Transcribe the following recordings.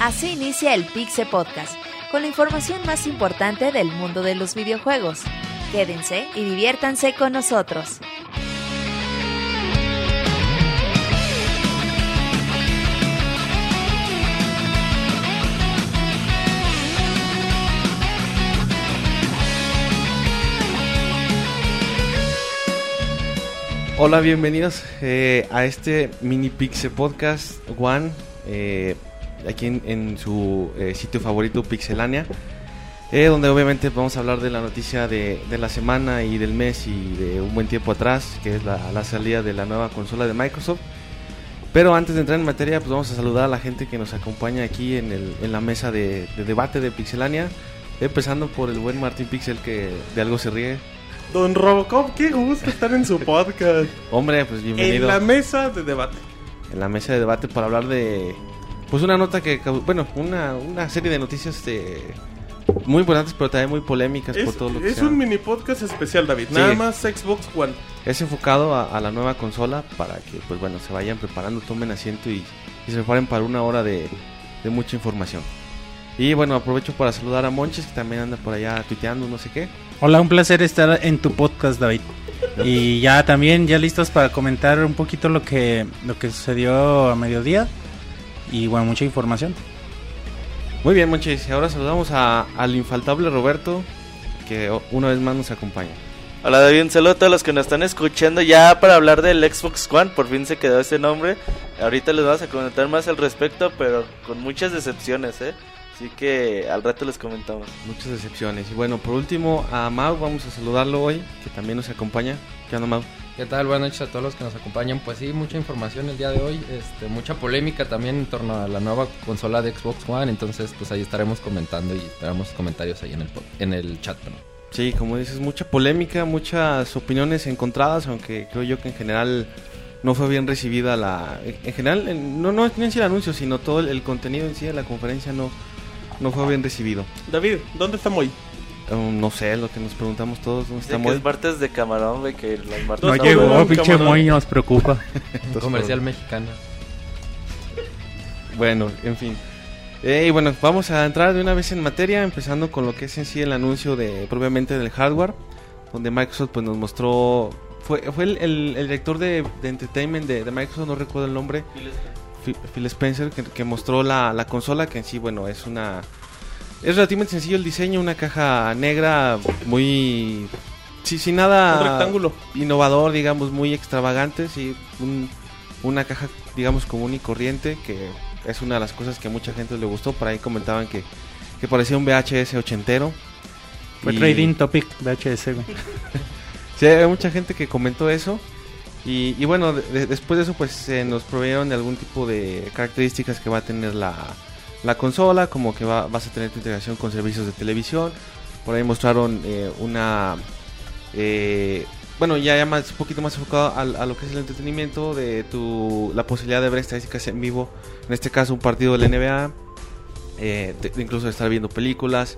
Así inicia el Pixe Podcast, con la información más importante del mundo de los videojuegos. Quédense y diviértanse con nosotros. Hola, bienvenidos eh, a este mini Pixel Podcast One, eh, aquí en, en su eh, sitio favorito Pixelania, eh, donde obviamente vamos a hablar de la noticia de, de la semana y del mes y de un buen tiempo atrás, que es la, la salida de la nueva consola de Microsoft. Pero antes de entrar en materia, pues vamos a saludar a la gente que nos acompaña aquí en, el- en la mesa de, de debate de Pixelania, empezando por el buen Martín Pixel que de algo se ríe. Don Robocop, qué gusto estar en su podcast. Hombre, pues bienvenido. En la mesa de debate. en la mesa de debate para hablar de pues una nota que cau- bueno una, una serie de noticias eh, muy importantes pero también muy polémicas Es, por todo lo que es sea. un mini podcast especial, David. Sí. Nada más Xbox One. es enfocado a, a la nueva consola para que pues bueno se vayan preparando tomen asiento y, y se preparen para una hora de, de mucha información y bueno aprovecho para saludar a Monches que también anda por allá tuiteando no sé qué Hola, un placer estar en tu podcast, David. Y ya también, ya listos para comentar un poquito lo que, lo que sucedió a mediodía. Y bueno, mucha información. muy bien Monches y ahora saludamos a- al infaltable Roberto que o- una vez más nos acompaña Hola David, un saludo a todos los que nos están escuchando ya para hablar del Xbox One, por fin se quedó ese nombre. Ahorita les vamos a comentar más al respecto, pero con muchas decepciones, ¿eh? Así que al rato les comentamos. Muchas decepciones. Y bueno, por último, a Mau vamos a saludarlo hoy, que también nos acompaña. ¿Qué onda, Mau? ¿Qué tal? Buenas noches a todos los que nos acompañan. Pues sí, mucha información el día de hoy, este, mucha polémica también en torno a la nueva consola de Xbox One, entonces pues ahí estaremos comentando y esperamos comentarios ahí en el, pod- en el chat. perdón. Sí, como dices, mucha polémica, muchas opiniones encontradas, aunque creo yo que en general no fue bien recibida la... En general, en- no, no, no en sí el anuncio, sino todo el, el contenido en sí de la conferencia no, no fue bien recibido. David, ¿dónde está Moy? Um, no sé, lo que nos preguntamos todos, ¿dónde está Dicen que Moy? es martes de camarón, güey, que las martes No No, Nos llegó, cabrón, pinche cabrón. Moy, nos preocupa. Entonces, Comercial mexicano. Bueno, en fin. Eh, y bueno, vamos a entrar de una vez en materia, empezando con lo que es en sí el anuncio de propiamente del hardware, donde Microsoft pues nos mostró, fue, fue el, el- el director de, de entertainment de, de Microsoft, no recuerdo el nombre, Phil- Phil Spencer, que, que mostró la, la consola, que en sí, bueno, es una... Es relativamente sencillo el diseño, una caja negra muy... Sí, sin nada... Un rectángulo. Innovador, digamos, muy extravagante, sí, un- una caja, digamos, común y corriente, que es una de las cosas que a mucha gente le gustó, por ahí comentaban que, que parecía un VHS ochentero. Fue Y- Trading Topic VHS, güey. Sí, hay mucha gente que comentó eso. Y, y bueno, de- de- después de eso, pues se nos proveyeron de algún tipo de características que va a tener la, la consola, como que va- vas a tener tu integración con servicios de televisión. Por ahí mostraron eh, una. eh, bueno, ya, ya más, un poquito más enfocado al- a, lo que es el entretenimiento, de tu, la posibilidad de ver estadísticas en vivo, en este caso un partido de la NBA, eh, de- de incluso estar viendo películas,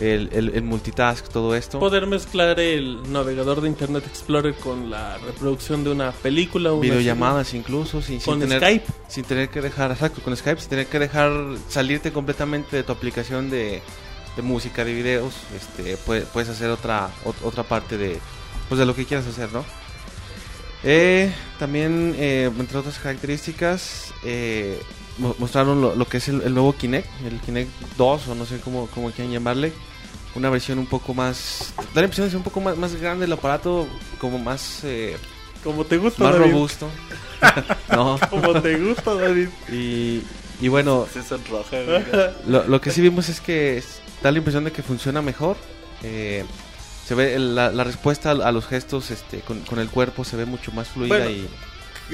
el, el- el multitask, todo esto. Poder mezclar el navegador de Internet Explorer con la reproducción de una película. Una videollamadas incluso sin, sin serie. Con tener Skype. sin tener que dejar exacto con Skype sin tener que dejar salirte completamente de tu aplicación de, de música de videos este puede- puedes hacer otra ot- otra parte de pues de lo que quieras hacer no Eh, también eh, entre otras características eh, mo- mostraron lo, lo que es el, el nuevo Kinect el Kinect 2 o no sé cómo cómo quieran llamarle una versión un poco más da la impresión de ser un poco más, más grande el aparato como más eh, Como te gusta, más David. robusto. no. Como te gusta, David. Y, y bueno, Se sonroja, güey. lo, lo que sí vimos es que es- da la impresión de que funciona mejor. Eh, se ve el- la, la respuesta a, a los gestos este, con, con el cuerpo se ve mucho más fluida Bueno. y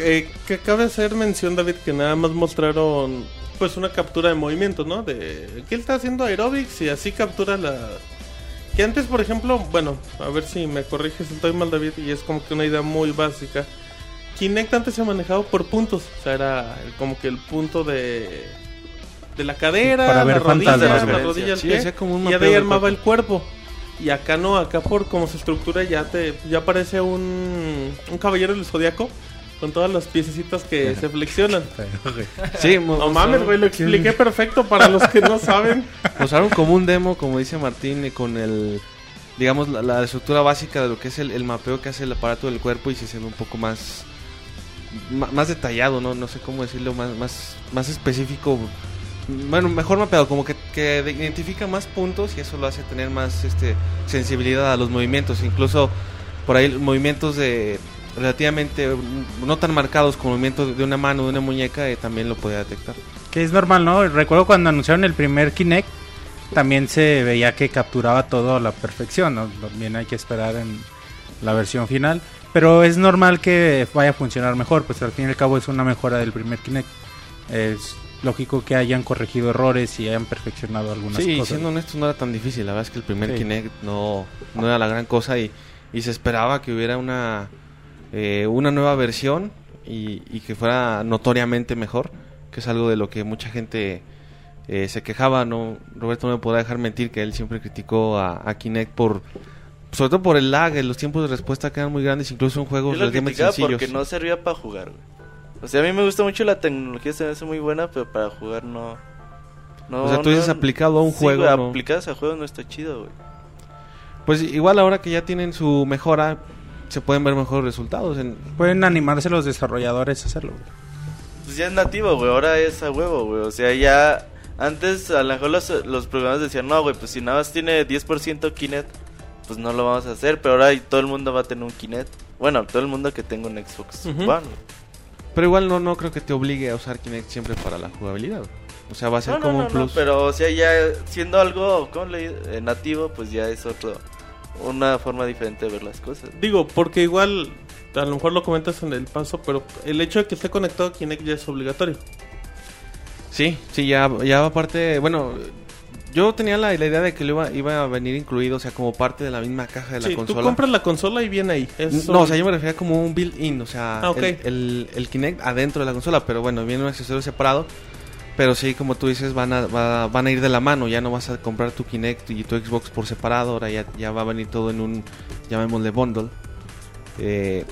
Eh, que cabe hacer mención, David, que nada más mostraron pues una captura de movimiento, ¿no? De que él está haciendo aerobics y así captura la... Que antes, por ejemplo, bueno, a ver si me corriges, estoy mal, David, y es como que una idea muy básica. Kinect antes se manejaba por puntos, o sea, era el- como que el punto de... De la cadera, la Para ver rodilla, fantasmas, la ¿verdad? rodilla, el Sí, pie, hacía como un y ya de mapeo ahí del armaba el cuerpo. Y acá no, acá por como se estructura ya te ya parece un, un caballero del zodiaco Con todas las piececitas que se flexionan. Sí, mo- No mames, güey, lo expliqué perfecto para los que no saben. Mostraron como un demo, como dice Martín, eh, con el, digamos, la, la estructura básica de lo que es el, el mapeo que hace el aparato del cuerpo y si se ve un poco más, ma- más detallado, ¿no? No sé cómo decirlo, más, más, más específico. Bueno, mejor mapeado, como que, que de- identifica más puntos y eso lo hace tener más este, sensibilidad a los movimientos. Incluso por ahí movimientos de relativamente eh, no tan marcados como movimientos de una mano, de una muñeca, eh, también lo podía detectar. Que es normal, ¿no? Recuerdo cuando anunciaron el primer Kinect, también se veía que capturaba todo a la perfección, ¿no? También hay que esperar en la versión final. Pero es normal que vaya a funcionar mejor, pues al fin y al cabo es una mejora del primer Kinect. Es lógico que hayan corregido errores y hayan perfeccionado algunas Sí, cosas. siendo honesto no era tan difícil. La verdad es que el primer Sí. Kinect no, no era la gran cosa y, y se esperaba que hubiera una, eh, una nueva versión y, y que fuera notoriamente mejor, que es algo de lo que mucha gente eh, se quejaba. No, Roberto no me podrá dejar mentir que él siempre criticó a, a Kinect por... Sobre todo por el lag, eh, los tiempos de respuesta quedan muy grandes, incluso en Yo juegos lo relativamente criticaba sencillos. porque no servía para jugar, güey. O sea, a mí me gusta mucho la tecnología, se me hace muy buena, pero para jugar no. no O sea, tú dices no- aplicado a un Sí, juego, güey, ¿no? aplicadas a juegos no está chido, güey. Pues igual ahora que ya tienen su mejora, se pueden ver mejores resultados. En, Pueden animarse los desarrolladores a hacerlo. güey. Pues ya es nativo, güey. Ahora es a huevo, güey. O sea, ya. Antes, a lo mejor los, los programas decían, no, güey, pues si nada más tiene 10% Kinect, pues no lo vamos a hacer. Pero ahora todo el mundo va a tener un Kinect. Bueno, todo el mundo que tenga un Xbox Ujú. One. Pero igual no, no creo que te obligue a usar Kinect siempre para la jugabilidad. O sea, va a ser No, no, como no, un no, plus. pero o sea, ya siendo algo ¿cómo le digo? Eh, nativo, pues ya es otro. Una forma diferente de ver las cosas. Digo, porque igual, a lo mejor lo comentas en el paso, pero el hecho de que esté conectado a Kinect ya es obligatorio. Sí, sí, ya, ya aparte, bueno, yo tenía la, la idea de que lo iba, iba a venir incluido, o sea, como parte de la misma caja de la sí, tú consola. compras la consola y viene ahí. Es No, o obli- sea, yo me refería como un built-in, o sea, Ah, ok. el, el- el Kinect adentro de la consola, pero bueno, viene un accesorio separado. Pero sí, como tú dices, van a, va- van a ir de la mano, ya no vas a comprar tu Kinect y tu Xbox por separado, ahora ya, ya va a venir todo en un, llamémosle bundle. Eh,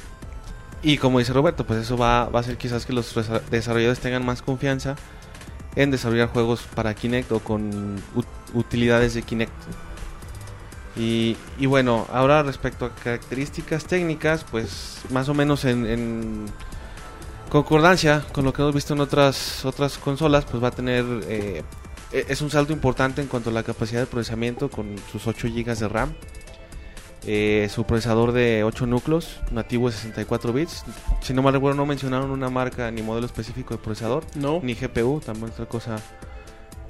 y como dice Roberto, pues eso va, va a hacer quizás que los resa- desarrolladores tengan más confianza en desarrollar juegos para Kinect o con ut- utilidades de Kinect. Y, y bueno, ahora respecto a características técnicas, pues más o menos en, en concordancia con lo que hemos visto en otras, otras consolas, pues va a tener... eh, e- es un salto importante en cuanto a la capacidad de procesamiento con sus 8 GB de RAM. Eh, su procesador de 8 núcleos, nativo de 64 bits. Si no mal recuerdo, no mencionaron una marca ni modelo específico de procesador No. ni GPU, también otra cosa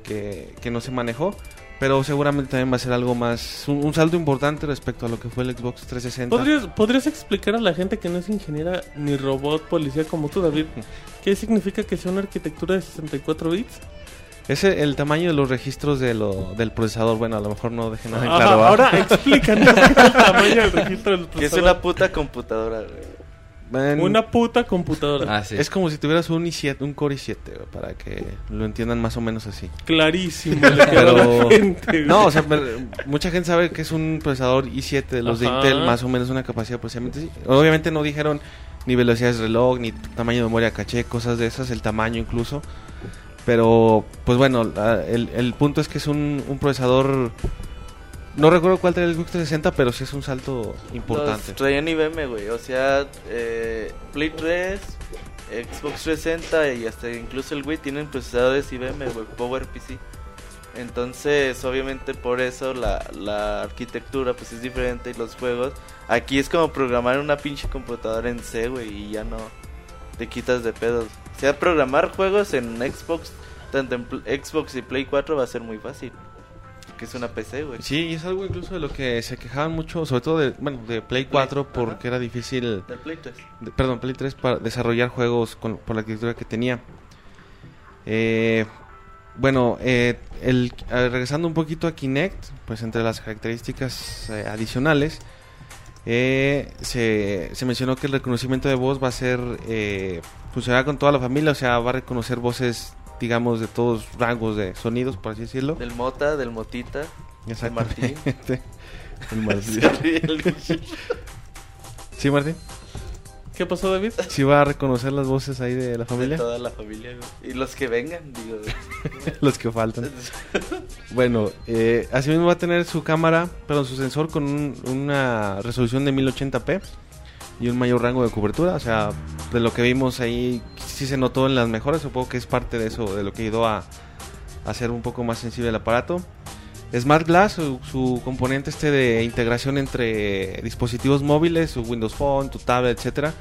que, que no se manejó. Pero seguramente también va a ser algo más, un, un salto importante respecto a lo que fue el Xbox 360. ¿Podrías, podrías explicar a la gente que no es ingeniera ni robot policía como tú, David, qué significa que sea una arquitectura de 64 bits? Es el, el tamaño de los registros de lo, del procesador. Bueno, a lo mejor no dejé nada en Ajá, claro. ¿va? ahora explícanos el tamaño del registro del Pues Que es procesador. una puta computadora, güey. En- Una puta computadora. Ah, sí. Es como si tuvieras un, i7, un Core i7, güey, para que lo entiendan más o menos así. Clarísimo. le quedó a Pero- la gente, No, o güey. sea, pero, mucha gente sabe que es un procesador i7 de los Ajá. de Intel, más o menos una capacidad de procesamiento. Sí, Obviamente no dijeron ni velocidades de reloj, ni tamaño de memoria caché, cosas de esas, el tamaño incluso. Pero, pues bueno, la- el, el punto es que es un, un procesador... No recuerdo cuál trae el Xbox 360, pero sí es un salto importante. Los traían IBM, güey. O sea, eh, Play 3, Xbox 360 y hasta incluso el Wii tienen procesadores IBM, güey, PowerPC. Entonces, obviamente por eso la, la arquitectura pues es diferente y los juegos. Aquí es como programar una pinche computadora en C, güey, y ya no te quitas de pedos. O sea, programar juegos en Xbox, tanto en pl- Xbox y Play 4 va a ser muy fácil. Que es una PC, güey. Sí, y es algo incluso de lo que se quejaban mucho, sobre todo de, bueno, de Play 4, ajá. porque era difícil... Del Play 3. de- perdón, Play 3 para desarrollar juegos con- por la arquitectura que tenía. Eh, bueno, eh, el, eh, regresando un poquito a Kinect, pues entre las características eh, adicionales, eh, se, se mencionó que el reconocimiento de voz va a ser, eh, funcionará con toda la familia, o sea, va a reconocer voces, digamos, de todos rangos de sonidos, por así decirlo. Del Mota, del Motita. Exactamente. El Se Martín. ríe el- ¿Sí, Martín? ¿Qué pasó, David? ¿Sí va a reconocer las voces ahí de la De familia? toda la familia, güey. Y los que vengan, digo. güey. Los que faltan. Bueno, eh, asimismo va a tener su cámara, perdón, su sensor con un- una resolución de 1080p y un mayor rango de cobertura. O sea, de lo que vimos ahí, sí se notó en las mejoras. Supongo que es parte de eso, de lo que ayudó a hacer un poco más sensible el aparato. Smart Glass, su, su componente este de integración entre dispositivos móviles, su Windows Phone, tu tablet, etcétera,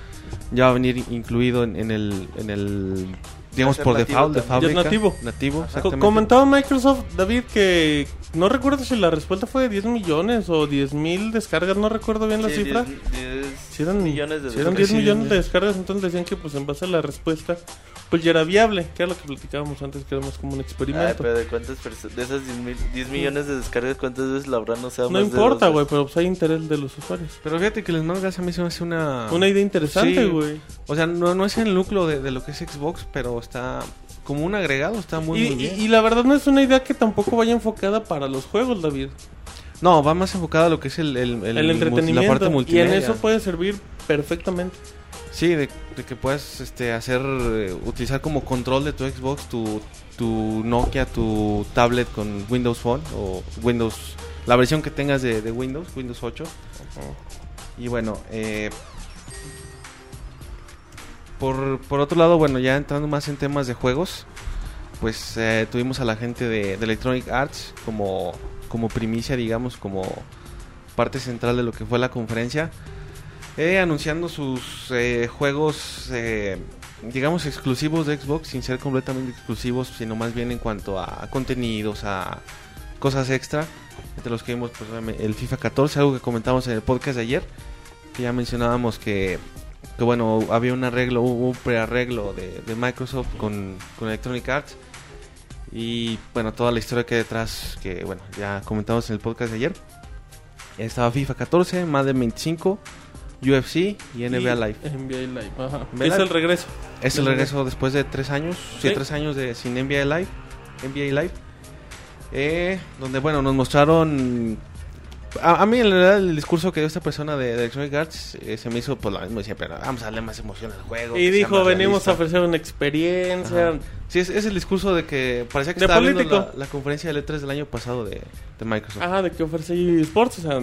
ya va a venir incluido en, en el, en el, digamos ser por nativo default, de Ya también. es fábrica. nativo. Nativo, Co- exactamente. Comentaba Microsoft, David, que no recuerdo si la respuesta fue de 10 millones o 10 mil descargas, no recuerdo bien la Sí, cifra. diez- diez Si eran millones de si eran dólares. 10 millones de descargas, entonces decían que pues en base a la respuesta, pues ya era viable, que era lo que platicábamos antes, que era más como un Ay, experimento. pero de cuántas personas, de esas 10, mil- 10 millones de descargas, ¿cuántas veces la habrán usado? Mm. no más de importa, dos güey, veces? pero pues hay interés de los usuarios. Pero fíjate que el Smart Glass a mí se me hace una... Ah. Una idea interesante, Sí. güey. O sea, no, no es el núcleo de, de lo que es Xbox, pero está como un agregado, está muy, y, muy bien. y- y la verdad no es una idea que tampoco vaya enfocada para los juegos, David. No, va más enfocado a lo que es el, el, el- El, mu- entretenimiento. la parte y multimedia. en eso pues, puede servir perfectamente. Sí, de, de que puedas este, hacer, eh, utilizar como control de tu Xbox, tu, tu Nokia, tu tablet con Windows Phone o Windows, la versión que tengas de, de Windows, Windows 8. Y bueno, eh, por, por otro lado, bueno, ya entrando más en temas de juegos, pues eh, tuvimos a la gente de, de Electronic Arts como, como primicia, digamos, como parte central de lo que fue la conferencia. Eh, anunciando sus eh, juegos, eh, digamos, exclusivos de Xbox, sin ser completamente exclusivos, sino más bien en cuanto a contenidos, a cosas extra. Entre los que vimos pues, obviamente, el FIFA 14, algo que comentamos en el podcast de ayer, que ya mencionábamos que, que, bueno, había un arreglo, hubo un prearreglo de, de Microsoft con, con Electronic Arts. Y bueno, toda la historia que hay detrás, que bueno, ya comentamos en el podcast de ayer. Estaba FIFA 14, más de 25, UFC y NBA Live. Y NBA Live, ajá. NBA Es Live. el regreso. Es el regreso después de tres años, sí, Sí. tres años de sin NBA Live, NBA Live, eh, donde bueno nos mostraron. A, a mí en realidad el discurso que dio esta persona de, de Electronic Arts eh, se me hizo pues lo mismo, decía, pero vamos a darle más emoción al juego. Y que sea dijo, más venimos a realista". ofrecer una experiencia. Ajá. Sí, es, es el discurso de que parecía que De estaba viendo político. Ah, la, la conferencia de E3 del año pasado de, de Microsoft. Ajá, de que ofrece eSports, o sea,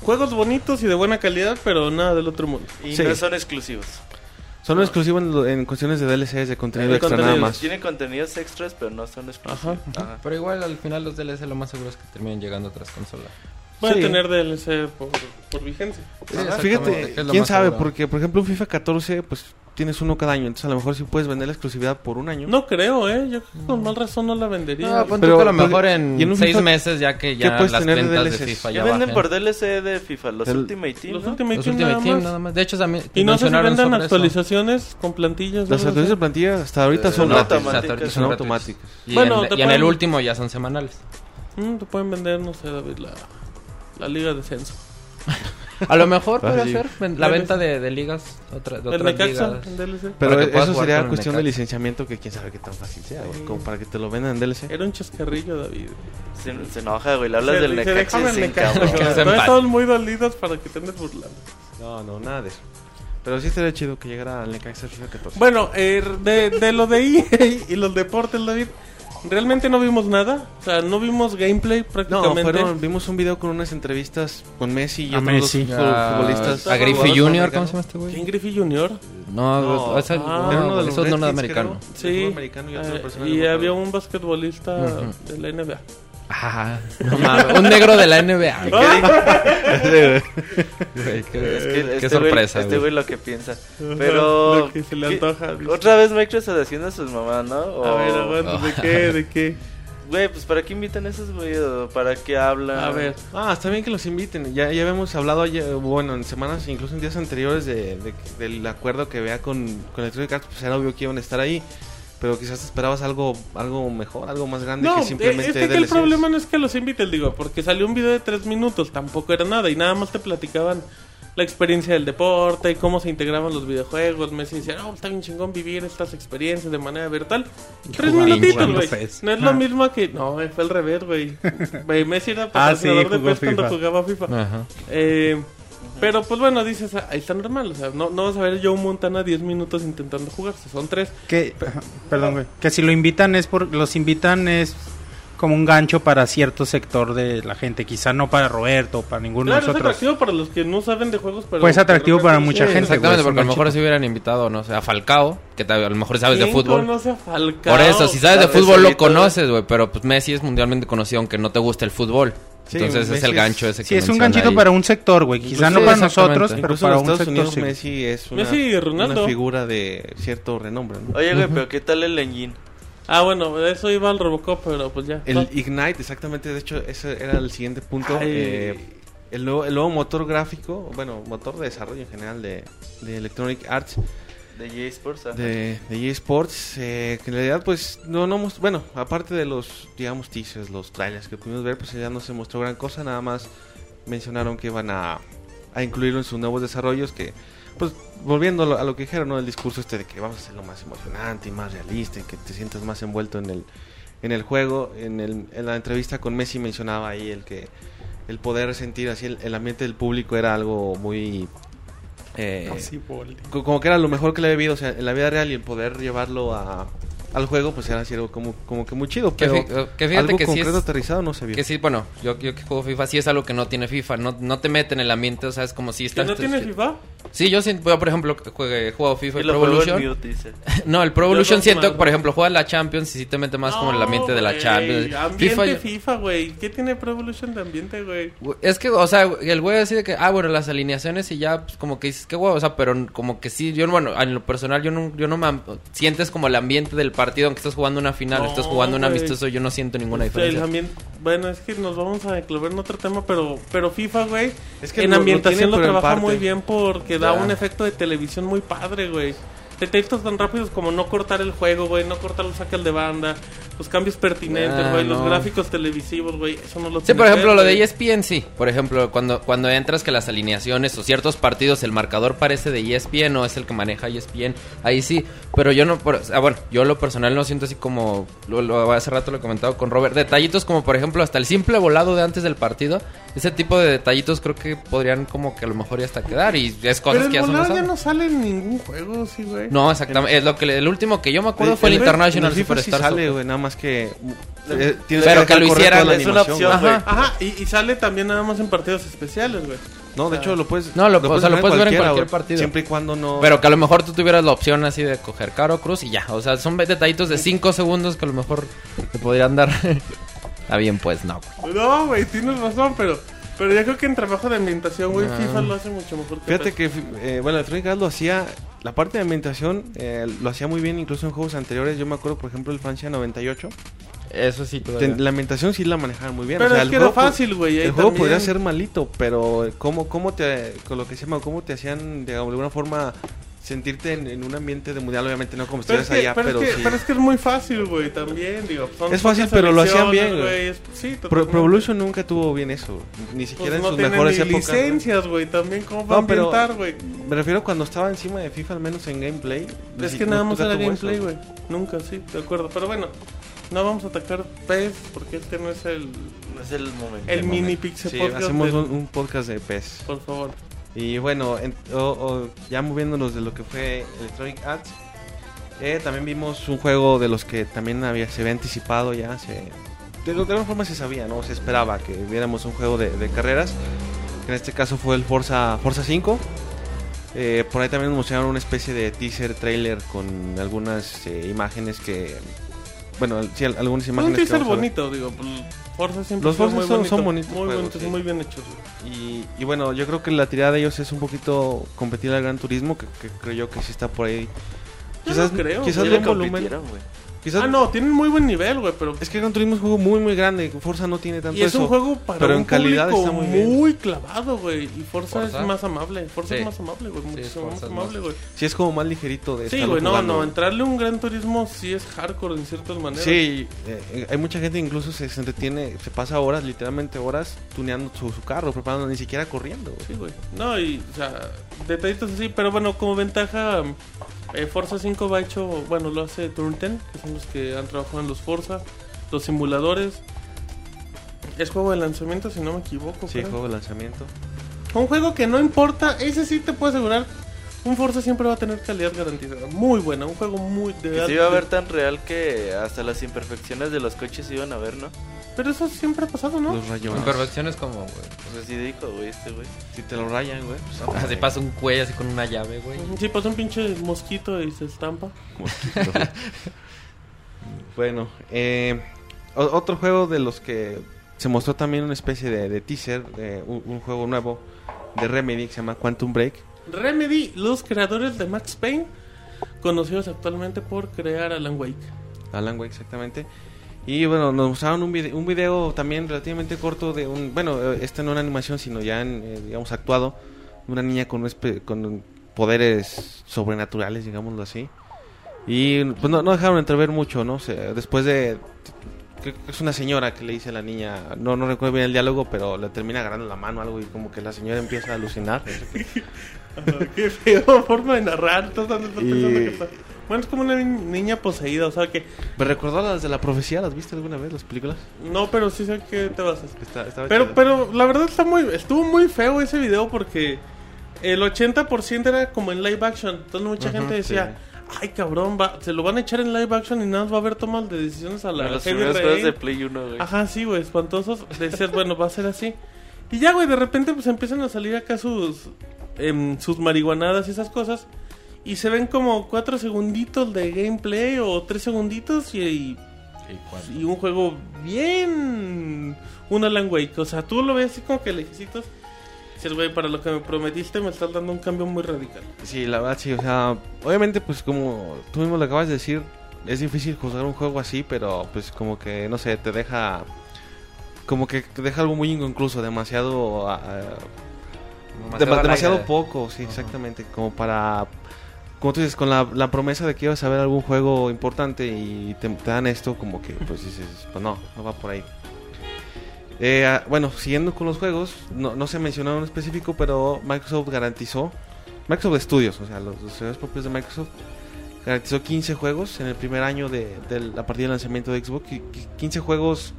juegos bonitos y de buena calidad, pero nada del otro mundo. Y Sí. no son exclusivos. Son exclusivos en, lo- en cuestiones de DLCs, de contenido De extra nada contenidos. más. Tienen contenidos extras, pero no son exclusivos. Ah, Ajá. Pero igual al final los DLC lo más seguro es que terminen llegando a otras consolas. Pueden Sí. tener DLC por, por vigencia. Ajá, Fíjate, exactamente, que es lo quién más sabe, seguro. porque por ejemplo un FIFA 14, pues tienes uno cada año, entonces a lo mejor sí puedes vender la exclusividad por un año. No creo, ¿eh? Yo creo que Mm. con mal razón no la vendería. No, pon tú Pero- pues, que a lo mejor ¿y en un en seis FIFA meses ya que qué ya puedes las tener de ventas de DLCs? FIFA Ya ya venden bajen. por DLC de FIFA, los El- Ultimate Team, los ¿no? Ultimate Los Team Ultimate nada Team más. nada más. De hecho, también Y no sé si mencionaron vendan sobre eso. actualizaciones con plantillas. Las algo así. actualizaciones de plantilla hasta ahorita Eh, son no, gratis. automáticas. Hasta ahorita Son gratis. automáticas. Y, Bueno, en, te y en pueden- el último ya son semanales. Mm, te pueden vender, no sé, David, la, la liga de descenso. A lo mejor puede Ah, sí. ser ven- la venta de, de ligas, otra, de El otras Necaxa, ligas. en DLC. Pero Para que puedas eso jugar sería con el cuestión de Necaxa. licenciamiento que quién sabe qué tan fácil sea, güey, como para que te lo vendan en DLC. Era un chascarrillo, David. Se, se enoja, güey. Le hablas Se- del se Necaxa y dejaban se Necaxa, encabra. güey. Que se Todavía empate. Estaban muy dolidos para que te andes burlando. No, no, nada de eso. Pero sí estaría chido que llegara al Necaxa FIFA 14. Bueno, eh, de, de lo de EA y los deportes, David, realmente no vimos nada. O sea, no vimos gameplay no, prácticamente. fueron, vimos un video con unas entrevistas con Messi y A otros Messi. dos Ah, futbolistas. A Griffey jugadores Jr., ¿cómo americanos. se llama este güey? ¿Quién Griffey Jr.? No, No, o sea, ah, no, Era uno de los eso no es Redskins, americano. creo, de Sí. fútbol americano y otra eh, persona, no y me acuerdo. había un basquetbolista Ujú. de la NBA. Ajá, no mames, un negro de la NBA. ¿Qué dijo? Güey, qué, Es que Eh, qué este güey- sorpresa, este güey. güey lo que piensa. Pero. Lo que se le ¿qué- antoja, dice. Otra vez Microsoft haciendo sus mamás, ¿no? A O- ver, aguanta, ¿de qué? ¿De qué? Güey, pues ¿para qué invitan a esos güey? ¿O ¿Para qué hablan? A ver. Ah, está bien que los inviten. Ya, ya habíamos hablado, ayer, bueno, en semanas, incluso en días anteriores, de, de- del acuerdo que vea con, con Electronic Arts. Pues era obvio que iban a estar ahí. Pero quizás esperabas algo algo mejor, algo más grande No, que eh, simplemente es que aquí el DLCs. problema no es que los inviten, digo, porque salió un video de tres minutos, tampoco era nada, y nada más te platicaban la experiencia del deporte, y cómo se integraban los videojuegos, Messi decía, oh, está bien chingón vivir estas experiencias de manera virtual. Tres jugando- minutitos, jugando güey. PES. No es lo Ah. mismo que... No, eh, fue al revés, güey. Güey, Messi era Ah, sí, patrocinador de jugó Ah. PES cuando FIFA. jugaba FIFA. Ajá. Eh, Pero pues bueno, dices, ah, ahí está normal. O sea, no, no vas a ver Joe Montana 10 minutos intentando jugar. si son tres. Que, ajá, perdón, güey. Que si lo invitan es por, los invitan es como un gancho para cierto sector de la gente, quizá no para Roberto o para ninguno Claro, de es nosotros. atractivo para los que no saben de juegos. Pero Pues es atractivo pero- para mucha Sí, gente, güey, es Exactamente, un porque a lo gancho. mejor si hubieran invitado, no sé, a Falcao, que tal- a lo mejor sabes de ¿Quién fútbol. conoce a Falcao? Por eso, si sabes de Claro, fútbol lo solito, güey. conoces, güey, pero pues Messi es mundialmente conocido aunque no te guste el fútbol. Sí, Entonces es Messi el es- gancho ese que Sí, es un menciona ganchito ahí. para un sector, güey. Quizá no Incluso- para sí, nosotros, exactamente. pero Incluso para en un Estados sector. Unidos sí. Messi es una, Messi y Ronaldo. una figura de cierto renombre. ¿no? Oye, güey, pero ¿qué tal el engine? Ah, bueno, de eso iba al Robocop, pero pues ya. El Va. Ignite, exactamente, de hecho, ese era el siguiente punto. Ay. Eh, el, nuevo, el nuevo motor gráfico, bueno, motor de desarrollo en general de, de Electronic Arts, De EA Sports. ajá. de, de EA Sports, eh, que en realidad, pues, no, no, mos- bueno, aparte de los, digamos, teasers, los trailers que pudimos ver, pues ya no se mostró gran cosa, nada más mencionaron que iban a, a incluirlo en sus nuevos desarrollos, que, pues, volviendo a lo, a lo que dijeron, ¿no? El discurso este de que vamos a hacerlo más emocionante y más realista, y que te sientas más envuelto en el, en el juego, en, el- en la entrevista con Messi mencionaba ahí el que el poder sentir así el, el ambiente del público era algo muy... eh, Sí, boli. co- como que era lo mejor que le había vivido, o sea, en la vida real y el poder llevarlo a, al juego, pues era así algo como, como que muy chido, Que pero fi- que fíjate algo que sí es- concreto aterrizado no se vio. Que sí, bueno, yo, yo que juego FIFA, sí es algo que no tiene FIFA, no, no te mete en el ambiente, o sea, es como si ¿Que estás... no tiene FIFA? este Sí, yo, sí, yo, por ejemplo, jugué- he jugado FIFA Y y lo Pro juego en Evolution. mute, dice. No, el Pro Yo Evolution no, siento más, que, por güey. ejemplo, juega la Champions y sí te mete más como en el ambiente de la No, Champions. güey, Ambiente yo- FIFA, güey. ¿Qué tiene Pro Evolution de ambiente, güey? Güey, Es que, o sea, el güey así de que, ah, bueno, las alineaciones y ya, pues, como que dices, qué huevo, o sea, pero como que sí, yo, bueno, en lo personal, yo no, yo no me am- sientes como el ambiente del partido, aunque estás jugando una final, No, estás jugando un güey. amistoso, yo no siento ninguna Este, el diferencia. ambiente- bueno, es que nos vamos a declarar en otro tema, pero, pero FIFA, güey, Es que en lo- lo ambientación tiene, lo, pero en trabaja parte. muy bien porque da Ya. un efecto de televisión muy padre, güey. Detallitos tan rápidos como no cortar el juego, güey, no cortar los saques de banda, los cambios pertinentes, Ah, güey, los no. gráficos televisivos, güey, eso no lo Sí, tiene por ejemplo, Pep, lo de E güey. ESPN, sí. Por ejemplo, cuando, cuando entras que las alineaciones o ciertos partidos, el marcador parece de E ESPN o es el que maneja E ESPN. Ahí sí, pero yo no... por- ah, bueno, yo lo personal no siento así como... Lo, lo- hace rato lo he comentado con Robert. Detallitos como, por ejemplo, hasta el simple volado de antes del partido. Ese tipo de detallitos creo que podrían como que a lo mejor ya hasta quedar. Y es cosas Pero que ya el son volado ya pasadas. no sale en ningún juego, sí, güey. No, exactamente. Es lo que, le- el último que yo me Eh, acuerdo fue el, En- en- International en el FIFA sí Superstar. sale, güey, nada más que... eh, tienes Pero dejar que lo correr hicieran, toda la es una animación, opción, Ajá. güey. Ajá, y, y sale también nada más en partidos especiales, güey. No, de hecho lo puedes, No, lo- o sea, lo puedes ver en cualquiera, cualquier güey, partido. Siempre y cuando no... Pero que a lo mejor tú tuvieras la opción así de coger Caro Cruz y ya. O sea, son detallitos de 5 segundos que a lo mejor te podrían dar. Está bien, pues no. güey. No, güey, tienes razón, pero, pero yo creo que en trabajo de ambientación, güey, No. FIFA lo hace mucho mejor que Ah. Fíjate Pep. que, eh, bueno, Electronic Arts lo hacía, la parte de ambientación eh, lo hacía muy bien incluso en juegos anteriores. Yo me acuerdo, por ejemplo, el Francia 98. Eso sí, Ten- todavía. la ambientación sí la manejaban muy bien. Pero o sea, es el que era juego pod- fácil, güey. ahí El juego también. podría ser malito, pero cómo, cómo te, con lo que se llama, cómo te hacían de alguna forma sentirte en, en un ambiente de mundial, obviamente no como Pero estuvieras es, que, allá, pero, pero, es que, sí. pero es que es muy fácil, güey, también, digo. son Es fácil, pocas pero lo hacían bien, elecciones, güey. es- Sí, Pro, totalmente. Pro Evolution nunca tuvo bien eso, ni Pues siquiera no en sus tienen mejores ni épocas. güey. licencias, güey, también cómo va a No, pero- ambientar, güey. Me refiero cuando estaba encima de FIFA, al menos en gameplay. ni Es si- que nada nunca más era pues, tuvo eso. gameplay, güey. Nunca, sí, de acuerdo. Pero bueno, no vamos a atacar PES porque este no es el, No es el momento. el De mini momento. pixel Sí, podcast hacemos del- un, un podcast de PES. Por favor. Y bueno, en- o- o ya moviéndonos de lo que fue Electronic Arts, eh, también vimos un juego de los que también había, se había anticipado ya, se, de, de alguna forma se sabía, ¿no? Se esperaba que viéramos un juego de, de carreras, que en este caso fue el Forza, Forza 5. Eh, por ahí también nos mostraron una especie de teaser trailer con algunas eh, imágenes que... Bueno, sí, al- algunas Es un imágenes... que teaser vamos a ver. bonito, digo. pues, Forza siempre Los fue Forza muy son- bonito, son bonitos Muy juegos, bonitos, sí. muy bien hechos. güey. Y, y bueno, yo creo que la tirada de ellos es un poquito competir al Gran Turismo, que, que creo yo que sí está por ahí. Yo Quizás, no creo, quizás Ya güey. de le un volumen. compitieron, güey. Quizás, Ah, no, tienen muy buen nivel, güey, pero... Es que Gran Turismo es un juego muy, muy grande. Forza no tiene tanto Y es eso. un juego para pero un en calidad público está muy muy, bien. clavado, güey. Y Forza, Forza. es más amable. Forza Sí. es más amable, güey. Muchísimo Forza más es amable, más- güey. Sí, es como más ligerito de Sí, estarlo güey, no, jugando. no. Entrarle a un gran turismo sí es hardcore en ciertas maneras. Sí, eh, hay mucha gente incluso se, se entretiene, se pasa horas, literalmente horas, tuneando su, su carro, preparando, ni siquiera corriendo. güey. Sí, güey. No, y, o sea, detallitos así, pero bueno, como ventaja, eh, Forza 5 va hecho, bueno, lo hace Turn 10, que son los que han trabajado en los Forza, los simuladores. Es juego de lanzamiento, si no me equivoco. Sí, creo. juego de lanzamiento. Un juego que no importa, ese sí te puedo asegurar. Un Forza siempre va a tener calidad garantizada. Muy buena, un juego muy de Que verdad, se iba a de- ver tan real que hasta las imperfecciones de los coches se iban a ver, ¿no? Pero eso siempre ha pasado, ¿no? Los rayones. Imperfecciones como, güey. O sea, sí dijo, güey, este güey. Si te lo rayan, güey. pues, Así pasa un cuello así con una llave, güey. Sí, pasa un pinche mosquito y se estampa. mosquito. bueno, eh, o- otro juego de los que se mostró también una especie de, de teaser, de un, un juego nuevo de Remedy que se llama Quantum Break. Remedy, los creadores de Max Payne, conocidos actualmente por crear Alan Wake. Alan Wake, exactamente. Y bueno, nos mostraron un video, un video también relativamente corto de un. Bueno, eh, este no en animación, sino ya en, eh, digamos, actuado. de Una niña con, un espe- con poderes sobrenaturales, digámoslo así. Y pues no, no dejaron entrever mucho, ¿no? Se- después de. Creo que es una señora que le dice a la niña. No, no recuerdo bien el diálogo, pero le termina agarrando la mano o algo y como que la señora empieza a alucinar. Qué feo forma de narrar. estás dando- estás Y- pensando que está- Bueno, es como una ni- niña poseída, o sea que... Me recordó a las de la profecía, ¿las viste alguna vez, las películas? No, pero sí sé que te vas a Está- estaba Pero, chida. pero la verdad está muy, estuvo muy feo ese video porque el 80% era como en live action. Entonces mucha Ajá, gente decía, ay cabrón, va- se lo van a echar en live action y nada más va a haber tomas de decisiones a la De los Heavy primeros juegos Rain". de Play 1, güey. Ajá, sí, güey, espantosos. Decías, bueno, va a ser así. Y ya, güey, de repente pues empiezan a salir acá sus, em, sus marihuanadas y esas cosas. Y se ven como cuatro segunditos de gameplay o tres segunditos y- y y un juego bien. Un Alan Wake. O sea, tú lo ves así como que lejecitos. Dices, güey, para lo que me prometiste me estás dando un cambio muy radical. Sí, la verdad sí, o sea, obviamente pues como tú mismo lo acabas de decir, es difícil juzgar un juego así, pero pues como que, no sé, te deja, como que te deja algo muy inconcluso, demasiado, ah, ah, dema- al demasiado aire. poco, sí, exactamente, como para, como tú dices, con la, la promesa de que ibas a ver algún juego importante y te, te dan esto, como que pues dices, pues no, no va por ahí. Eh, ah, bueno, siguiendo con los juegos, no, no se mencionó en específico, pero Microsoft garantizó Microsoft Studios, o sea, los los estudios propios de Microsoft, garantizó 15 juegos en el primer año de, de- a partir del lanzamiento de Xbox. y qu- 15 juegos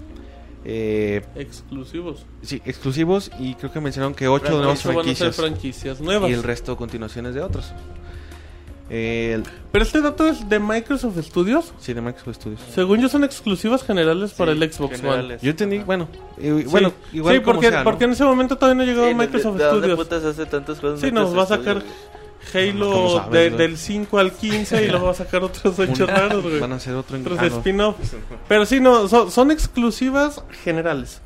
eh, Exclusivos. sí, exclusivos y creo que mencionaron que 8 de nuevas Eso van a ser franquicias franquicias nuevas. y el resto continuaciones de otros. Eh, el- Pero este dato es de Microsoft Studios. sí, de Microsoft Studios. Según yo, son exclusivas generales para el Xbox One. generales. Yo entendí, bueno, eh, Sí. bueno, igual sí, como porque, sea, ¿no? porque en ese momento todavía no llegaba Sí, ¿de- Microsoft ¿De dónde Studios. putas hace tantas cosas? Sí, nos Microsoft va a sacar Studios, güey? Halo ¿Cómo sabes, de- güey? del 5 al 15 y luego va a sacar otros 8 Un- raros, güey. van a hacer otro en- otros ah, no. spin-off. Pero sí, no, son, son exclusivas generales.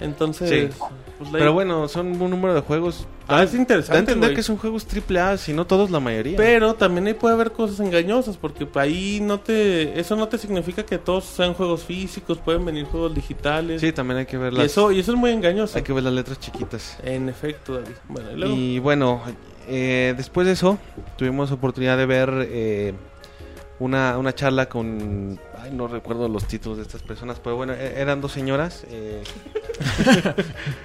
Entonces, Sí. pues, la- Pero bueno, son un número de juegos. Ah, es Da a interesante. entender güey. que son juegos triple A, si no todos, la mayoría. Pero también ahí puede haber cosas engañosas, porque ahí no te. Eso no te significa que todos sean juegos físicos, pueden venir juegos digitales. Sí, también hay que ver y, las, eso, y eso es muy engañoso. hay que ver las letras chiquitas. En efecto, David. Bueno, y luego. Y bueno, eh, después de eso tuvimos oportunidad de ver eh, una, una charla con... Ay, no recuerdo los títulos de estas personas, pero bueno, e- eran dos señoras. eh. no recuerdo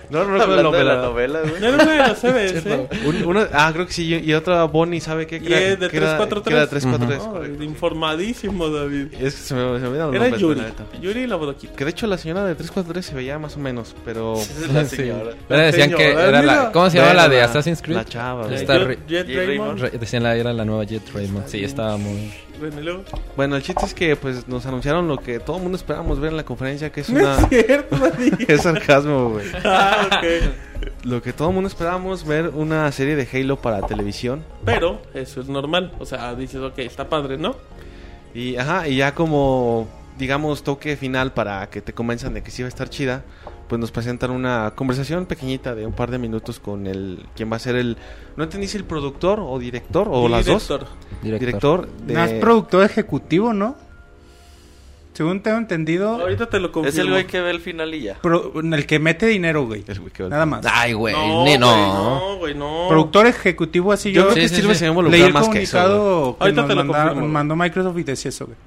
el Hablando de nombre. la la- novela, güey. No era una de las CBS. un- una- ah, creo que sí, y otra Bonnie, ¿sabe qué? Y Que era- es de que era- 343. que era 343, No, correcto. informadísimo, David. Es que se me, se me olvidaron los Era nombres, pues, la Yuri. neta. Yuri y la bodoquita. Que de hecho la señora de 343 se veía más o menos, pero... Esa es la señora. Ahora decían que Señora, era la. mira. ¿Cómo se llama la de Era Assassin's Creed? La chava. Ya ¿no? Eh, está Jet- re- Jet Jet Raymond. Re- Decían la era la nueva Jet Raymond. Sí, estaba muy. Bueno, y luego. Bueno, el chiste es que pues nos anunciaron lo que todo el mundo esperábamos ver en la conferencia, que es No es una... cierto, David. es sarcasmo, güey. Ah, ok. Lo que todo el mundo esperábamos ver una serie de Halo para televisión. Pero eso es normal. O sea, dices, ok, está padre, ¿no? Y, ajá, y ya como, digamos, toque final para que te convenzan de que sí va a estar chida, pues nos presentan una conversación pequeñita de un par de minutos con el... quien va a ser el... No entendí si el productor o director o las dos. Director. Director. de... No, es productor ejecutivo, ¿no? Según tengo entendido, Ahorita te lo confirmo. Es el güey que ve el final y ya. pro- el que mete dinero, güey. El güey que- Nada más. Ay, güey. No, ni- güey, no. no, güey, Ah, no. Productor ejecutivo, así Yo yo. creo Sí, que sí, Steve sí. se va a Leí involucrar el más que eso. güey. comunicado que, Ahorita nos te lo mandaron- confirmo, güey. mandó Microsoft y decía eso, güey.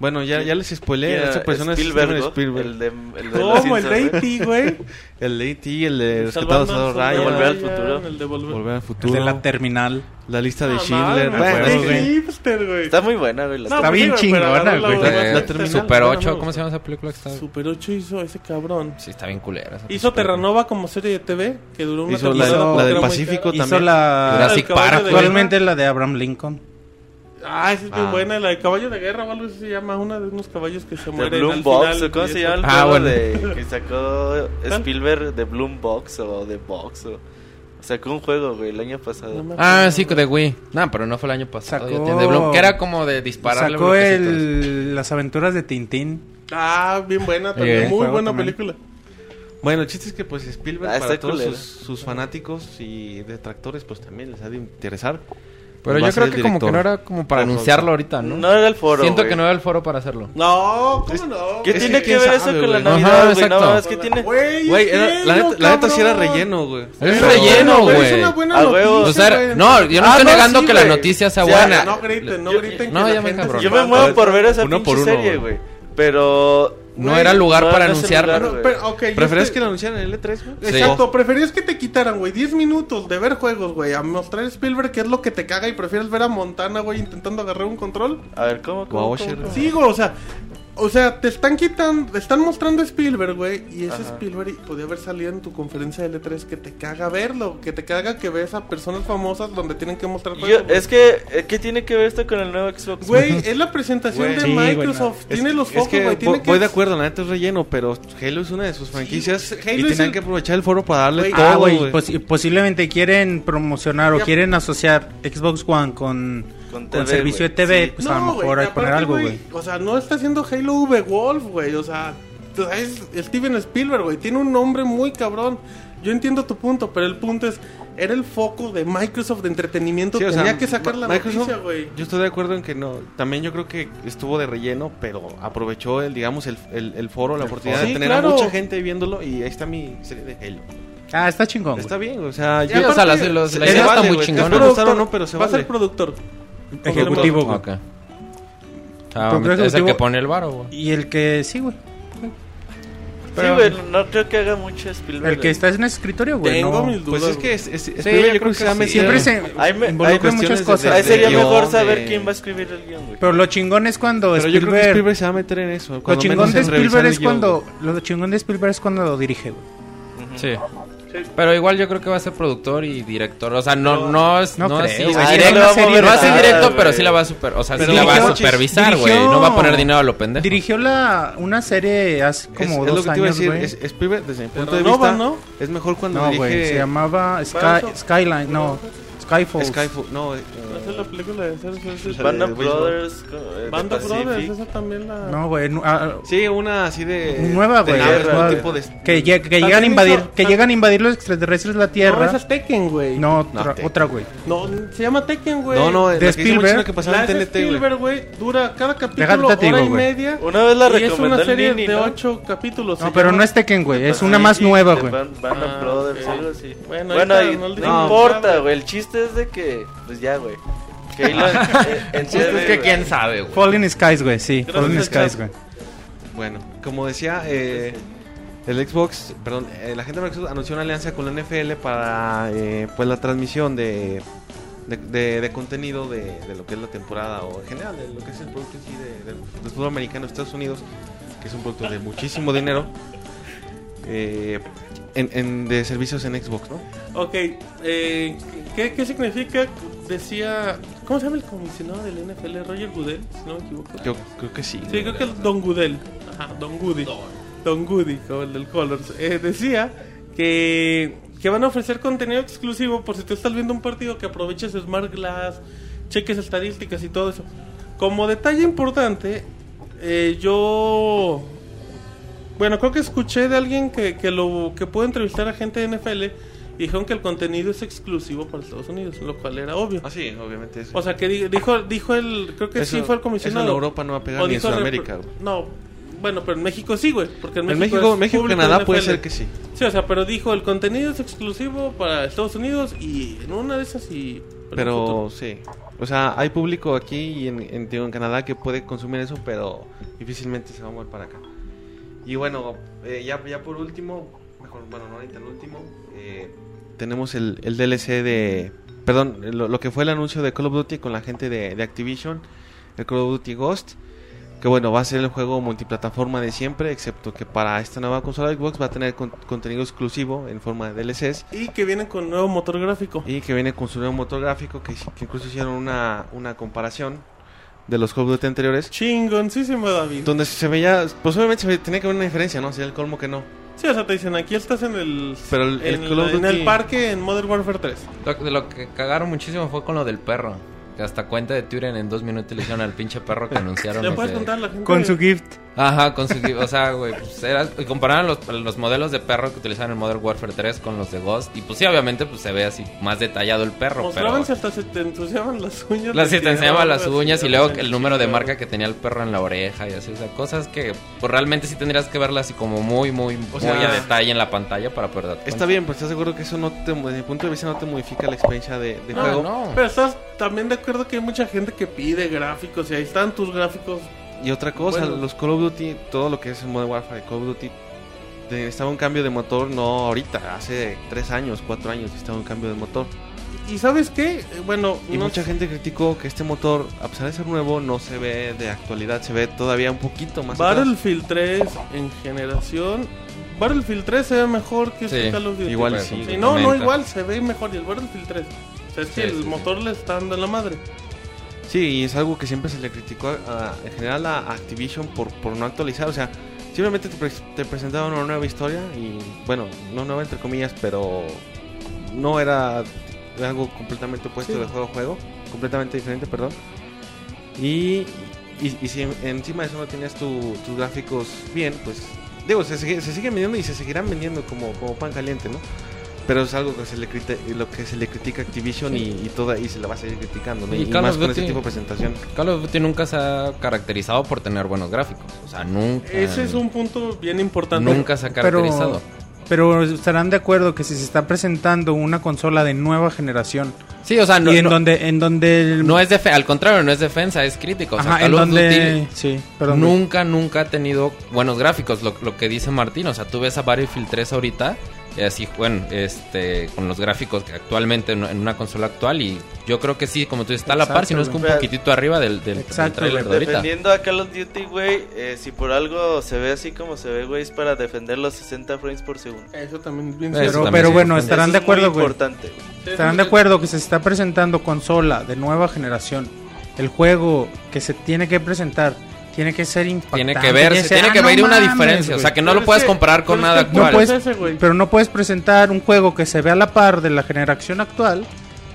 Bueno, ya, ya les spoileé. Era Esta persona Spielberg, es ¿no? Steven Spielberg. El de, el de los ¿Cómo? El Simpsons, ¿no? de AT, güey. El de E.T., el de Rescatados Salvando a al Soldado Volver Ryan, al futuro. El de volver. Volver al El Futuro, de la la, terminal. lista de Ah, Schindler. madre, Bueno, qué güey. hipster, güey. Está muy buena, güey. la No, está- Está pues bien digo, pero chingona, agarra la güey. buena, Eh, la la terminal. Super Bueno, 8, no, ¿cómo se llama esa película? Que está... Super 8 hizo ese cabrón. Sí, está bien culera. esa Hizo película. Terranova como serie de TV, que duró una hizo la, Hizo- la porque del era muy Pacífico Hizo también. la... Jurassic El caballo Park, de güey. Actualmente la de Abraham Lincoln. guerra. Ah, esa es bien Ah. buena, la de caballo de guerra o algo así se llama, una de unos caballos que se De mueren Bloom al Box, final, ¿o ¿cómo y eso. se llama el Ah, juego bueno. de, que sacó Spielberg de Bloom Box o de Box? O, sacó un juego, güey, el año pasado. No me Ah, acuerdo. sí, de Wii. No, pero no fue el año pasado. ya Sacó- tiene de Blum, que era como de dispararle Sacó bloquecitos. el... Las aventuras de Tintín. Ah, bien buena también, Eh, muy juego buena también. película. Bueno, el chiste es que pues Spielberg Ah, está para todos culera. sus, sus fanáticos y detractores pues también les ha de interesar. Pues, Pero Va yo a ser creo el que como director. que no era como para Ojo, anunciarlo ahorita, ¿no? No, era el foro. Siento güey. que no era el foro para hacerlo. No, ¿cómo no? ¿Qué güey? tiene que quién ver eso sabe, con la güey. Ajá, Navidad, güey? No, exacto. es que tiene. Güey, Güey, es era- la, genio, neta, la neta sí era cabrón. relleno, güey. Es Pero relleno, bueno, Es güey. una buena A noticia, huevo. O sea, güey. no, yo no Ah, estoy no, negando sí, que la güey. noticia sea O sea, buena. No griten, no Yo- griten. no, que la ya me gente cabrón. se Yo me espanta. muevo por ver esa Uno pinche por uno, serie, güey. güey. Pero. No era lugar para es el anunciarlo. lugar, No, güey. Pero, ok, yo ¿Preferías estoy- que lo anunciaran en el E3, güey? Sí. Exacto, preferías que te quitaran, güey, 10 minutos de ver juegos, güey, a mostrar Spielberg que es lo que te caga y prefieres ver a Montana, güey, intentando agarrar un control. A ver, ¿cómo? cómo, Guau, cómo? Sherry. Sigo, o sea, o sea, te están quitando, te están mostrando Spielberg, güey, y ese Ajá. Spielberg podía haber salido en tu conferencia de L3 que te caga verlo, que te caga que veas a personas famosas donde tienen que mostrar Yo- juegos, güey. es que, eh, ¿qué tiene que ver esto con el nuevo Xbox? Güey, es la presentación Güey. de Sí, güey, Microsoft, Es- tiene los es focos, que güey, tiene voy, que voy de acuerdo, la neta es relleno, pero Halo es una de sus franquicias Sí, Halo y es tenían el- que aprovechar el foro para darle Güey, pues, todo, Ah, güey. güey. pos- y posiblemente quieren promocionar o Ya. quieren asociar Xbox One con, Con con, TV, servicio güey. de TV. Sí. Pues a lo No, mejor güey, hay que aparte, poner algo, güey. O sea, no está haciendo Halo V Wolf, güey. O sea, tú sabes, Steven Spielberg, güey. Tiene un nombre muy cabrón. Yo entiendo tu punto, pero el punto es, era el foco de Microsoft de entretenimiento. Sí, o sea, Tenía que sacar la Ma- Microsoft, noticia, güey. Yo estoy de acuerdo en que no. También yo creo que estuvo de relleno, pero aprovechó el, digamos, el, el- el foro, la oportunidad foro. de Sí, tener claro. a mucha gente viéndolo y ahí está mi serie de Halo. Ah, está chingón, güey. Está bien, o sea, Sí, o sea, las- los- la se idea vale, está muy güey, chingona. te gustaron o no, pero se Va a vale. ser productor. Ejecutivo, güey. Ok. Ah, Pero creo que es el motivo- que pone el varo, güey. Y el que sí, güey. sí, güey, no creo que haga mucho Spielberg. El que está en el escritorio, güey. Tengo no. mis dudas. Pues es güey. que es, es- es- Sí, primero yo yo creo creo que se que va a sí. meter- Siempre se Hay me- hay involucran cuestiones muchas cosas. Ahí de- sería de mejor guión, saber de- quién va a escribir el guión, güey. Pero lo chingón es cuando Pero yo creo que Spielberg... Spielberg se va a meter en eso. Lo cuando chingón menos de en revisar Spielberg el es guión, cuando... güey. Lo chingón de Spielberg es cuando lo dirige, güey. Sí. Pero igual yo creo que va a ser productor y director. O sea, no, no es, no, No es creo, así, güey. Ahí directo. no le vamos a ver No va a ser nada, directo, güey. pero sí la va a super, o sea, sí Pero la va a dirigió- supervisar, güey. dirigió- No va a poner dinero a lo pendejo. Dirigió la, una serie hace Es, como es lo dos que te iba a años, decir. güey. Es, Spielberg, desde mi punto de Terranova, vista, ¿no? es mejor cuando No, güey, se pues, dirige llamaba Sky- Balso- Skyline, no, Skyfall. Skyfall. No, eh, Va a ser la película de ser- Pues, ser- ser- Band de of béisbol. Brothers. eh, de Band of Brothers, Pacific. esa también la... No, güey, nu- ah, Sí, una así de. nueva, de güey. eh, naves, guerra, nueva. un Eh, tipo de- Que, lleg- que También llegan a invadir, hizo- que llegan a invadir los extraterrestres la No, Tierra. esa es Tekken, güey. No, otra, te- otra, güey. No, se llama Tekken, güey. No, no, De la que hizo Spielberg. mucho que pasaba La en de TNT, güey. Spielberg, güey, dura cada capítulo E Déjate, hora te y digo, güey. media. Una vez la y es recomendó una el serie Nini, de ¿no? ocho capítulos. No, se pero llama- no es Tekken, güey, es una Sí, más sí, nueva, de güey. Band, Band of Ah, Brothers, ok. algo así. Bueno, Bueno, ahorita y no no, le digo nada, importa, güey. Ah. güey. El chiste es de que, pues ya, güey. Que ahí la- eh, en Es TV, que güey. quién sabe, güey. Fallen Skies, güey, sí, Creo que Fallen es el Skies, chat. güey. Bueno, como decía, eh, el Xbox, perdón, eh, la gente de Microsoft anunció una alianza con la NFL para eh, pues la transmisión de, de, de- de contenido de, de lo que es la temporada o en general de lo que es el producto en sí de- del del fútbol americano de Estados Unidos, que es un producto de muchísimo dinero. eh, en, en- de servicios en Xbox, ¿no? Ok, eh, ¿qué, ¿qué significa? Decía. ¿Cómo se llama el comisionado del NFL? Roger Goodell, si no me equivoco. Yo creo que sí. Sí, creo que el Don Goodell. Ajá, Don Goody. Don Goody, como el del Colors. Eh, decía que, que van a ofrecer contenido exclusivo por si tú estás viendo un partido que aproveches Smart Glass, cheques estadísticas y todo eso. Como detalle importante, eh, yo... Bueno, creo que escuché de alguien que, que, lo, que puede entrevistar a gente de NFL y dijeron que el contenido es exclusivo para Estados Unidos, lo cual era obvio. Ah, sí, obviamente. es- O sea, que di- dijo, dijo el... Creo que sí eso- fue el eso comisionado. en Europa no va a pegar O ni en dijo repre- Sudamérica. güey. No, bueno, pero en México sí, güey. Porque en En México, México, es México público Canadá NFL. puede ser que sí. Sí, o sea, pero dijo el contenido es exclusivo para Estados Unidos y en una de esas y. Pero sí. O sea, hay público aquí y en, en- digo, en Canadá que puede consumir eso, pero difícilmente se va a mover para acá. Y bueno, eh, ya, ya por último, mejor, bueno, no ahorita el último, eh, tenemos el, el DLC de, perdón, lo, lo que fue el anuncio de Call of Duty con la gente de, de Activision, el Call of Duty Ghost, que bueno, va a ser el juego multiplataforma de siempre, excepto que para esta nueva consola de Xbox va a tener con- contenido exclusivo en forma de DLCs. Y que vienen con nuevo motor gráfico. Y que viene con su nuevo motor gráfico, que, que incluso hicieron una, una comparación de los Call of Duty anteriores. Chingoncísimo, David. Donde se veía, pues obviamente se ve- tenía que haber una diferencia, ¿no? Sería el colmo que no. Sí, o sea, te dicen, aquí estás en el. Pero el- el en, Call of en Duty- el parque en Modern Warfare 3. Lo, de lo que cagaron muchísimo fue con lo del perro. Que hasta cuenta de Twitter en dos minutos le hicieron al pinche perro que anunciaron. ¿Le los puedes de- contar a la gente? Con su gift. Ajá, con su... O sea, güey, pues era... y Compararon los, los modelos de perro que utilizaban en Modern Warfare 3 con los de Ghost. Y pues sí, obviamente, pues se ve así más detallado el perro, Mostraban si pero... hasta se te ensuciaban las uñas. Las sí, te te enseñaba tiraban, las te uñas y tiraban luego el el número de chingado. marca que tenía el perro en la oreja y así, o sea, cosas que pues, realmente sí tendrías que verlas así como muy, muy, sea, muy a detalle en la pantalla para poder darte Está bien, pues estás seguro que eso no te, desde mi punto de vista no te modifica la experiencia de, de cuenta. juego. No, no. Pero estás también de acuerdo que hay mucha gente que pide gráficos y ahí están tus gráficos. Y otra cosa, Bueno. los Call of Duty, todo lo que es Modern Warfare, Call of Duty, de- estaba un cambio de motor, no ahorita, hace tres años, cuatro años estaba un cambio de motor. ¿Y sabes qué? Eh, Bueno, Y no mucha gente criticó que este motor, a pesar de ser nuevo, no se ve de actualidad, se ve todavía un poquito más. atrás. Battlefield 3 en generación. Battlefield 3 se ve mejor que este Sí, Call of Duty. igual Pues, sí. Sí, no, no, comenta. igual se ve mejor. Y el Battlefield 3. O sea, es que Sí, el sí, sí. motor le está dando la madre. Sí, y es algo que siempre se le criticó a- a- en general a Activision por, por no actualizar. O sea, simplemente te, pres- te presentaban una nueva historia y, bueno, no nueva entre comillas, pero no era algo completamente opuesto Sí. de juego a juego, completamente diferente, perdón. Y, y, y si en- encima de eso no tienes tu- tus gráficos bien, pues, digo, se, sigue- se siguen vendiendo y se seguirán vendiendo como, como pan caliente, ¿no? Pero es algo que se le, criti- lo que se le critica a Activision y, y toda, y se le va a seguir criticando, ¿no? Y Y, Call más of con este Duty. tipo de presentación. Call of Duty nunca se ha caracterizado por tener buenos gráficos. O sea, nunca. Ese es un punto bien importante. Ah. Nunca se ha caracterizado. Pero estarán de acuerdo que si se está presentando una consola de nueva generación sí, o sea, no, y en no- donde en donde el- no es defensa. Al contrario, no es defensa, es crítica. O sea, Ajá, Call en of donde Duty sí, perdón. nunca, nunca ha tenido buenos gráficos. Lo, lo que dice Martín, o sea, tú ves a Battlefield 3 ahorita. Y así, bueno, este, con los gráficos que actualmente en, en una consola actual. Y yo creo que sí, como tú dices, está a la par, si no es que un Exacto, güey. poquitito arriba del, del, del Exacto, trailer de güey. ahorita. Defendiendo a Call of Duty, güey, eh, si por algo se ve así como se ve, güey, es para defender los 60 frames por segundo. Eso también es bien Eso Pero, cierto. también pero sí, bueno, bastante. estarán Eso de es muy acuerdo, güey. importante, güey. Estarán de acuerdo que se está presentando consola de nueva generación. El juego que se tiene que presentar tiene que ser impactante. Tiene que verse, ser, tiene que "Ah, no haber una mames, diferencia. O güey". sea, que no Pero lo es puedes que- comparar con pero es nada que el punto actual. No puedes- es ese, güey. Pero no puedes presentar un juego que se ve a la par de la generación actual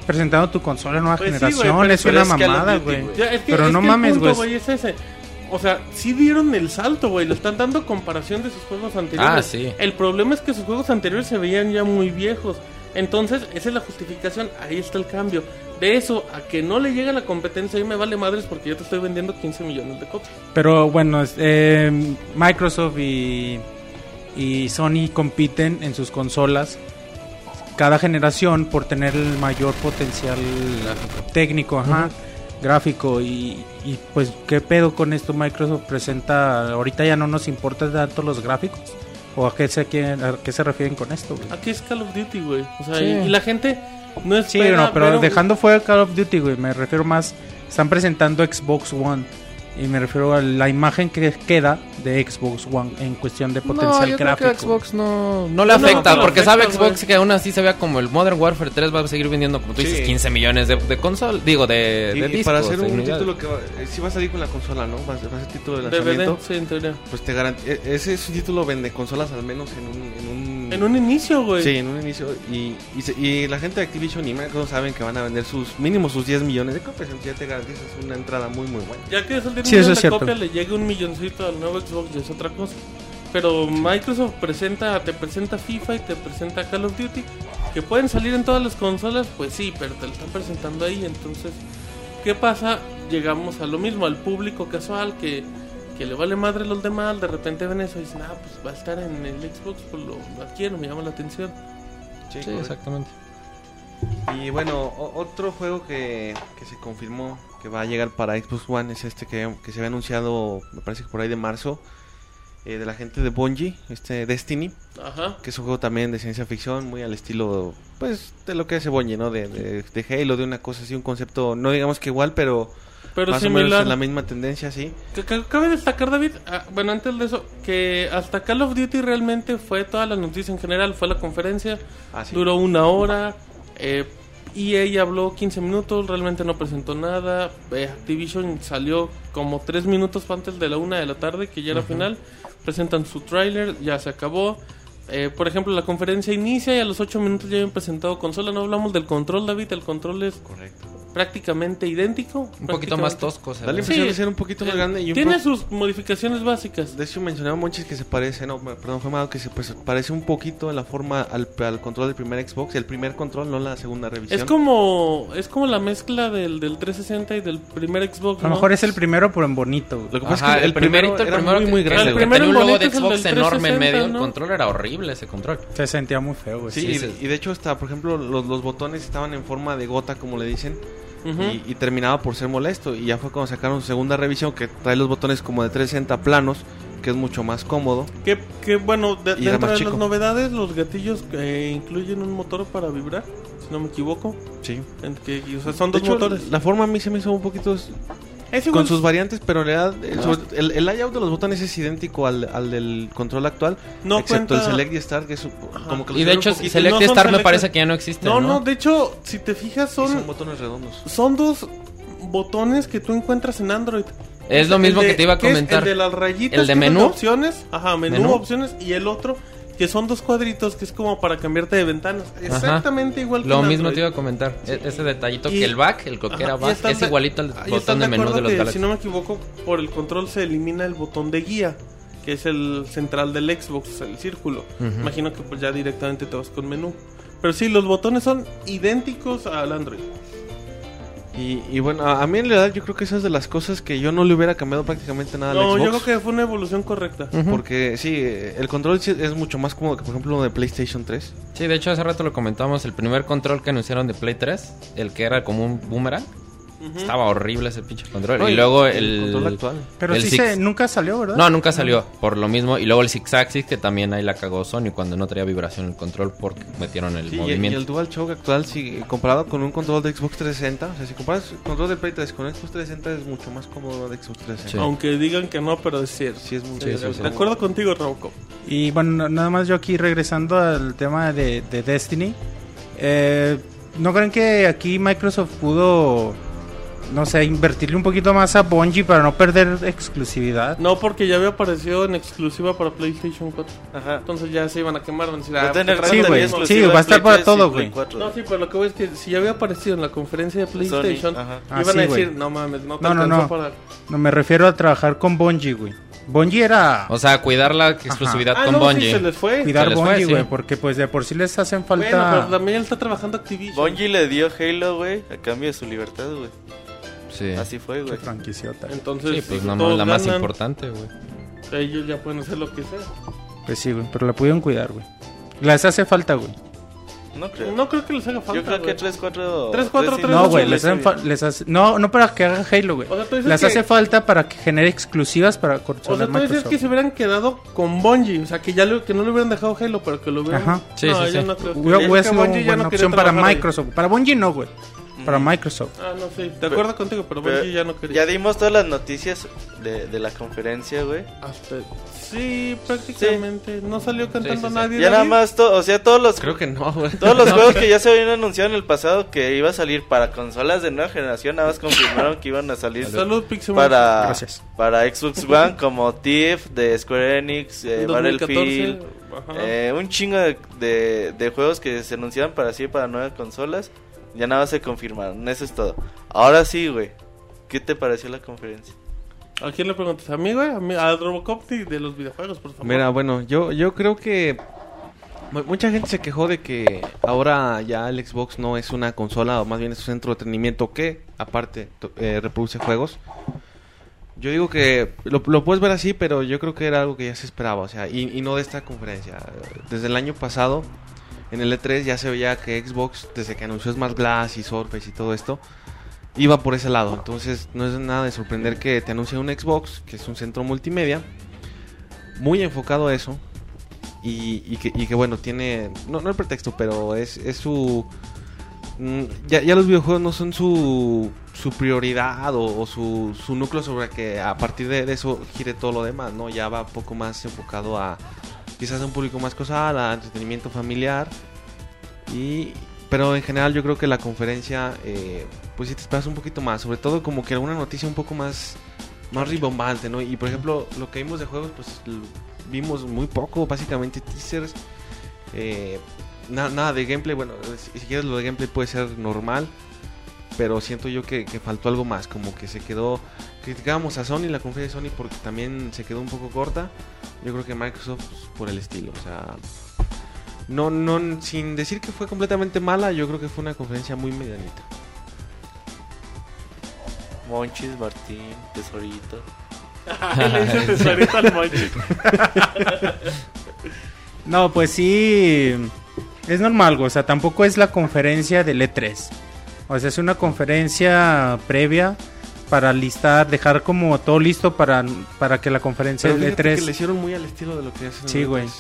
presentando tu consola de nueva Pues sí, güey, generación. pero- es pero una es Call of mamada, Duty, güey. güey. Ya, es que- Pero es no que el mames, punto, güey. es ese. O sea, sí dieron el salto, güey. Le están dando comparación de sus juegos anteriores. Ah, sí. El problema es que sus juegos anteriores se veían ya muy viejos. Entonces, esa es la justificación. Ahí está el cambio. De eso a que no le llegue la competencia, ahí me vale madres porque yo te estoy vendiendo 15 millones de copias. Pero bueno, es- eh, Microsoft y, y Sony compiten en sus consolas cada generación por tener el mayor potencial técnico, ajá, gráfico. Y, y, pues, ¿qué pedo con esto? Microsoft presenta, ahorita ya no nos importa tanto los gráficos. ¿O a qué se, quieren- a qué se refieren con esto? güey? Aquí es Call of Duty, güey. O sea, Sí. y, y la gente no Sí, espera. no, pero ver un- dejando fuera Call of Duty, güey, me refiero más. Están presentando Xbox One. Y me refiero a la imagen que queda de Xbox One en cuestión de potencial yo creo gráfico. que Xbox no, no le No, no, afecta, no le porque afecta, sabe güey. Xbox que aún así se vea como el Modern Warfare 3 va a seguir vendiendo, como tú Sí. dices, 15 millones de, de console, digo, de, Y, de y discos, para hacer de un unidades. título que va, eh, sí va a salir con la consola, ¿no? Va a ser, va a ser título de lanzamiento. DVD, sí, en teoría. Pues te garantía. Ese es un título vende consolas al menos en un. En un, En un inicio, güey. Sí, en un inicio. Y, y, se- y la gente de Activision y Microsoft saben que van a vender sus mínimo sus 10 millones de copias. Entonces ya te garantizas una entrada muy, muy buena. Ya que salir Sí, eso es de cierto. copia le llegue un milloncito al nuevo Xbox ya es otra cosa. Pero Microsoft presenta, te presenta FIFA y te presenta Call of Duty, que pueden salir en todas las consolas, pues sí, pero te lo están presentando ahí, entonces ¿qué pasa? Llegamos a lo mismo, al público casual que, que le vale madre los demás, de repente ven eso y dicen, ah, pues va a estar en el Xbox, pues lo adquiero, me llama la atención. Sí, exactamente. Y Y bueno, o- otro juego que, que se confirmó que va a llegar para Xbox One es este que, que se había anunciado, me parece que por ahí de marzo, eh, de la gente de Bungie, este Destiny, Ajá. que es un juego también de ciencia ficción, muy al estilo, pues, de lo que hace Bungie, ¿no? De, de, de Halo, de una cosa así, un concepto, no digamos que igual, pero, Pero más o menos similar. en la misma tendencia, sí. Que- que- Cabe destacar, David, ah, bueno, antes de eso, que hasta Call of Duty realmente fue toda la noticia en general, fue la conferencia, Ah, sí. duró una hora, eh, EA habló 15 minutos, realmente no presentó nada, eh, Activision salió como 3 minutos antes de la una de la tarde, que ya era final, presentan su tráiler, ya se acabó. Eh, por ejemplo, la conferencia inicia y a los 8 minutos ya habían presentado consola. No hablamos del control, David. El control es Correcto. prácticamente idéntico. Un poquito más prácticamente- tosco, se Da la ve. impresión Sí. de ser un poquito más eh, grande y un tiene pro- sus modificaciones básicas. De hecho mencionaba muchos que se parece, no, perdón, fue Amado, que se pues, parece un poquito en la forma al, al control del primer Xbox, el primer control, no la segunda revisión. Es como es como la mezcla del, del 360 y del primer Xbox. A lo ¿no? mejor es el primero, pero en bonito. Lo que pues pasa Ajá, es que el, el, primerito, primerito, el era primero muy, que- muy que- grande. que güey. primero tenía un logo de en boleto es el Xbox del enorme en 360, medio. El ¿no? control era horrible ese control. Se sentía muy feo, güey. Sí, sí, y, sí. y de hecho hasta, por ejemplo, los, los botones estaban en forma de gota, como le dicen, Ujú. y, y terminaba por ser molesto. Y ya fue cuando sacaron su segunda revisión, que trae los botones como de 360 planos, que es mucho más cómodo. que, que, bueno, de- Y era dentro más de chico. las novedades, los gatillos eh, incluyen un motor para vibrar, si no me equivoco. Sí. En que- y, o sea, son De dos hecho, motores. la forma a mí se me hizo un poquito Es con igual. Ah. sus variantes, pero en realidad el, sobre- el- el layout de los botones es idéntico al, al del control actual, No excepto cuenta- el Select y Start, que es un- como que lo Y de hicieron hecho, un poquito- Select no son Star me Select- parece que ya no existe. no, No, no, de hecho, si te fijas, y son... son, botones redondos. son dos botones que tú encuentras en Android. Es lo El mismo de- que te iba a ¿qué es? comentar. El de las rayitas. ¿El que de es menú? opciones. Ajá, menú, ¿Menú? opciones. Y el otro, que son dos cuadritos, que es como para cambiarte de ventanas. Exactamente igual que Lo en mismo Android. te iba a comentar. E- ese detallito Y- que el back, el que era Ajá, y back, estás es de- igualito al ahí estás botón de menú acuerdo de los que, Galaxy. Si no me equivoco, por el control se elimina el botón de guía, que es el central del Xbox, el círculo. Ujú. Imagino que pues ya directamente te vas con menú. Pero sí, los botones son idénticos al Android. Y, y bueno, a, a mí en realidad yo creo que esa es de las cosas que yo no le hubiera cambiado prácticamente nada al No, yo Xbox. creo que fue una evolución correcta. Porque sí, eh, el control sí es mucho más cómodo que por ejemplo uno de PlayStation 3. Sí, de hecho, hace rato lo comentamos. El primer control que anunciaron de Play 3, el que era como un boomerang, Ujú. estaba horrible ese pinche control. No, y y luego el el. control actual. Pero el sí six- se, nunca salió, ¿verdad? No, nunca salió, por lo mismo. Y luego el Six Axis, que también ahí la cagó Sony cuando no traía vibración el control porque metieron el Sí, y, y movimiento. el DualShock actual, si comparado con un control de Xbox 360, o sea, si comparas el control de Play 3 con Xbox 360 es mucho más cómodo de Xbox 360. Aunque digan que no, pero es cierto. Sí, es muy Sí, sí, sí. De acuerdo contigo, Robocop. Y bueno, nada más yo aquí regresando al tema de, de Destiny. eh, ¿No creen que aquí Microsoft pudo, no sé, invertirle un poquito más a Bungie para no perder exclusividad? No, porque ya había aparecido en exclusiva para PlayStation 4. Ajá. Entonces ya se iban a quemar. Van a decir, Va ah, a tener- pues, Sí, tráigalo va a güey. tener mismo. Sí, exclusiva va a estar Play para 3 y todo, Play güey. 4. No, sí, pero lo que voy es que si ya había aparecido en la conferencia de PlayStation, Sony, ajá. Ah, iban sí, a decir, güey. no mames, no te No, no, alcanzó no. para... No me refiero a trabajar con Bungie, güey. Bungie era O sea, cuidar la exclusividad Ah, no, con sí, Bungie. se les fue. cuidar se les fue, Bungie, sí. güey, porque pues de por sí les hacen Bueno, pero falta... también está trabajando Activision. Bungie le dio Halo, güey, a cambio de su libertad, güey. Sí. Así fue, Qué güey. franquiciota. Entonces, Sí, pues si la, todos la más ganan, importante, güey. Ellos ya pueden hacer lo que sea. Pues sí, güey, pero la pudieron cuidar, güey. Les hace falta, güey. No creo. No creo que les haga falta. Yo creo que güey. 3, 4... Tres, cuatro, tres, No, ocho, güey, le les, hacen fa- les hace... No, no para que hagan Halo, güey. O sea, tú dices Las que- hace falta para que genere exclusivas para O sea, consolar tú dices Microsoft. que se hubieran quedado con Bungie. O sea, que ya le- que no le hubieran dejado Halo, pero que lo hubieran... Ajá. Sí, no, sí, yo sí. no creo que- Hubiera Es hubiera que sido Bungie ya buena no quería opción para trabajar ahí. Microsoft. Para Bungie no, güey. Para Microsoft. Ah, no, sí. De acuerdo contigo, pero Pero Bungie ya no quería. Ya dimos todas las noticias de, de la conferencia, güey. Hasta- Sí, prácticamente. No salió cantando sí, sí. nadie. Ya nada David. más, to- o sea, todos los, Creo que no, güey. todos los juegos que ya se habían anunciado en el pasado que iba a salir para consolas de nueva generación, nada más confirmaron que iban a salir Salud, Pixel. para, Gracias. para Xbox One, como Thief, de Square Enix, eh, 2014. Battlefield, Ajá. eh, un chingo de, de- de juegos que se anunciaban para sí, para nuevas consolas. Ya nada más se confirmaron, eso es todo. Ahora sí, güey. ¿Qué te pareció la conferencia? ¿A quién le preguntas? ¿A mí, güey? ¿A mí? ¿Al Robocop de de los videojuegos, por favor? Mira, bueno, yo, yo creo que mu- mucha gente se quejó de que ahora ya el Xbox no es una consola, o más bien es un centro de entretenimiento que, aparte, to- eh, reproduce juegos. Yo digo que lo, lo puedes ver así, pero yo creo que era algo que ya se esperaba, o sea, y, y no de esta conferencia. Desde el año pasado, en el E3 ya se veía que Xbox, desde que anunció Smash Glass y Surface y todo esto, iba por ese lado. Entonces no es nada de sorprender que te anuncie un Xbox, que es un centro multimedia, muy enfocado a eso. Y, y que, y que, bueno, tiene, no, no el pretexto, pero es, es su... mm, Ya, ya los videojuegos no son su, su prioridad o, o su, su núcleo sobre que a partir de, de eso gire todo lo demás, ¿no? Ya va un poco más enfocado a quizás a un público más cosal, a entretenimiento familiar. Y, pero en general yo creo que la conferencia, eh, pues sí te esperas un poquito más, sobre todo como que alguna noticia un poco más, más ribombante, ¿no? Y por ejemplo, lo que vimos de juegos, pues l- vimos muy poco, básicamente teasers, eh, na- nada de gameplay, bueno, si si quieres lo de gameplay puede ser normal. Pero siento yo que, que faltó algo más, como que se quedó... Criticábamos a Sony, la conferencia de Sony, porque también se quedó un poco corta. Yo creo que Microsoft pues, por el estilo, o sea, no, no, sin decir que fue completamente mala, yo creo que fue una conferencia muy medianita. Monchis, Martín, Tesorito. Le hice tesorito al Monchi. No, pues sí. Es normal, güey, o sea, tampoco es la conferencia del E3. O sea, es una conferencia previa para listar, dejar como todo listo para, para que la conferencia E Pero del fíjate E3. que le hicieron muy al estilo de lo que hacen. Sí, en el güey. E3.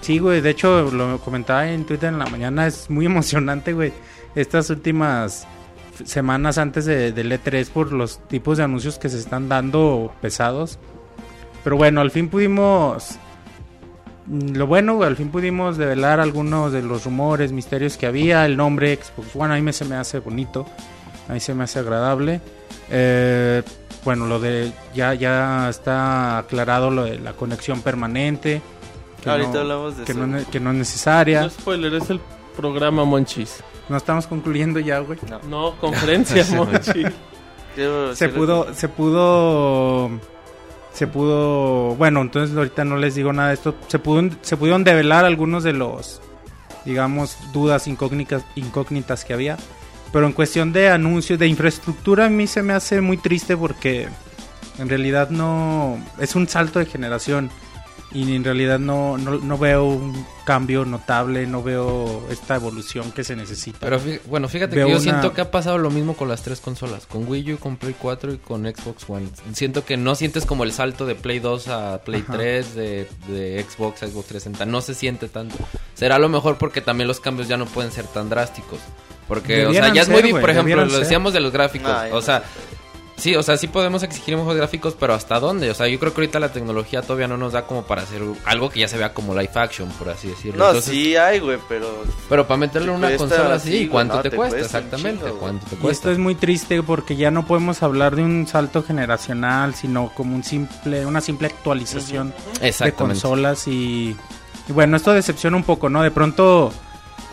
Sí, güey, de hecho lo comentaba en Twitter en la mañana, es muy emocionante, güey. Estas últimas f- semanas antes de- del E3 por los tipos de anuncios que se están dando pesados. Pero bueno, al fin pudimos... mm, Lo bueno, güey, al fin pudimos develar algunos de los rumores, misterios que había, el nombre Xbox One, a mí me, se me hace bonito, a mí se me hace agradable. Eh, bueno, lo de... Ya, ya está aclarado lo de la conexión permanente. que Ahorita no- hablamos de que eso. no, es- que no es necesaria. No spoiler, es el programa Monchis. No estamos concluyendo ya, güey. No, conferencia Monchis. Yo- Se sí, pudo, se pudo, se pudo. Bueno, entonces ahorita no les digo nada de esto. Se pudo, se pudieron develar algunos de los, digamos, dudas incógnitas, incógnitas que había. Pero en cuestión de anuncios, de infraestructura, a mí se me hace muy triste porque en realidad no es un salto de generación y en realidad no, no, no veo un cambio notable, no veo esta evolución que se necesita. Pero fí- bueno, fíjate Veo que yo una- siento que ha pasado lo mismo con las tres consolas, con Wii U, con Play 4 y con Xbox One. Siento que no sientes como el salto de Play 2 a Play Ajá. 3, de, de Xbox a Xbox 360, no se siente tanto. Será lo mejor porque también los cambios ya no pueden ser tan drásticos. Porque, o sea, Debieran ya ser, es muy, di- güey, por ejemplo, debieran lo ser. decíamos de los gráficos, No, ya o no sea... Sí, o sea, sí podemos exigir mejores gráficos, pero ¿hasta dónde? O sea, yo creo que ahorita la tecnología todavía no nos da como para hacer algo que ya se vea como live action, por así decirlo. No, Entonces, sí hay, güey, pero... pero para meterlo en Te una cuesta consola así, así, güey, ¿cuánto no, te, te cuesta? cuesta un Exactamente, chingo, güey. ¿cuánto te Y esto cuesta? es muy triste porque ya no podemos hablar de un salto generacional, sino como un simple, una simple actualización de Exactamente. consolas y, y bueno, esto decepciona un poco, ¿no? De pronto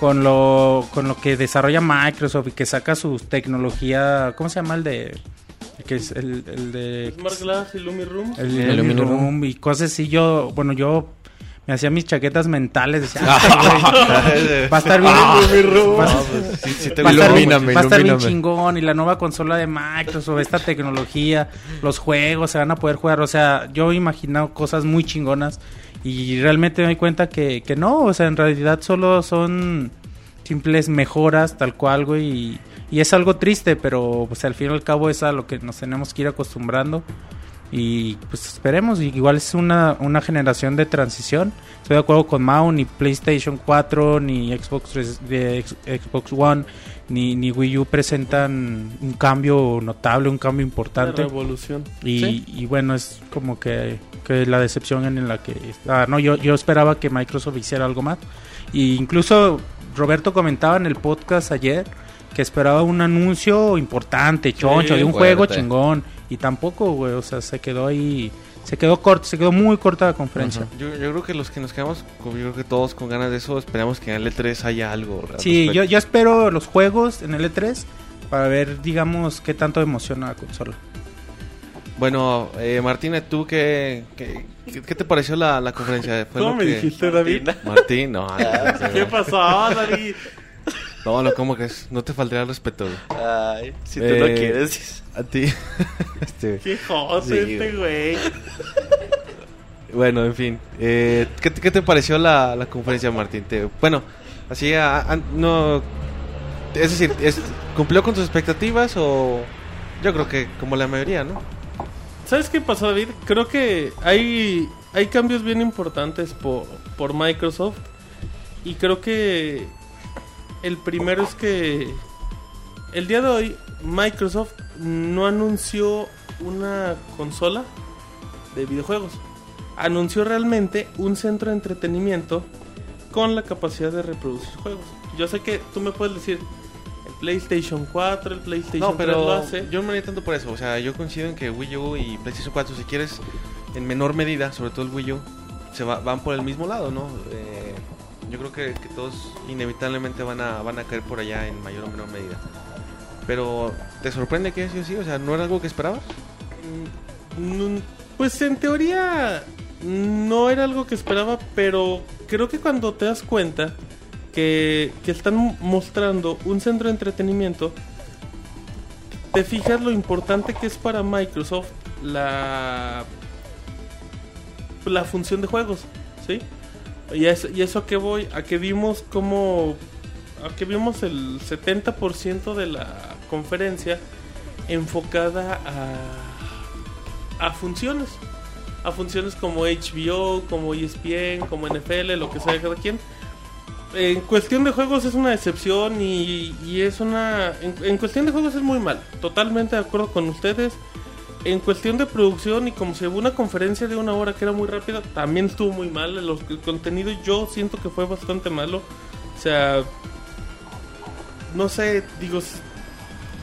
con lo con lo que desarrolla Microsoft y que saca su tecnología, ¿cómo se llama el de el que es el, el de Smart Glass y Lumi Room. el, El Lumia Lumia Room. Room y cosas así, yo bueno, yo me hacía mis chaquetas mentales, decía, va a estar bien, Ah, va a- Sí, sí te va a estar, bien- Ilumíname, va a estar bien ilumíname. chingón y la nueva consola de Microsoft, esta tecnología, los juegos se van a poder jugar. O sea, yo he imaginado cosas muy chingonas y realmente me doy cuenta que, que no, o sea, en realidad solo son simples mejoras tal cual, güey. Y, y es algo triste, pero pues al fin y al cabo es a lo que nos tenemos que ir acostumbrando. Y pues esperemos, y igual es una, una generación de transición. Estoy de acuerdo con Mao, ni PlayStation 4, ni Xbox, 3 de X- Xbox One, ni, ni Wii U presentan un cambio notable, un cambio Una importante. revolución. Y, Sí. y bueno, es como que, que la decepción en la que está. No, yo, yo esperaba que Microsoft hiciera algo más. Y incluso Roberto comentaba en el podcast ayer que esperaba un anuncio importante, choncho, de un fuerte. juego chingón. Y tampoco, güey, o sea, se quedó ahí. Se quedó corta, se quedó muy corta la conferencia. Yo, yo creo que los que nos quedamos, con- yo creo que todos con ganas de eso, esperamos que en el E3 haya algo. al Sí, respecto. yo, yo espero los juegos en el E3 para ver, digamos, qué tanto emociona la consola. Bueno, eh, Martina, ¿tú qué, qué, qué- qué te pareció la, la conferencia? ¿Fue ¿Cómo lo me que- dijiste, David? Martín, no. no, ¿Qué pasó, David? No, no, ¿cómo crees? No te faltará el respeto. güey. Ay, si tú Eh, no quieres. A ti. este, Qué joso Sí, este güey. Bueno, en fin. eh, ¿qué, te- qué te pareció la, la conferencia, Martín? Te- bueno, Así, a- a- no. Es decir, es- ¿cumplió con tus expectativas o.? Yo creo que como la mayoría, ¿no? ¿Sabes qué pasó, David? Creo que hay, hay cambios bien importantes por, por Microsoft. Y creo que el primero es que el día de hoy Microsoft no anunció una consola de videojuegos. Anunció realmente un centro de entretenimiento con la capacidad de reproducir juegos. Yo sé que tú me puedes decir, el PlayStation 4, el PlayStation No, 3 lo pero hace. yo no me haría tanto por eso. O sea, yo coincido en que Wii U y PlayStation 4, si quieres, en menor medida, sobre todo el Wii U, se va- van por el mismo lado, ¿no? Eh, yo creo que, que todos inevitablemente van a, van a caer por allá en mayor o menor medida. Pero, ¿te sorprende que haya sido así? O sea, ¿no era algo que esperabas? Pues, Mm, Pues en teoría no era algo que esperaba, pero creo que cuando te das cuenta que, que están mostrando un centro de entretenimiento, te fijas lo importante que es para Microsoft la, la función de juegos, ¿sí? Y a eso, y a eso a qué voy, a que vimos como... a que vimos el 70% de la conferencia enfocada a a funciones. A funciones como HBO, como E ESPN, como NFL, lo que sea de cada quien. En cuestión de juegos es una decepción y, y es una... En, en cuestión de juegos es muy mal. Totalmente de acuerdo con ustedes. En cuestión de producción y como se llevó una conferencia de una hora que era muy rápida, también estuvo muy mal. Los- el contenido yo siento que fue bastante malo. O sea... No sé, digo... s-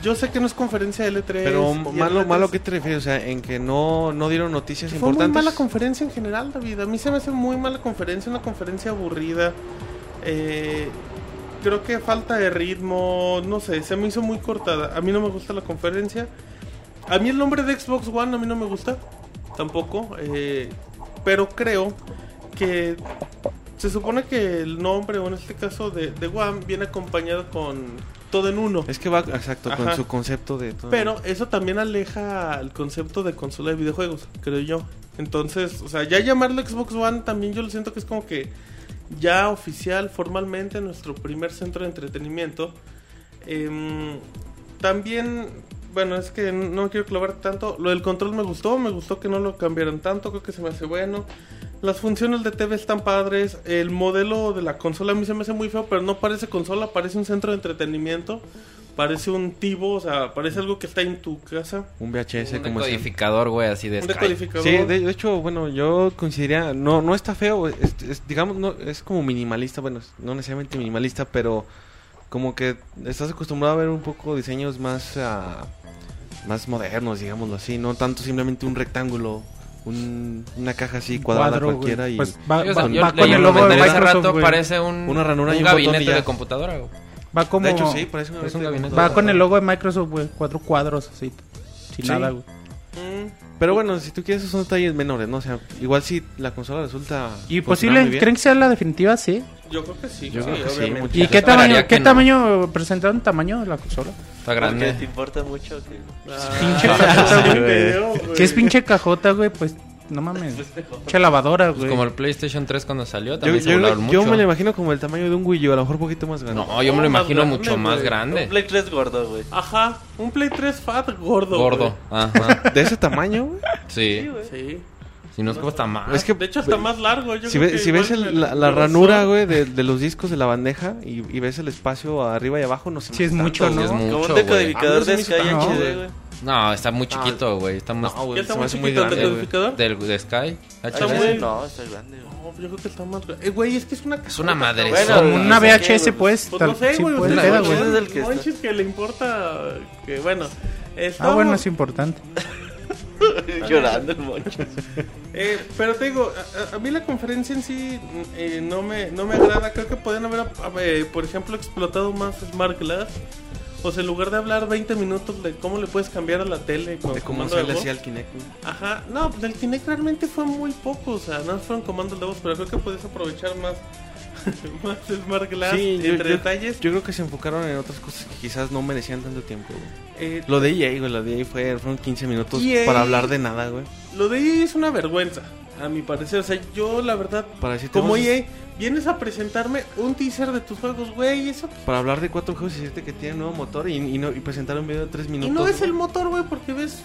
Yo sé que no es conferencia de L3. Pero y malo, L3. malo, ¿qué te refieres? O sea, en que no, no dieron noticias Fue muy importantes. mala conferencia en general, David. A mí se me hace muy mala conferencia, una conferencia aburrida. Eh, creo que falta de ritmo, no sé, se me hizo muy cortada. A mí no me gusta la conferencia. A mí el nombre de Xbox One a mí no me gusta, tampoco. eh, pero creo que se supone que el nombre, o en este caso de, de One, viene acompañado con todo en uno. Es que va, exacto, Ajá. con su concepto de todo. Pero eso también aleja el concepto de consola de videojuegos, creo yo. Entonces, o sea, ya llamarlo Xbox One también yo lo siento que es como que ya oficial, formalmente, nuestro primer centro de entretenimiento. Em, también, bueno, es que no me quiero clavar tanto. Lo del control me gustó, me gustó que no lo cambiaran tanto, creo que se me hace bueno. Las funciones de TV están padres. El modelo de la consola a mí se me hace muy feo, pero no parece consola, parece un centro de entretenimiento. Parece un tibo, o sea, parece algo que está en tu casa. Un VHS, Un como decían. decodificador, güey, así de Un Skype. decodificador. Sí, de, de hecho, bueno, yo consideraría, no, no está feo, es, es- digamos, no, es como minimalista, bueno, es- no necesariamente minimalista, pero como que estás acostumbrado a ver un poco diseños más, ah, más modernos, digámoslo así, no tanto simplemente un rectángulo, un- una caja así cuadrada Cuadro, güey. cualquiera y... Pues va, Sí, o va- sea, yo va leí con el el logo de comentario hace Microsoft, rato, güey. parece un, Una ranura y un un botón y gabinete ya. de computadora, güey. Va como... De hecho, sí, parece una Pues, es un vez- gabinete. Va con el logo de Microsoft, güey. Cuatro cuadros así. Sin Sí. nada, güey. Mm, Pero bueno, si tú quieres, esos son detalles menores, ¿no? O sea, igual si la consola resulta... Y funcionar pues, muy posible, bien. ¿creen que sea la definitiva? Sí. yo creo que sí. Yo sí, creo que sí, obviamente. mucho. ¿Y Yo qué esperaría tamaño, qué que no. tamaño presentaron? ¿Tamaño de la consola? Está Porque te grande. importa mucho que... Ah, Pinche cajota, sí, güey. veo, güey. Si es pinche cajota, güey, pues no mames. Pinche lavadora, Pues güey. como el PlayStation 3 cuando salió, Yo, también se yo- volaron yo mucho. me lo imagino como el tamaño de un Wii U, a lo mejor un poquito más grande. No, yo me lo No, más imagino grande, mucho más güey. Eh. Un grande. Play 3 gordo, güey. Ajá, un Play 3 fat gordo. Gordo. güey. Ajá. De ese tamaño, güey. Sí. Sí. Si no es como está mal. Es que- de hecho está más largo. Yo Si, creo ve- que si ves igual el- me- la, la me ranura, rozó. güey, de, de los discos de la bandeja y, y ves el espacio arriba y abajo, no sé. Sí, es mucho, Sí, es ¿no? Como mucho, un güey. decodificador Ah, no se de me Sky hizo tan- HD, no, güey. güey. No, está muy chiquito, güey. Está más No, güey, Ya está se me muy hace muy chiquito el grande, güey. decodificador. del de Sky. Está HD. muy... No, está grande, güey. No, yo creo que está más grande. Eh, güey, es que es una Es una madre. Bueno, Como una no sé qué, VHS, güey, pues. Pues tal- no sé, sí, güey. pues, usted peda, no güey. es el no que está. manches que le importa. Que bueno. Ah, bueno, estábamos- es importante. pues. Llorando el moncho. Eh, pero te digo, a- a, a mí la conferencia en sí eh, no, me, no me agrada. Creo que podrían haber, a- eh, por ejemplo, explotado más Smart Glass. O sea, en lugar de hablar 20 minutos de cómo le puedes cambiar a la tele con De cómo comando se de le voz. hacía al Kinect. güey. Ajá, no, pues el Kinect realmente fue muy poco, o sea, no fueron comandos de voz, pero creo que puedes aprovechar más, más Smart Glass Sí, yo, entre yo- detalles. yo creo que se enfocaron en otras cosas que quizás no merecían tanto tiempo, güey. Eh, Lo de EA, güey, lo de EA fue, fueron 15 minutos EA. para hablar de nada, güey. lo de EA E es una vergüenza, A mi parecer, o sea, yo la verdad, Para decir, como E tenemos- EA, vienes a presentarme un teaser de tus juegos, güey, y eso. Para hablar de cuatro juegos y decirte que tiene nuevo motor y, y no, y presentar un video de tres minutos. Y no es el motor, güey, porque ves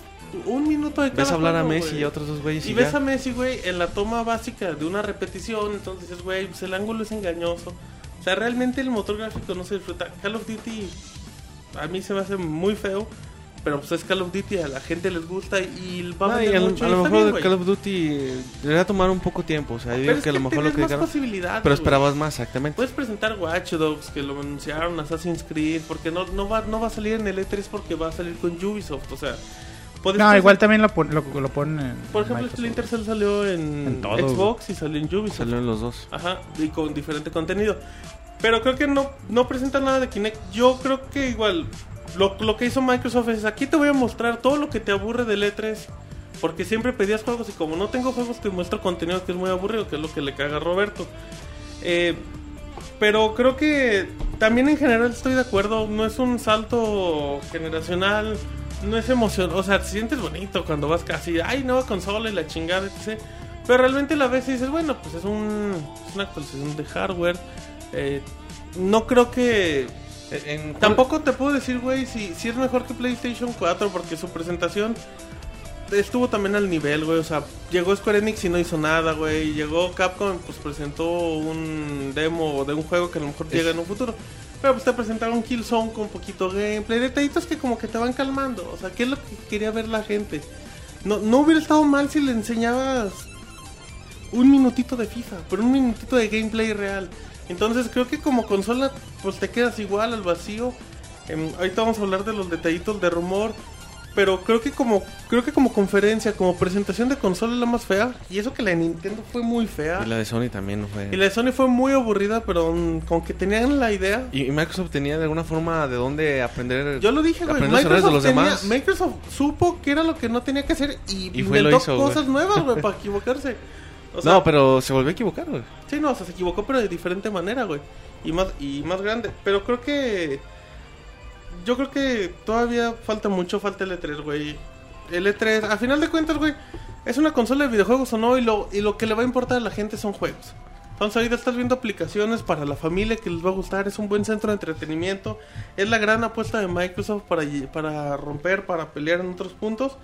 un minuto de cada Ves hablar a juego, Messi güey. y a otros dos güeyes y, Y ves ya. a Messi, güey, en la toma básica de una repetición, entonces dices, güey, pues el ángulo es engañoso. O sea, realmente el motor gráfico no se disfruta. Call of Duty a mí se me hace muy feo, pero pues es Call of Duty, a la gente les gusta y va a No, y vender a, lo- mucho. a y lo está mejor bien, güey. Call of Duty eh, debería tomar un poco tiempo. O sea, yo Pero digo es que a lo mejor lo tienes criticaron. más posibilidades, Pero güey. esperabas más, exactamente. Puedes presentar Watch Dogs, que lo anunciaron, Assassin's Creed, porque no, no, va, no va a salir en el E3 porque va a salir con Ubisoft, o sea... puedes No, igual presentar- también lo, pon- lo, lo ponen en Pues, Por ejemplo, Microsoft. Splinter Cell salió en, En todo, Xbox y salió en Ubisoft. Salieron los dos. Ajá, y con diferente contenido. Pero creo que no, no presenta nada de Kinect. Yo creo que igual lo, lo que hizo Microsoft es aquí te voy a mostrar todo lo que te aburre del E3. Porque siempre pedías juegos y como no tengo juegos te muestro contenido que es muy aburrido, que es lo que le caga a Roberto. Eh, pero creo que también en general estoy de acuerdo, no es un salto generacional, no es emoción, o sea, te sientes bonito cuando vas casi, ay, nueva consola y la chingada, etc. Pero realmente la ves y dices, bueno, pues es, un, es una actualización de hardware. eh, no creo que... Tampoco te puedo decir, güey, si, si es mejor que PlayStation 4 porque su presentación estuvo también al nivel, güey. O sea, llegó Square Enix y no hizo nada, güey. Llegó Capcom, pues presentó un demo de un juego que a lo mejor llega en un futuro. Pero pues te presentaron Killzone con poquito gameplay, detallitos que como que te van calmando. O sea, ¿qué es lo que quería ver la gente? No, no hubiera estado mal si le enseñabas un minutito de FIFA, pero un minutito de gameplay real. Entonces creo que como consola, pues te quedas igual al vacío. Em, ahorita vamos a hablar de los detallitos de rumor. Pero creo que como creo que como conferencia, como presentación de consola es la más fea. Y eso que la de Nintendo fue muy fea. Y la de Sony también no fue. Y la de Sony fue muy aburrida, pero mm, con que tenían la idea. Y, y Microsoft tenía de alguna forma de dónde aprender. Yo lo dije, güey. Aprendió los errores de los tenía- demás. Microsoft supo que era lo que no tenía que hacer y, Y fue y lo inventó hizo, güey. cosas nuevas, güey, para equivocarse. O sea, no, pero se volvió a equivocar, güey. Sí, no, o sea, se equivocó, pero de diferente manera, güey. Y más, y más grande. Pero creo que. Yo creo que todavía falta mucho, falta el E3, güey. El E3, a final de cuentas, güey, es una consola de videojuegos o no, y lo, y lo que le va a importar a la gente son juegos. Entonces ahorita estás viendo aplicaciones para la familia que les va a gustar, es un buen centro de entretenimiento, es la gran apuesta de Microsoft para, lle- para romper, para pelear en otros puntos.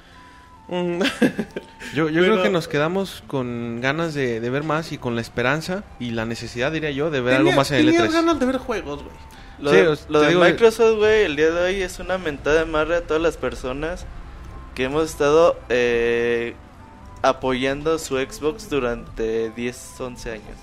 Mm, Yo, yo Pero- creo que nos quedamos con ganas de, de ver más y con la esperanza y la necesidad, diría yo, de ver tenía- algo más en el E tenías E3. ganas de ver juegos, güey. Lo, Sí, de- os- lo te de digo que- Microsoft, güey, el día de hoy es una mentada de madre a todas las personas que hemos estado eh, apoyando su Xbox durante 10, 11 años.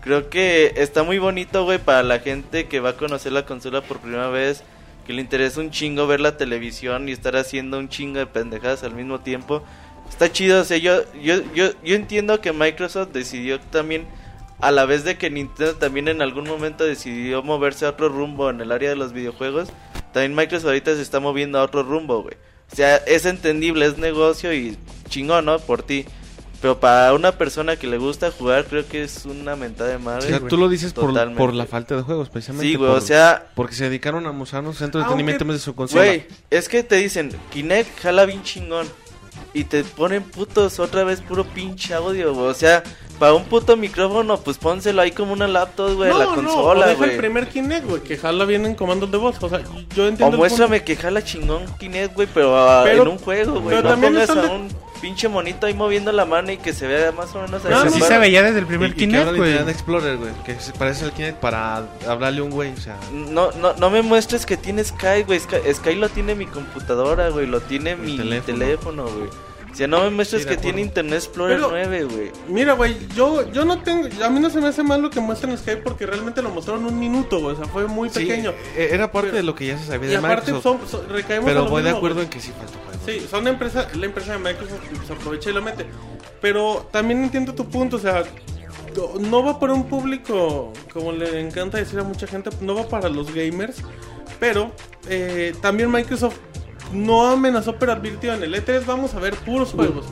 Creo que está muy bonito, güey, para la gente que va a conocer la consola por primera vez, que le interesa un chingo ver la televisión y estar haciendo un chingo de pendejadas al mismo tiempo. Está chido, o sea, yo, yo, yo, yo entiendo que Microsoft decidió también, a la vez de que Nintendo también en algún momento decidió moverse a otro rumbo en el área de los videojuegos, también Microsoft ahorita se está moviendo a otro rumbo, güey. O sea, es entendible, es negocio y chingón, ¿no? Por ti. Pero para una persona que le gusta jugar, creo que es una mentada de O madre. sea, güey. tú lo dices por, Totalmente. por la falta de juegos, precisamente. Sí, güey, por- o sea, Porque se dedicaron a mostrarnos centro de Aunque- entretenimiento en vez de su consola. güey, es que te dicen, Kinect jala bien chingón. Y te ponen putos otra vez puro pinche audio, güey. O sea, para un puto micrófono, pues pónselo ahí como una laptop, güey, la o consola, deja el güey. primer Kinect, güey, que jala bien en comandos de voz. O sea, yo entiendo. O el muéstrame que jala chingón Kinect, güey, pero, ah, Pero- en un juego, güey. pero No también pongas a están de- un pinche monito ahí moviendo la mano y que se vea más o menos... No, Pues ahí así no, se separado. veía desde el primer Y- y que habla Kinect, de güey. Internet Explorer, güey. Que se parece al Kinect para hablarle a un güey. O sea, No, no, no me muestres que tiene Sky, güey. Sky, Sky lo tiene mi computadora, güey. Lo tiene mi teléfono. teléfono, güey. O sea, no me muestres Sí, de que tiene acuerdo. Internet Explorer Pero- 9, güey. punto- Mira, güey, yo, yo no tengo. A mí no se me hace mal lo que muestran Skype porque realmente lo mostraron un minuto, güey. O sea, fue muy sí, pequeño. eh, Era parte Pero- de lo que ya se sabía Y de aparte, Microsoft. son, son- recaemos a pero lo voy de mismo, acuerdo güey. en que sí falta juegos. Sí, son empresa, la empresa de Microsoft y, pues, aprovecha y lo mete. Pero también entiendo tu punto, o sea, no- no va para un público, como le encanta decir a mucha gente, no va para los gamers. Pero eh, también Microsoft no amenazó, pero advirtió en el E3 vamos a ver puros juegos.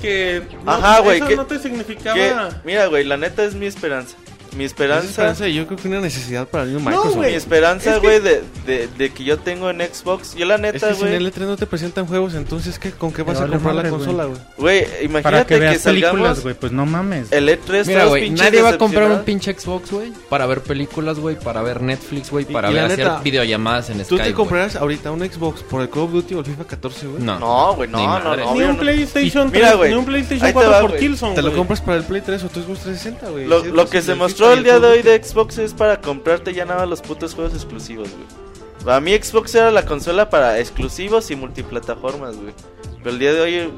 Que no- Ajá, güey, eso que- no te significaba... Que- mira, güey, la neta es mi esperanza. Mi Es esperanza. esperanza y yo creo que una necesidad para el mismo No, Microsoft. Mi güey. esperanza, Es que- güey, de, de, de que yo tengo en Xbox. Yo la Es neta, que sin güey. L3 no te presentan juegos, entonces ¿qué, ¿con qué vas Pero a vale comprar la madre, güey. consola, güey? Güey, Para imagínate que que, veas salgamos. películas, güey, pues no mames. el E3 Mira, todos güey, pinches nadie va a comprar un decepcionados. pinche Xbox, güey, para ver películas, güey, para ver Netflix, güey, Y- para y la ver hacer neta, videollamadas en Skype. ¿Tú te güey. comprarás ahorita un Xbox por el Call of Duty o el FIFA 14, güey? No. No, güey, Ni no, no, madres. no. Ni obvio un no. PlayStation Mira, 3, güey, ni un ahí PlayStation te 4 va, por güey. Killzone, Te lo güey. compras para el Play 3 o tu Xbox 360, güey. Lo, Sí, lo pues, que se el FIFA mostró y el día de Call of hoy de Xbox es para comprarte ya nada más los putos juegos exclusivos, güey. Para mí Xbox era la consola para exclusivos y multiplataformas, güey. Pero el día de hoy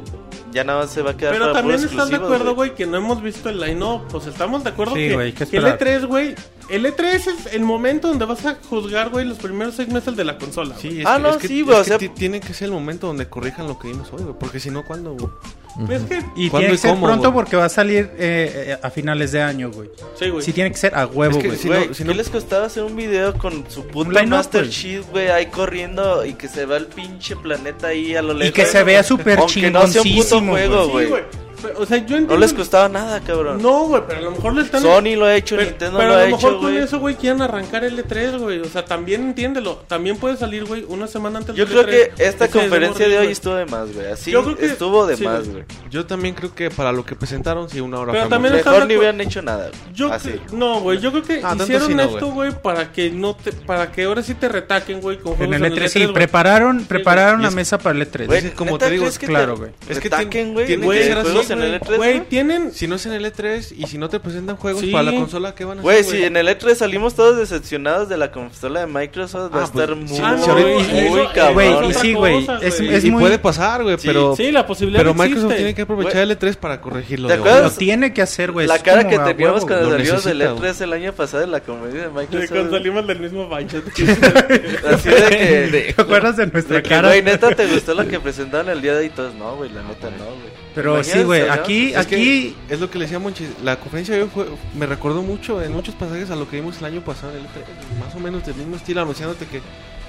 ya nada más se va a quedar Pero para puros también estás de exclusivos, acuerdo, güey, que no hemos visto el line-up. Pues estamos de acuerdo Sí, que, güey, ¿qué que el esperar? E3, güey. El E3 es el momento donde vas a juzgar, güey, los primeros seis meses de la consola. Sí, güey. es Ah, que- no, es que- sí, güey, es o que sea- ti- Tiene que ser el momento donde corrijan lo que vimos hoy, güey. Porque si no, ¿cuándo, güey? Ujú. Es que. Y ¿Cuándo tiene que y ser cómo, pronto güey? porque va a salir eh, eh, a finales de año, güey. Sí, güey. Sí tiene que ser a huevo, Es que güey. si Güey, no- si ¿qué no- les costaba hacer un video con su puto line-up, Master güey. Chief, güey, ahí corriendo y que se vea el pinche planeta ahí a lo lejos? Y que se vea súper Aunque no sea un puto chingoncísimo, güey. juego, Sí, güey. güey. Pero, O sea, yo entiendo. No les costaba nada, cabrón. No, güey, pero a lo mejor le están. Sony lo ha hecho, Pero, Nintendo pero lo a ha lo mejor hecho, con güey. eso, güey, quieren arrancar el E3, güey. O sea, también entiéndelo. También puede salir, güey, una semana antes Yo del creo E3. que esta Ese conferencia es de hoy güey. estuvo de más, güey. Así Yo creo que- estuvo de sí, más, güey. güey. Yo también creo que para lo que presentaron, sí, una hora Pero fue también mucho. está- Mejor de ni acuerdo. hubieran hecho nada. güey. Yo Así. cre- no, güey, yo creo que Ah, tanto hicieron sí no, esto, güey, para que no te, para que ahora sí te retaquen, güey, con En E juegos E el E3 sí, güey. prepararon, prepararon Y la es- mesa para el E E3. Güey, Es que como ¿neta te digo, crees que claro, te- güey. Es Es que que ataquen, güey. tiene de que ser así, juegos en el E3, Güey, güey. tienen Si no es en el E3 y si no te presentan juegos Sí. para la consola, ¿qué van a hacer? Güey, si en el E3 salimos todos decepcionados de la consola de Microsoft, va a Ah, pues, estar muy, sí, sí, ahorita- muy eso- cabrón. Güey, eso y es sí, otra güey, cosa, es- güey. Y, es- y muy- puede pasar, güey, Sí, pero, Sí, la posibilidad pero existe. Microsoft tiene que aprovechar Güey. el E3 para corregirlo. ¿Te de acuerdas? Lo tiene que hacer, güey. la es cara como que Pues, a teníamos huevo, cuando lo salimos del necesita, güey. E3 el año pasado de la conferencia de De cuando Microsoft. salimos del mismo baño. Así de que, güey. ¿Te acuerdas de nuestra de que, cara? güey, neta, ¿te gustó lo que presentaron el día de hoy? Y todos, no, güey, la neta no, güey. Pero Imagínate, sí, güey, ¿no? aquí, Es que aquí... es lo que le decía Monchi, la conferencia de hoy fue- me recordó mucho en muchos pasajes a lo que vimos el año pasado en el E3, más o menos del mismo estilo, anunciándote que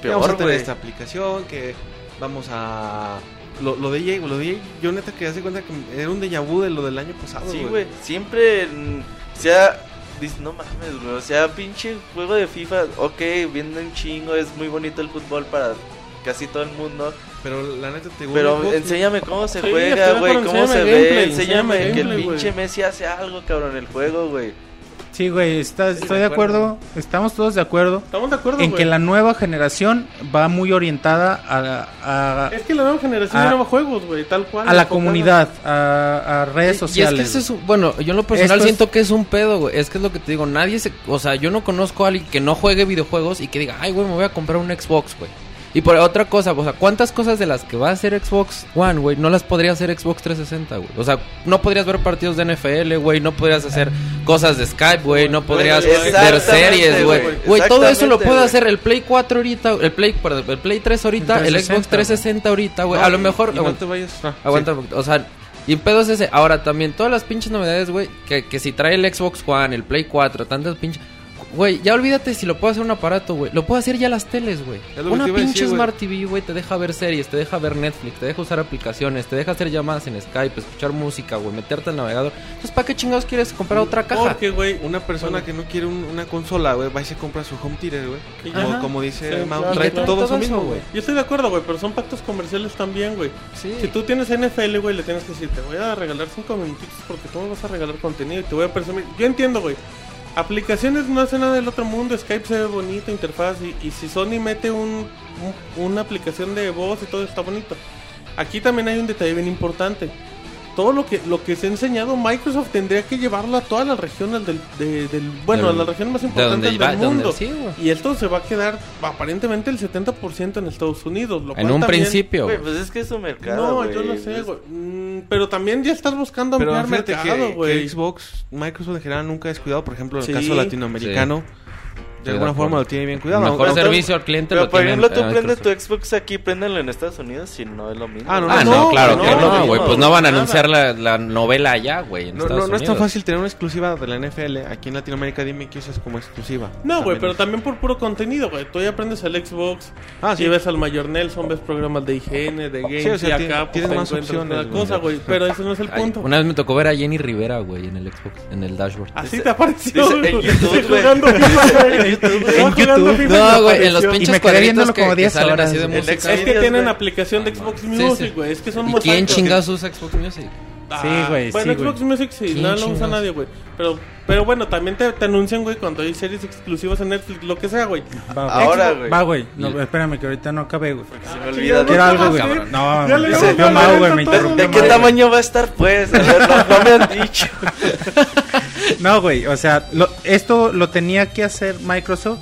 Peor, vamos a tener güey. esta aplicación, que vamos a... Lo, lo de EA, güey, lo de EA, yo neta que hace cuenta que era un déjà vu de lo del año pasado, Sí, güey. Siempre mm, sea. Dices, no mames, güey. O sea, pinche juego de FIFA. Ok, viene un chingo. Es muy bonito el fútbol para casi todo el mundo. Pero la neta te digo, Pero Xbox- enséñame cómo se Sí, estoy juega, de güey. acuerdo, Cómo se enséñame ve. gameplay, enséñame enséñame que el gameplay, pinche güey. Messi hace algo, cabrón, en el juego, güey. Sí, güey, está- estoy de acuerdo. Estamos todos de acuerdo Estamos de acuerdo, en que güey. la nueva generación va muy orientada a, a- Es que la nueva generación A- de nuevos juegos, güey, tal cual. a la enfocada. comunidad, a, a redes Y- y es que sociales. ese es un- bueno, yo en lo personal Esto es- siento que es un pedo, güey. Es que es lo que te digo, nadie se, o sea, yo no conozco a alguien que no juegue videojuegos y que diga, "Ay, güey, me voy a comprar un Xbox, güey." Y por otra cosa, o sea, ¿cuántas cosas de las que va a hacer Xbox One, güey, no las podría hacer Xbox 360, güey? O sea, no podrías ver partidos de NFL, güey, no podrías hacer cosas de Skype, güey, no podrías ver Exactamente, series, güey. güey, Güey, todo eso lo exactamente, puede güey. hacer el Play 4 ahorita, el Play, perdón, el Play 3 ahorita, el, 360, Xbox 360 ahorita, güey. No, a lo y- mejor y no aguanta- te vayas... ah, Aguanta, sí. un poquito. o sea, y el pedo es ese. Ahora también, todas las pinches novedades, güey, que, que si trae el Xbox One, el Play 4, tantas pinches. Güey, ya olvídate si lo puedo hacer un aparato, güey. Lo puedo hacer ya las teles, güey. Es lo que Una te iba a pinche decir, güey. Smart TV, güey, te deja ver series, te deja ver Netflix, te deja usar aplicaciones, te deja hacer llamadas en Skype, escuchar música, güey, meterte al navegador. Entonces, ¿para qué chingados quieres comprar otra caja? Porque, güey, Una persona que no quiere un- una consola, güey, va y se compra su home theater, güey. que Ajá. Como, como dice Sí, Mau, claro. trae Y trae todo eso todo mismo, eso, güey. yo estoy de acuerdo, güey, pero son pactos comerciales también, güey. Sí. Si tú tienes NFL, güey, le tienes que decir, te voy a regalar 5 minutitos porque tú me vas a regalar contenido y te voy a presumir. Yo entiendo, güey. Aplicaciones no hacen nada del otro mundo, Skype se ve bonito, interfaz, y, y si Sony mete un, un- una aplicación de voz y todo está bonito. Aquí también hay un detalle bien importante. Todo lo que lo que se ha enseñado, Microsoft tendría que llevarlo a todas las regiones del, de- del- bueno, Del- a la región más de importante donde del va- donde- mundo. sí, güey. y esto se va a quedar aparentemente el 70% en Estados Unidos. Lo En cual un también- principio, Güey, güey. pues es que es su mercado. no, yo lo güey. sé, Es- güey. Mm, Pero también ya estás buscando Pero ampliar fíjate que- mercado, que, güey. Xbox, Microsoft en general nunca ha descuidado, por ejemplo, en el Sí. caso latinoamericano. de alguna forma lo tiene bien cuidado. Mejor aunque- servicio al cliente Pero lo por tienen, ejemplo, tú eh, prendes tu Microsoft. Xbox aquí, préndelo en Estados Unidos, si no es lo mismo. Ah, no, Ah, no, No, claro no, que no, no, güey. no, pues no, no van a nada. anunciar la, la novela allá, güey, en No, Estados no, no es tan Unidos. fácil tener una exclusiva de la NFL. Aquí en Latinoamérica dime que usas como exclusiva. No, güey, También. pero también por puro contenido, güey. Tú ya aprendes el Xbox, Ah, sí. y ves al Mayor Nelson, ves programas de higiene, de games, Sí, o sea, y acá tien- pues, tienes te más encuentras opciones, cada güey. cosa, güey. Pero ese no es el Ay, punto. Una vez me tocó ver a Jenny Rivera, güey, en el Xbox, en el dashboard. Ah, Así te apareció. dice, güey. en YouTube, Estoy güey. jugando FIFA, güey. En YouTube, Estoy jugando En YouTube. güey. FIFA y me No, güey, en apareció. los pinches pinches Y me quedé cuadritos viéndolo que, como que 10 salen salen horas, así así de de güey. música. Es Xvideos, que tienen güey. aplicación de Xbox sí. Music, güey. Es que son ¿Y mosaicos. quién chingados usa Xbox Music? Ah, Sí, güey, Bueno, sí, güey. Xbox Music sí, ¿Quién no lo usa chingados? nadie, güey. Pero, pero bueno, también te, te anuncian, güey, cuando hay series exclusivas en Netflix, lo que sea, güey. Va, güey. Ahora, güey. Va, güey. No, espérame, que ahorita no acabé, güey. Se me Quiero olvida. Quiero De, algo, güey. cabrón. No, Ya le vamos me a interrumpió hablar Mau, de güey. Me esto todo. interrumpió ¿De qué Mau, güey. tamaño va a estar, pues? A ver, no, no me han dicho. No, güey, o sea, lo- esto lo tenía que hacer Microsoft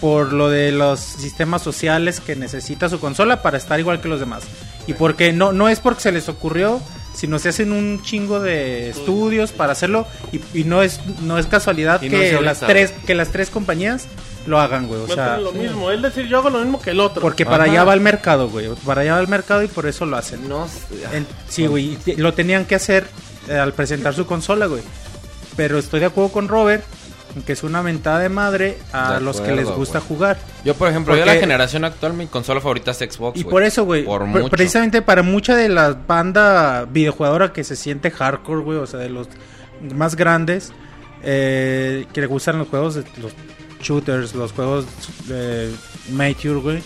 por lo de los sistemas sociales que necesita su consola para estar igual que los demás. Y porque no, no es porque se les ocurrió, sino se hacen un chingo de estudios para hacerlo y, y no es no es casualidad Y no que se las usa, tres que las tres compañías lo hagan, güey, o Me sea, hacen lo mismo. Es decir, yo hago lo mismo que el otro. porque para Ajá. allá va el mercado, güey, para allá va el mercado y por eso lo hacen. No ah, sé. En- sí, güey, y te- lo tenían que hacer eh, al presentar su consola, güey. Pero estoy de acuerdo con Robert, en que es una mentada de madre a De los que acuerdo, les gusta güey. jugar. Yo, por ejemplo, yo Porque- la generación actual, mi consola favorita es Xbox. Y por eso, güey, Por pre- mucho. precisamente para mucha de la banda videojugadora que se siente hardcore, güey, o sea, de los más grandes, eh, que le gustan los juegos, de- los shooters, los juegos eh, mature, güey.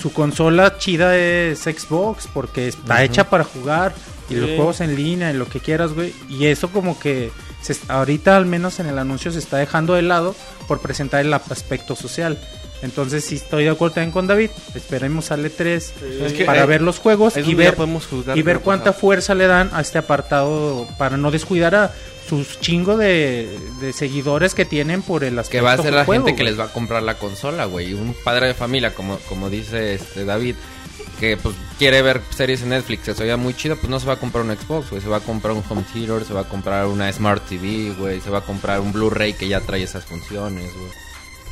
Su consola chida es Xbox porque está hecha para jugar y los Sí. juegos en línea y lo que quieras, güey. Y eso como que se est- ahorita al menos en el anuncio se está dejando de lado por presentar el aspecto social. Entonces sí estoy de acuerdo también con David. Esperemos al E3 Es que para Eh, ahí- ver los juegos Ahí es y donde ya ver, podemos juzgar y qué va ver a cuánta pasar. fuerza le dan a este apartado para no descuidar a sus chingo de, de seguidores que tienen por el aspecto Que va a ser del la juego, gente que güey. les va a comprar la consola, güey. Un padre de familia, como, como dice este David, que pues quiere ver series en Netflix, eso ya muy chido, pues no se va a comprar un Xbox, güey. Se va a comprar un home theater, se va a comprar una Smart TV, güey. Se va a comprar un Blu-ray que ya trae esas funciones, güey.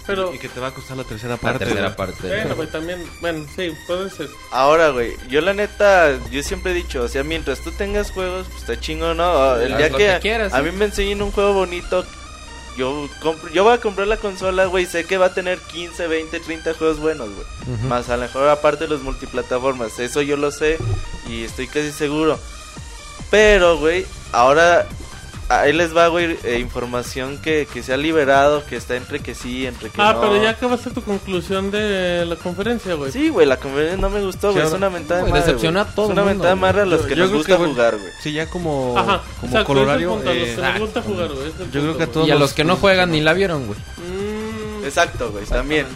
Pero, Y que te va a costar la tercera La parte. tercera güey. parte. bueno, güey, también, bueno, sí, puede ser. Ahora, güey, yo la neta, yo siempre he dicho, o sea, mientras tú tengas juegos, pues está chingo, ¿no? El Haz día lo que, que quieras, a sí. mí me enseñen un juego bonito, yo compro, yo voy a comprar la consola, güey, sé que va a tener 15, 20, 30 juegos buenos, güey. Más a lo mejor aparte los multiplataformas, eso yo lo sé y estoy casi seguro. Pero, güey, ahora ahí les va, güey, eh, información que, que se ha liberado, que está entre que sí, entre que Ah, no. pero ya acabaste tu conclusión de la conferencia, güey. Sí, güey, la conferencia no me gustó, güey. Sí, Es una mentada de güey, madre. decepcionó güey. a todo Es una el mundo, mentada de güey. madre a los que Yo nos creo gusta que, güey, jugar, güey. Sí, ya como, Ajá, como exacto, colorario. es el punto, a los eh, que les gusta jugar, güey. es el yo creo punto, que a güey. todos Y a los- los que no juegan ni la vieron, güey. Mm, Exacto, güey, también.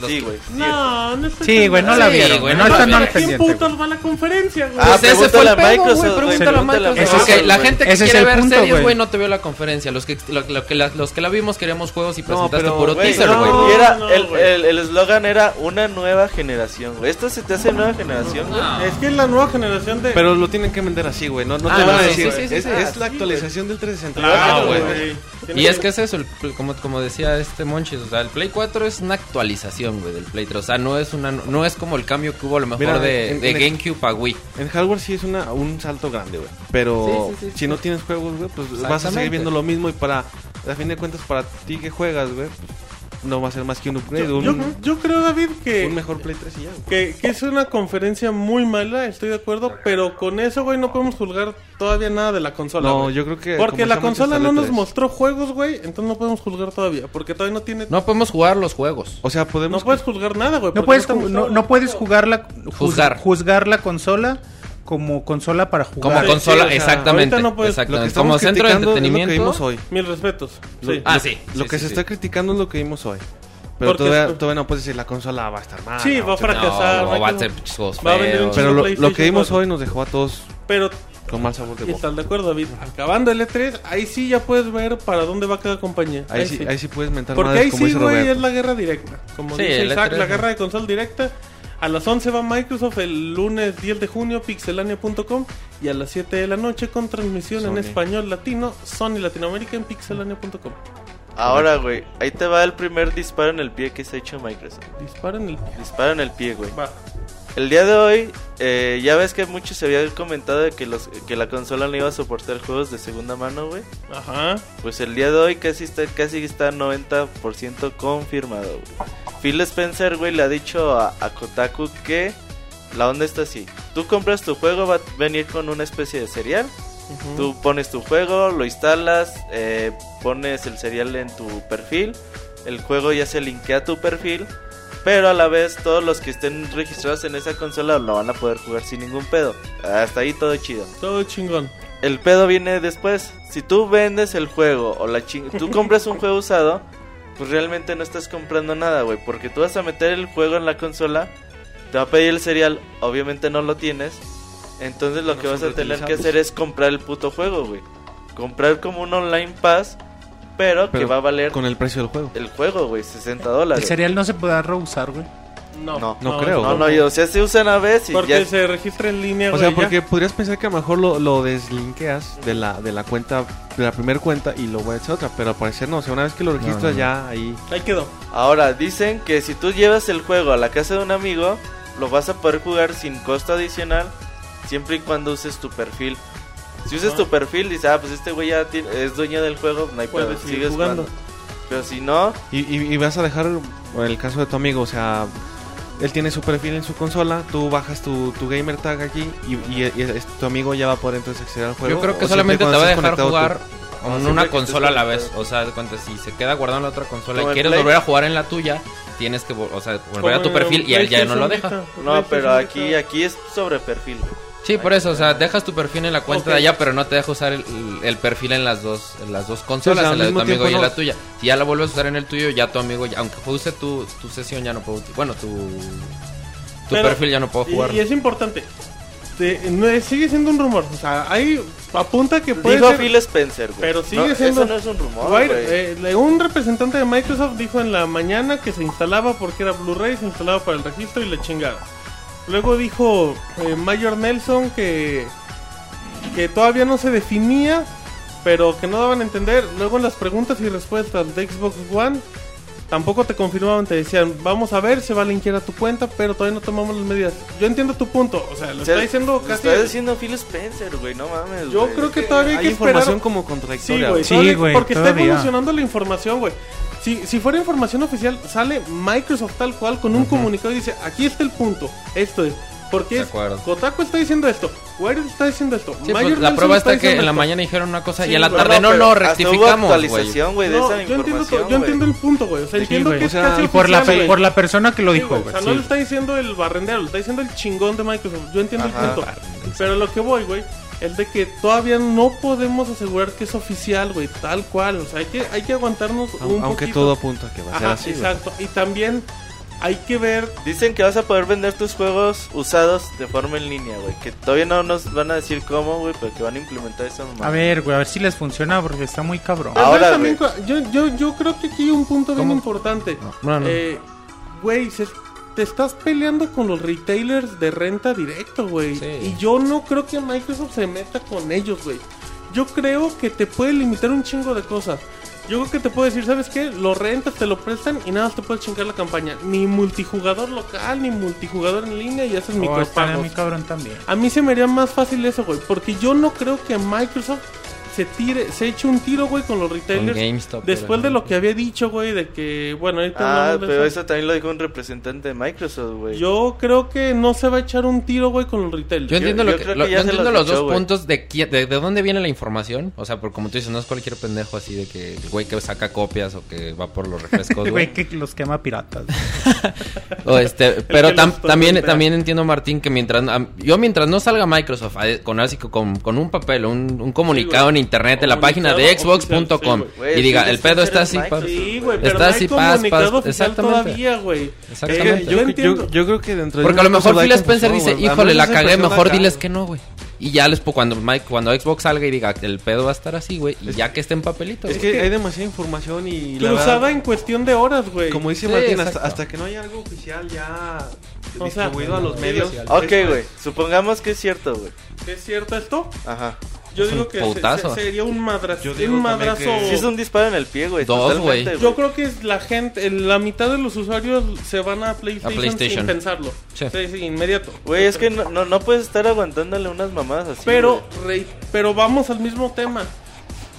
Los Sí, que- güey. sí. No, no está Sí, güey, no la Sí, vieron, güey, güey, no no están la mal ¿Quién pendientes. putas va a la conferencia, güey? Ah, Pues ese fue el pregúntale a pedo, güey, Microsoft, güey. pregúntale pregúntale a a Microsoft. Ese es Microsoft, Ok, el- güey. la gente ese que es quiere el ver punto, series, güey. güey, no te vio la conferencia. Los que, lo- lo que la- los que la vimos queríamos juegos y presentaste pero, puro Güey, teaser, no. güey. y era, no, el- güey. el el eslogan era una nueva generación, güey. ¿Esto se te hace nueva generación, güey? Es que es la nueva generación de... Pero lo tienen que vender así, güey. No, no Ah, te van a no, sí, decir. sí, sí, sí, es sí. es Ah, sí, la actualización del 360. Claro, Ah, güey. güey. Y es que es eso, el pl- como, como decía este Monchis, o sea, el Play 4 es una actualización, güey, del Play 3. O sea, no es una no es como el cambio que hubo a lo mejor Mira, de, en- de en- GameCube a Wii. En hardware sí es una, un salto grande, güey. Pero Sí, sí, sí, si no tienes juegos, güey, pues vas a Exactamente. seguir viendo lo mismo. Y para, a fin de cuentas, para ti que juegas, güey, pues, no va a ser más que un upgrade. Yo, un, yo- yo creo, David, que... un mejor Play 3 y ya, güey. Que, que es una conferencia muy mala, estoy de acuerdo, pero con eso, güey, no podemos juzgar todavía nada de la consola. No, güey. yo creo que Porque como la esa mancha consola está no de nos tres. mostró juegos, güey, entonces no podemos juzgar todavía, porque todavía no tiene... No, No podemos jugar los juegos. O sea, podemos. puedes juzgar nada, güey. No porque puedes, está ju- no, mostrado. no puedes jugar la, juz- Juzgar. juzgar la consola como consola para jugar. Como Sí, consola, sí, o sea, exactamente. ahorita no puedes- lo que exactamente. estamos Como centro de criticando es entretenimiento. Lo que vimos hoy. Mil respetos. Lo- Sí. Ah, lo- sí, Lo sí, que sí, se sí. está criticando es lo que vimos hoy. Pero Porque todavía, esto- todavía no puedes decir la consola va a estar mal. Ah, Sí, o va a sea, No, fracasar. no, va a como- ser pinches juegos va a vender feos. un Pero lo, lo que PlayStation vimos cuatro. hoy nos dejó a todos Pero con mal sabor de boca. están de acuerdo, David. Acabando el E3, ahí sí ya puedes ver para dónde va cada compañía. Ahí, sí, ahí sí puedes mentar Porque madres ahí como sí, dice güey, Roberto. es la guerra directa. Como Sí, dice el Isaac, E3, la ¿no? guerra de consola directa. A las 11 va Microsoft el lunes 10 de junio, pixelania.com. Y a las 7 de la noche, con transmisión en Sony. español latino, Sony Latinoamérica en pixelania.com. Ahora, güey, ahí te va el primer disparo en el pie que se ha hecho Microsoft. Disparo en el pie. Disparo en el pie, güey. Va. El día de hoy, eh, ya ves que mucho se había comentado de que, los, que la consola no iba a soportar juegos de segunda mano, güey. Ajá. Pues el día de hoy casi está, casi está 90% confirmado, güey. Phil Spencer, güey, le ha dicho a, a Kotaku que la onda está así. Tú compras tu juego, va a venir con una especie de serial. Ujú. Tú pones tu juego, lo instalas, eh, pones el serial en tu perfil, el juego ya se linkea a tu perfil, pero a la vez todos los que estén registrados en esa consola lo van a poder jugar sin ningún pedo. Hasta ahí todo chido. Todo chingón. El pedo viene después. Si tú vendes el juego o la ching... Tú compras un juego usado, pues realmente no estás comprando nada, güey. Porque tú vas a meter el juego en la consola, te va a pedir el serial, obviamente no lo tienes. Entonces lo No que vas son a tener que reutilizables. hacer es comprar el puto juego, güey. Comprar como un online pass, pero, que Pero va a valer Con el precio del juego. el juego, güey, 60 El dólares. cereal no se podrá reusar, güey. No. No. No creo. No, no, yo, o sea, se usa una vez y Porque ya... se registra en línea, O güey, sea, ya. porque podrías pensar que a lo mejor lo, lo deslinkeas de la, de la cuenta, de la primera cuenta y lo vuelves a otra, pero al parecer no, o sea, una vez que lo registras no, no. ya ahí... Ahí quedó. Ahora, dicen que si tú llevas el juego a la casa de un amigo, lo vas a poder jugar sin costo adicional, siempre y cuando uses tu perfil. Si usas Ah. tu perfil, dices, ah, pues este güey ya tiene- es dueño del juego, no hay Puedes pedo, seguir sigues jugando. jugando. Pero si no, Y, y- y vas a dejar el caso de tu amigo, o sea, él tiene su perfil en su consola, tú bajas tu, tu gamer tag aquí y, y- y es- tu amigo ya va a poder entonces acceder al juego. Yo creo o que solamente te siempre va a cuando dejar estés jugar conectado Ah, en siempre que una estés consola a la vez. conectado. O sea, de cuenta, si se queda guardado en la otra consola Como y el quieres Play. volver a jugar en la tuya, tienes que, vol- o sea, volver a tu Como perfil y él ya no lo PlayStation deja. Vita. no, pero PlayStation aquí, Vita. aquí es sobre perfil. Sí, por eso, o sea, dejas tu perfil en la Ok. cuenta de allá, pero no te deja usar el, el perfil en las dos, en las dos Sí, o consolas, sea, en la al de tu mismo amigo y tiempo en la no. tuya. Si ya la vuelves a usar en el tuyo, ya tu amigo, ya, aunque use tu, tu sesión, ya no puedo, uti- bueno, tu, tu Pero- perfil ya no puedo Y- jugar. Y, es importante. Te- no, es- sigue siendo un rumor. O sea, ahí apunta que puede Dijo ser. Phil Spencer, güey. Pero sigue No, siendo- Eso no es un rumor, Wire, güey. eh, le- un representante de Microsoft dijo en la mañana que se instalaba porque era Blu-ray, se instalaba para el registro y la chingada. Luego dijo eh, Mayor Nelson que, que todavía no se definía, pero que no daban a entender. Luego en las preguntas y respuestas de Xbox One tampoco te confirmaban, te decían, vamos a ver, se va a linkear a tu cuenta, pero todavía no tomamos las medidas. Yo entiendo tu punto, o sea, lo O sea, está diciendo lo casi... Está diciendo Phil Spencer, güey, no mames, Yo güey. creo que todavía hay Hay que esperar información como Sí, contradictoria. güey. güey. Sí, todavía- güey, Porque está todavía. evolucionando la información, güey. Si, si fuera información oficial, sale Microsoft tal cual con un comunicado y dice, aquí está el punto. Esto es. Porque De es, acuerdo. Kotaku está diciendo esto. Wired está diciendo esto. Sí, pues, Mayor la Nelson prueba está que diciendo en la esto. mañana dijeron una cosa y Sí, en la güey. tarde no, pero no, hasta hubo rectificamos, güey. actualización, güey, de No, esa yo entiendo, to- información, yo güey. entiendo el punto, güey. O sea, Sí, entiendo güey. que O es sea, casi Y por la, oficial, pe- güey. por la persona que lo Sí, dijo, güey, güey. O sea, no sí. lo está diciendo el barrendero, lo está diciendo el chingón de Microsoft. Yo entiendo el Ajá. punto. Pero lo que voy, güey, es de que todavía no podemos asegurar que es oficial, güey, tal cual. O sea, hay que, hay que aguantarnos Au- un Aunque poquito. todo apunta a que va a ser Ajá, así. güey. exacto. Y también hay que ver. Dicen que vas a poder vender tus juegos usados de forma en línea, güey. Que todavía no nos van a decir cómo, güey, pero que van a implementar esa mamada. A ver, güey, a ver si les funciona porque está muy cabrón. Ah, Ahora, Además, también cua- yo, yo, yo creo que aquí hay un punto bien ¿Cómo? importante. No, no. Eh, Güey, se- te estás peleando con los retailers de renta directo, güey. Sí. Y yo no creo que Microsoft se meta con ellos, güey. Yo creo que te puede limitar un chingo de cosas. Yo creo que te puede decir, ¿sabes qué? Lo rentas, te lo prestan y nada más te puede chingar la campaña. Ni multijugador local, ni multijugador en línea y haces Oh, está micropagos. muy cabrón también. A mí se me haría más fácil eso, güey. Porque yo no creo que Microsoft se tire, se eche un tiro, güey, con los Con retailers. GameStop. después era- de lo que había dicho, güey, de que, bueno, ahorita Ah, hablamos de pero eso. eso también lo dijo un representante de Microsoft, güey. Yo creo que no se va a echar un tiro, güey, con los retailers. Yo entiendo, yo lo que- creo lo- que ya yo se entiendo los los dos echó, güey. puntos de, qui- de, de dónde viene la información. O sea, porque como tú dices, no es cualquier pendejo así de que el güey que saca copias o que va por los refrescos. Güey, güey. que los quema piratas. O este, pero que tam- los también, torrentea. también entiendo, Martín, que mientras am- yo mientras no salga Microsoft a- con, así que con, con un papel, un, un comunicado en internet, en la página de Comunicado oficial, Xbox.com sí, güey. y diga, Güey, el pedo está sí, así. es pa- Microsoft. Sí, güey, pero Está no hay así, paz, comunicado paz, oficial exactamente. todavía, güey. Exactamente. Eh, Yo, yo yo- entiendo. yo creo que dentro de Porque a lo mejor Microsoft hay Phil Spencer confusión, dice, güey. A híjole, menos la esa cagué, impresión mejor acá, diles güey. que no, güey. Y ya les po- cuando, Mike, cuando Xbox salga y diga, el pedo va a estar así, güey. Y Es- ya que esté en papelito. Es güey. que hay demasiada información y la Cruzada verdad, en cuestión de horas, güey. como dice Sí, Martín, hasta, exacto. hasta que no haya algo oficial ya O sea, distribuido a los medios. pues, Ok, güey. Supongamos que es cierto, güey. ¿Es cierto esto? Ajá. Yo Es un digo que se- putazo. se- sería un madrazo. Yo digo un también madrazo. que- Sí es un disparo en el pie, güey. Oh. Dos, totalmente, güey. güey. Yo creo que es la gente, la mitad de los usuarios se van a PlayStation, A PlayStation. sin pensarlo. Sí. Sí, sí, inmediato. Güey, es que no, no, no puedes estar aguantándole unas mamadas así. Pero, güey. rey, pero vamos al mismo tema.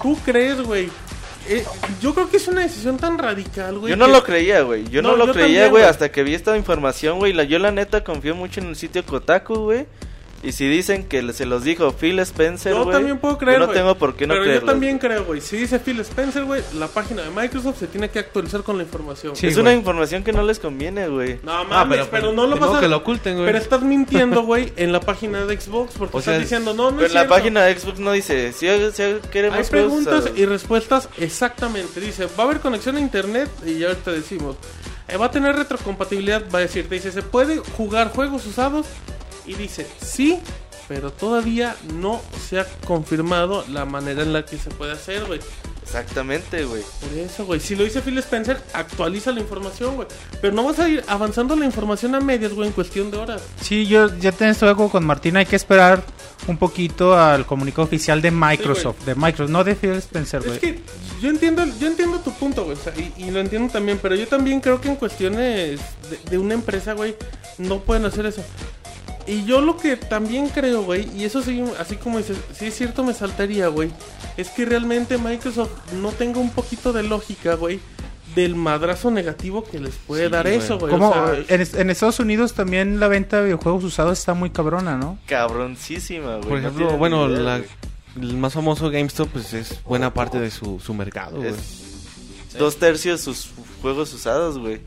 ¿Tú crees, güey? Eh, yo creo que es una decisión tan radical, güey. Yo no que- lo creía, güey. Yo no, No, lo yo creía, también, güey. güey, hasta que vi esta información, güey. La- Yo la neta confío mucho en el sitio Kotaku, güey. Y si dicen que le- se los dijo Phil Spencer, Yo güey. también puedo creer, Yo no güey. tengo por qué no Pero creerlo. yo también creo, güey. Si dice Phil Spencer, güey, la página de Microsoft se tiene que actualizar con la información. Sí. es una güey. información que no les conviene, güey. No mames, Ah, pero, pues, no lo ni modo vas a... que lo oculten, güey. Pero estás mintiendo, güey, en la página de Xbox porque O pues estás sea, diciendo, no, no Pero es en la cierto. página de Xbox no dice, si, si queremos Hay preguntas cosas- y respuestas exactamente. Dice, va a haber conexión a internet y ya te decimos. Eh, va a tener retrocompatibilidad, va a decir. Te dice, ¿se puede jugar juegos usados? Y dice, sí, pero todavía no se ha confirmado la manera en la que se puede hacer, güey. Exactamente, güey. Por eso, güey. Si lo dice Phil Spencer, actualiza la información, güey. Pero no vas a ir avanzando la información a medias, güey, en cuestión de horas. Sí, yo ya tenés algo con Martín. Hay que esperar un poquito al comunicado oficial de Microsoft. de Microsoft, no de Phil Spencer, güey. Es que yo entiendo, yo entiendo tu punto, güey. o sea, y, y lo entiendo también, pero yo también creo que en cuestiones de, de una empresa, güey, no pueden hacer eso. Y yo lo que también creo, güey, y eso sí, así como dices, sí es cierto, me saltaría, güey, es que realmente Microsoft no tenga un poquito de lógica, güey, del madrazo negativo que les puede Sí, dar güey. eso, güey. o Como sea, en, es- en Estados Unidos también la venta de videojuegos usados está muy cabrona, ¿no? Cabroncísima, güey. Por no ejemplo, tienen bueno, idea, la- güey. el más famoso GameStop pues es buena parte de su, su mercado, güey. Es dos tercios de sus juegos usados, güey.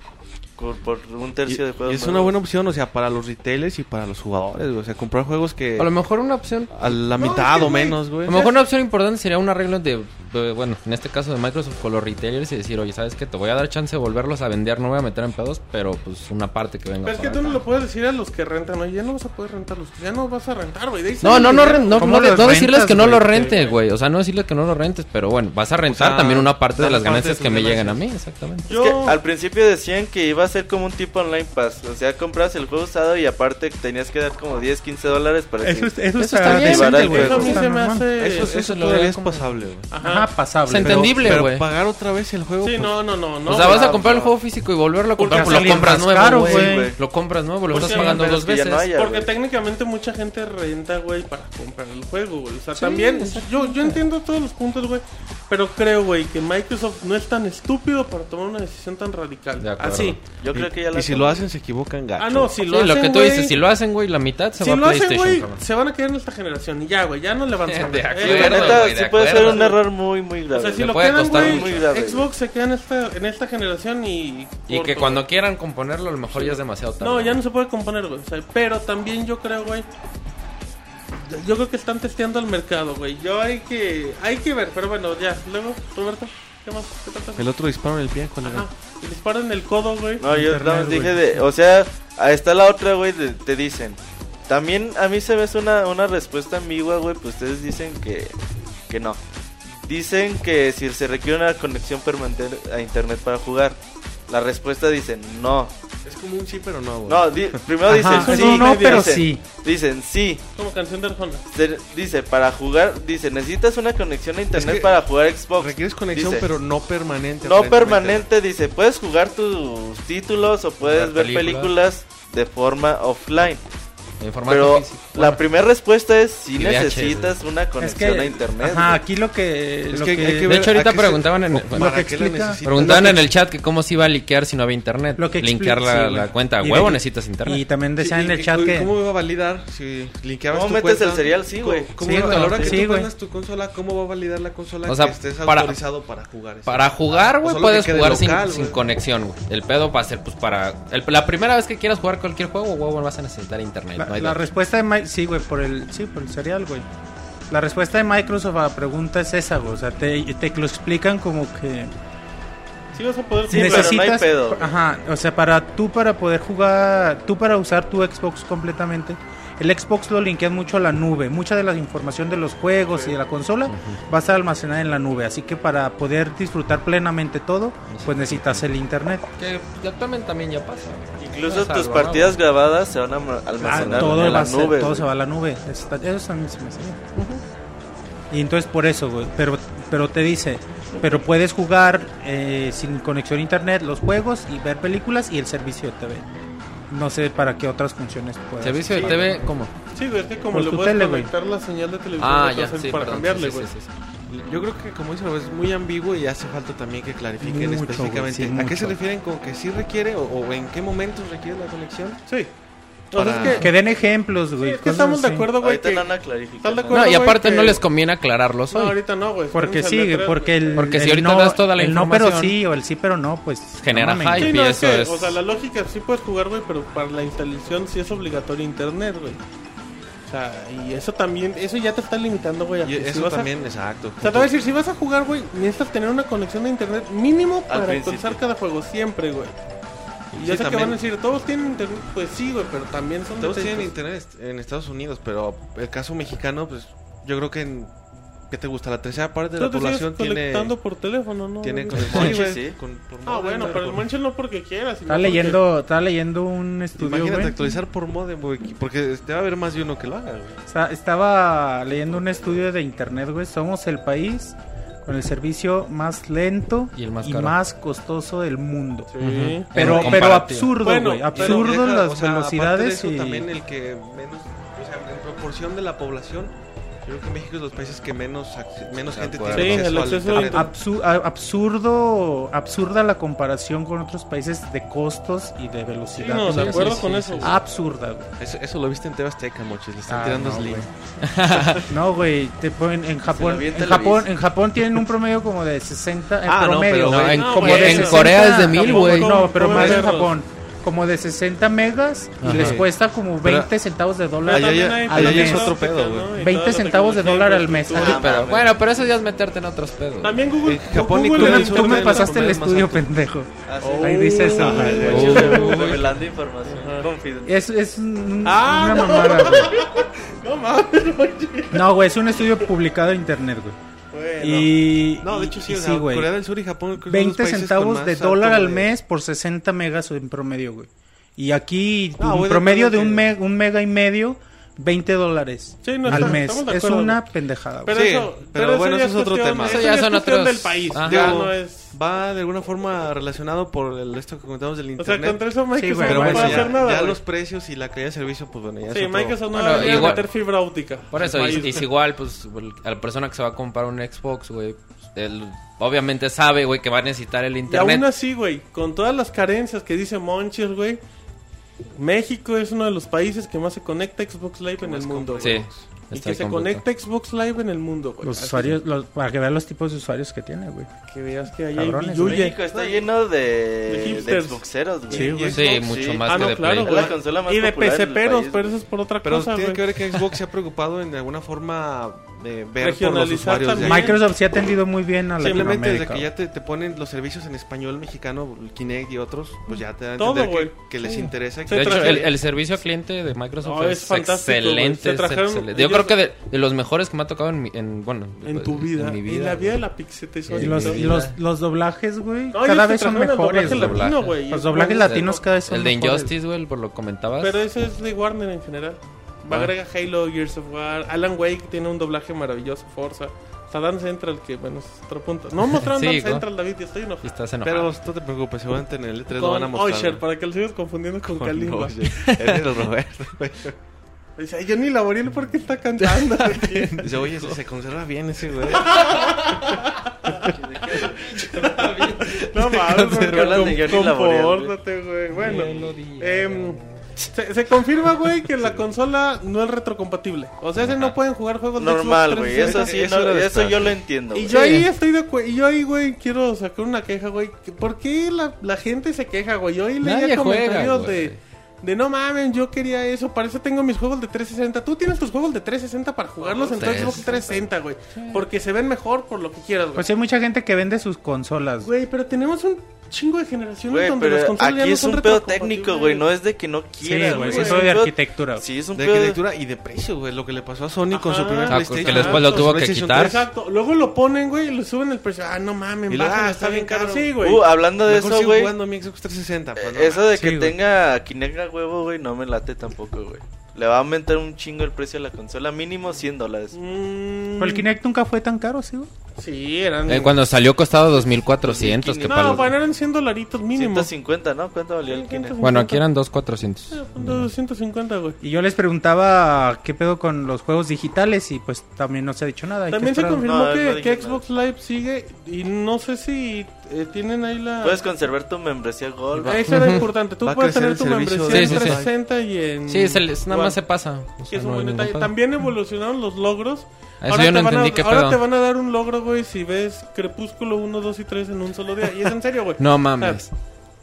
Por, por un tercio de Y- juegos. y es una nuevos. buena opción, o sea, para los retailers y para los jugadores, güey. O sea, comprar juegos que A lo mejor una opción a la No, mitad es que, o güey, menos, A güey. lo mejor una opción importante sería un arreglo de, de- bueno, en este caso de Microsoft con los retailers y decir, oye, ¿sabes qué? Te voy a dar chance de volverlos a vender, no voy a meter en pedos, pero pues una parte que venga. pero es que para tú no acá. lo puedes decir a los que rentan, güey, ya no vas a poder rentarlos, ya no vas a rentar, güey. de ahí No, sale no, el no, dinero. ren- no, ¿Cómo no, le- los no decirles rentas, que no güey? lo rentes, güey. O sea, no decirles que no lo rentes, pero bueno, vas a rentar sea, también una parte de das las parte de ganancias tus que me llegan a mí, ganancias. exactamente. Es que Yo- al principio decían que iba a ser como un tipo online pass. O sea, compras el juego usado y aparte tenías que dar como 10, 15 dólares para que... Eso está bien. decente, güey. Eso a mí Está se me hace... Eso, eso, eso lo todavía veo es como- pasable, güey. Ajá. Ajá, pasable. Se Pero- entendible. Pero güey. pagar otra vez el juego. Sí, pues, no, no, no, no. o sea, vas güey. a comprar el juego físico y volverlo a comprar, Porque pues lo sale compras más nuevo, caro, güey. güey. güey. Lo compras nuevo, lo Porque estás hay pagando menos dos que ya veces. no haya. Porque güey. técnicamente mucha gente renta, güey, para comprar el juego, güey. O sea, también yo, yo entiendo todos los puntos, güey. Pero creo, güey, que Microsoft no es tan estúpido para tomar una decisión tan radical. De acuerdo. Así. Yo creo que ya la... Y si lo hacen, se equivocan, gacho. Ah, no, si Sí, lo lo hacen, que tú güey, dices, si lo hacen, güey, la mitad se si va a lo hacen, PlayStation. güey, cabrón. se van a quedar en esta generación. Y ya, güey, ya no le van a De Sí, la acuerdo, neta, güey, de sí puede ser acuerdo. un error muy, muy grave. O sea, si Le lo puede quedan, costar güey, muy grave. Xbox se queda en esta, en esta generación y... Y que corto, güey. cuando quieran componerlo, a lo mejor ya es demasiado tarde. No, ya no se puede componer, güey. o sea, pero también yo creo, güey. Yo creo que están testeando el mercado, güey. Yo hay que. Hay que ver, pero bueno, ya. Luego, Roberto, ¿qué más? ¿Qué tal? El otro disparo en el pie, colega. Ajá. El disparo en el codo, güey. No, yo Internet, nada más dije güey. de... O sea, ahí está la otra, güey, de- te dicen. También a mí se me hace una, una respuesta ambigua, güey, pues ustedes dicen que, que no. Dicen que si se requiere una conexión permanente a internet para jugar. La respuesta dicen no. Es como un sí, pero no, güey. No, di- primero Ajá, dicen sí. no, no, pero dicen- sí. Dicen sí. Como canción de Arjona. Se- dice, para jugar, dice, necesitas una conexión a internet que para jugar Xbox. Requieres conexión, Dice, pero no permanente. no aparentemente. permanente, dice, puedes jugar tus títulos o puedes Jugar ver películas. de forma offline. En formato Pero físico. la primera respuesta es si Y VHS. necesitas una Es conexión que- a internet. Ajá, güey. aquí lo que. Es lo que hay que De ver hecho, a ahorita qué se- preguntaban en, ¿Para bueno, que qué la explica- necesitas? preguntaban en el chat que cómo se iba a liquear si no había internet. Lo que Linkear explica- la, sí, la güey. cuenta. Y Huevo de- necesitas internet. Y también decían en Sí, el y- chat y que. ¿Cómo iba a validar si linkeabas ¿Cómo tu metes cuenta? el serial? Sí, güey. ¿Cómo Sí, iba- a la hora güey. que Sí, tú güey. prendas tu consola, cómo va a validar la consola O sea, que estés para- autorizado para jugar? eso? Para jugar, güey, solo puedes que quede jugar sin, local, sin güey. conexión, güey. El pedo va a ser, pues, para... el- la primera vez que quieras jugar cualquier juego, huevo, vas a necesitar internet. La, no hay la datos. respuesta de Microsoft, sí, güey, por el, sí, por el cereal, güey. La respuesta de Microsoft a la pregunta es esa, güey. O sea, te, te lo explican como que Sí, vas a poder si pero no hay jugar. necesitas, pedo, güey. ajá, o sea, para tú para poder jugar, tú para usar tu Xbox completamente, el Xbox lo linkean mucho a la nube. Mucha de la información de los juegos y de la consola va a estar almacenada en la nube. Así que para poder disfrutar plenamente todo, pues necesitas el internet. Que actualmente también ya pasa. Incluso Salvo, tus ¿no? partidas grabadas se van a almacenar Ah, todo en va la a ser- nube. todo güey. se va a la nube. Eso, está- eso también se me hace bien. Y entonces por eso, güey. Pero, pero te dice, pero puedes jugar eh, sin conexión a internet los juegos y ver películas y el servicio de TV. No sé para qué otras funciones puedes. Servicio de TV, ¿cómo? Sí, güey, es que como Pues le tu puedes tele, güey. conectar la señal de televisión Ah, otra ya, vez sí, para perdón, cambiarle, sí, sí, güey. sí, sí. Yo creo que, como dice, Roberto, es muy ambiguo y hace falta también que clarifiquen Mucho, güey, específicamente sí, a qué se mucho. refieren con que sí requiere o, o en qué momentos requiere la conexión. Sí. O sea, Para- es que, Que den ejemplos, sí, güey. es que cosas estamos de así. acuerdo, güey. Ahorita Que... no van a clarificar ¿Estás de nada. acuerdo? No, y güey, aparte que- no les conviene aclararlos No, hoy. ahorita no, güey. Porque Estamos sí, en güey, letras, porque el, Porque si el ahorita no, das toda la el no pero información- sí o el sí pero no, pues Genera no mames. hype. Sí, Ay, no, es eso que, es. o sea, la lógica sí puedes jugar, güey, pero para la instalación sí es obligatorio internet, güey. O sea, y eso también, eso ya te está limitando, güey. a Y que si eso vas a- también, exacto. O sea, te voy a decir, si vas a jugar, güey, necesitas tener una conexión de internet mínimo para principio. actualizar cada juego, siempre, güey. Y Sí, yo sé que también. van a decir, todos tienen internet, pues sí, güey, pero también son... Todos tienen detallitos. internet en Estados Unidos, pero el caso mexicano, pues yo creo que en, ¿qué te gusta? La tercera parte de la Tú te sigues población tiene, conectando por teléfono, ¿no? tiene güey? conexión. Sí, güey, sí. con- por Ah, modem, bueno, güey, pero el por- mansion no porque quieras. sino Está porque- leyendo, está leyendo un estudio, Imagínate güey. actualizar por modem, güey, porque te va a haber más de uno que lo haga, güey. Está- estaba leyendo un estudio de internet, güey. Somos el país con el servicio más lento Y el más caro. más costoso del mundo. Sí. Ujú. Pero, En pero comparativo. absurdo, güey. Bueno, Ah, pero absurdo Deja, las o sea, aparte de velocidades eso, y- también el que menos, o sea, en proporción de la población, yo creo que México es los países que menos, ac- menos De gente acuerdo. tiene Sí, el al acceso a internet. internet. absu- a- absurdo, absurda la comparación con otros países de costos y de Sí, velocidad. no, güey. de acuerdo sí, con sí, eso. sí. güey. Absurda, güey. Ah, Eso, eso lo viste en Tebas Teca, mochis, le están Ah, tirando no, slick. güey. No, güey, te ponen en Japón, avienta en la Japón, bici. en Japón tienen un promedio como de 60 en Ah, no, promedio. pero, No, güey, en, no, como güey, en 60, Corea es de mil, tampoco, güey. no, No, pero ¿Cómo más en verlos? Japón, como de 60 megas y Ajá. les cuesta como 20 centavos de dólar. Allá también ya- hay allá ya es teléfonos otro que pedo, te- güey. ¿no? Y 20 toda la centavos de tecnología, dólar al güey, mes. tú- Ah, Pero mames. bueno, pero eso ya es meterte en otros pedos. También Google. En Japón y Tú, Corea me- del tú Sur me tienen pasaste promedio el más estudio, alto. Oh. pendejo. Ah, sí. Ahí dice eso. güey. Manches, Uy. Revelando información confidencial. Es, es un- Ah, una no. mamada, güey. No mames, oye. No, güey, es un estudio publicado en internet, güey. y No, de y- hecho y sí, o sea, güey. Corea del Sur y Japón creo que son los 20 países con centavos más de alto dólar al de- mes por 60 megas en promedio, güey. Y aquí No, un güey, promedio de un, depende me- un mega y medio, 20 dólares Sí, no, al está- mes. estamos de Es acuerdo, una güey. pendejada, güey. Pero Sí, eso, pero bueno, ya eso es otro cuestión- tema. Eso Eso ya ya es son cuestión otros- del país. Ajá. Ya Digo, no es. Va de alguna forma relacionado por el, esto que comentamos del O sea, internet. contra eso Sí, Microsoft güey, no pero bueno, puede bueno, hacer ya, nada. ya güey. los precios y la calidad de servicio, pues bueno, ya Sí, es otro- Microsoft no Bueno, debería igual- meter fibra óptica. Por eso, País, y- es igual, pues, a la persona que se va a comprar un Xbox, güey, pues, él obviamente sabe, güey, que va a necesitar el Y aún internet. así, güey, con todas las carencias que dice Monches, güey, México es uno de los países que más se conecta a Xbox Live en más el mundo. Sí. güey. Y Está que se completo. conecta a Xbox Live en el mundo, güey. Los Así usuarios, los- para que vean los tipos de usuarios que tiene, güey. Que veas que ahí hay Cabrones, billuye. México está lleno De de, de hipsters. Xboxeros, güey. Sí, güey. Sí, Xbox, mucho sí. más Ah, que no, de claro, Play. Es la güey. consola más Y de popular del peceperos, país, pero güey. eso es por otra Pero cosa, tiene güey. que ver que Xbox se ha preocupado en de alguna forma de ver por los Regionalizar usuarios. de también. ahí. Microsoft sí ha atendido muy bien a Simplemente desde Latinoamérica. que ya te, te ponen los servicios en español mexicano, el Kinect y otros, pues ya te dan a Todo, entender que, güey. que les Sí. interesa. Sí, Que De hecho, el, trajeron- el servicio al cliente de Microsoft No, es, es fantástico, güey. Se excelente, es trajeron- excelente. Yo ellos- creo que de, de los mejores que me ha tocado en, mi- en bueno, En pues, tu vida. en mi En, vida. la vida de güey. la pixete. Y Y los, Sí, y vida. los, los doblajes, güey, No, cada ellos vez se son trajeron el mejores. doblaje güey. doblaje. latino, güey. Los doblajes latinos cada vez son El de mejores. Injustice, güey, por lo comentabas. Pero eso es de Warner en general. Va a Ah. agregar Halo, Gears of War. Alan Wake tiene un doblaje maravilloso, Forza. Hasta Dan Central, que bueno, es otro punto. No mostraron Sí, Dan ¿no? Central, David, ya estoy Y enojado. estás Pero enojado. no te preocupes, seguramente en el E3 lo van a Con mostrar. Osher, ¿no? para que lo sigas confundiendo con, Con Kalimba. Osher. Eres el Roberto. güey. Dice, ay, yo ni la Laboriel, ¿por qué está cantando? Dice, oye, se, se conserva bien ese güey. no Este mames, güey, Pero hablan de com- Johnny Laboriel, güey. compórtate, güey. Bueno, Ya lo dije. em, se, se confirma, güey, que la consola no es retrocompatible. O sea, ese no pueden jugar juegos de Xbox Normal, güey. Eso 360. sí, Eso no- era de eso estar. yo lo entiendo. Y güey. yo ahí estoy de acuerdo. Y yo ahí, güey, quiero sacar una queja, güey. que- ¿Por qué la, la gente se queja, güey? Yo ahí leía Nadie juega, comentarios güey. de, de no mames, yo quería eso. Para eso tengo mis juegos de 360. Tú tienes tus juegos de 360 para jugarlos en tu Tres. Xbox 360, güey. Porque se ven mejor por lo que quieras, güey. Pues hay mucha gente que vende sus consolas. güey. Güey, pero tenemos un chingo de generaciones Güey, donde las pero consolas ya aquí no es son un pedo retrocompatibles. técnico, güey. No es de que no Sí, quieras, güey, güey. sí, Es soy un de pedo- arquitectura. güey. Sí, es un De pedo. arquitectura y de precio, güey. Lo que le pasó a Sony con su Ajá. primer Ah, que PlayStation. después lo su tuvo que PlayStation quitar. 3. Exacto. Luego lo ponen, güey, y le suben el precio. Ah, no mames, Y luego, baja, ah, está bien caro. Sí, güey. Uh, hablando de Mejor eso, sigo güey. jugando a mi Xbox 360. pues, no Eso de Sí, que güey. tenga Kinect a huevo, güey, no me late tampoco, güey. le va a aumentar un chingo el precio a la consola, mínimo 100 dólares. Mm, Pero el Kinect nunca fue tan caro, ¿sí? güey? Sí, eran. Eh, cuando salió costaba 2400, que no, para los- bueno, eran 100 dolaritos mínimo. 150, ¿no? ¿Cuánto valió el Kinect? Bueno, aquí eran 2400. Eh, 250, güey. Y yo les preguntaba qué pedo con los juegos digitales y pues también no se ha dicho nada. hay que También se esperar. confirmó No, que, no dije que nada. Xbox Live sigue y no sé si eh, tienen ahí la... Puedes conservar tu membresía Gold. Eso era importante. Tú Va a puedes crecer el tener tu servicio membresía de- en Sí, sí, sí. 360 y en... Sí, se les- nada One. más se pasa. O Que sea, es no un hay buen ningún detalle. pedo. También evolucionaron los logros. Eso yo no te van a- entendí qué ahora pedo. te van a dar un logro, güey, si ves Crepúsculo 1, 2 y 3 en un solo día. Y es en serio, güey. No Ah, mames.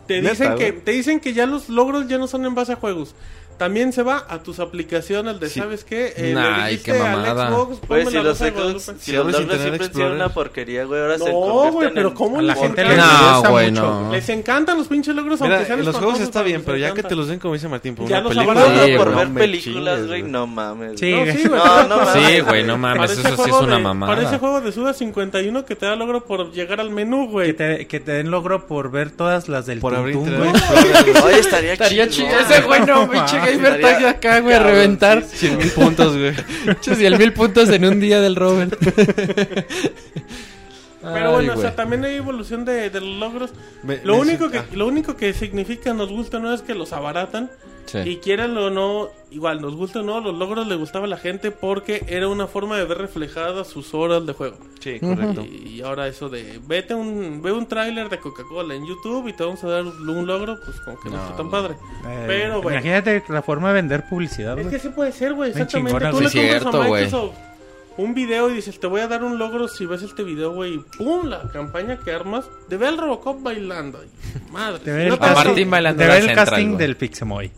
Te Neta, dicen, que, güey. te dicen que ya los logros ya no son en base a juegos. También se va a tus aplicaciones de, Sí. ¿sabes qué? Eh, Nah, le ay, dijiste qué al mamada. Xbox, Güey, ponme si la los Rosa de Xbox, Guadalupe. si Si los abres Douglas Internet siempre han sido Explorer. una porquería, güey. Ahora se No, convierten güey, pero en- ¿cómo A la no? gente le Porque No, interesa güey, mucho. no. güey. Les encantan los pinches logros, Mira, aunque sean en los juegos espantosos, está bien, les pero ya que encanta. te los den, como dice Martín, por Ya una los película. abarcan. Ahora Sí, por güey. ver me películas, chingues, güey, no mames. Sí. güey. No, sí, güey. No, no Parece- mames. Sí, güey, no mames, parece eso sí es juego una de- mamada. Parece juego de Suda 51 que te da logro por llegar al menú, Que güey. te, que te den logro por ver todas las del Por abrir Tuntún, Internet güey. Explorer, güey. Oye, estaría, Estaría chido. chido. Ese güey no, pinche gamer tag de acá, güey, a Cabrón, reventar. sí, 100 mil puntos, güey. Pinches 100 mil puntos en un día del Robert. Pero bueno, o sea, también hay evolución de, de los logros. Me- Lo me único, que, siento- lo único que significa nos gusta o no es que los abaratan. Y quieran o no, igual nos gusta o no, los logros le gustaba a la gente porque era una forma de ver reflejadas sus horas de juego. Sí, correcto. Y ahora eso de, vete un, ve un tráiler de Coca-Cola en YouTube y te vamos a dar un logro, pues como que no, No, está tan güey. padre. Eh, Pero, güey. Imagínate la forma de vender publicidad, Es güey. que sí puede ser, güey, Bien exactamente. chingona, Tú güey. le Sí, compras cierto, a güey. Microsoft un video y dices, te voy a dar un logro si ves este video, güey. y ¡Pum! La campaña que armas. Te ve al Robocop bailando. y Madre. Te ve no el, te A das casting, Martín bailando te en ve la el central, casting güey. del Pixemoy.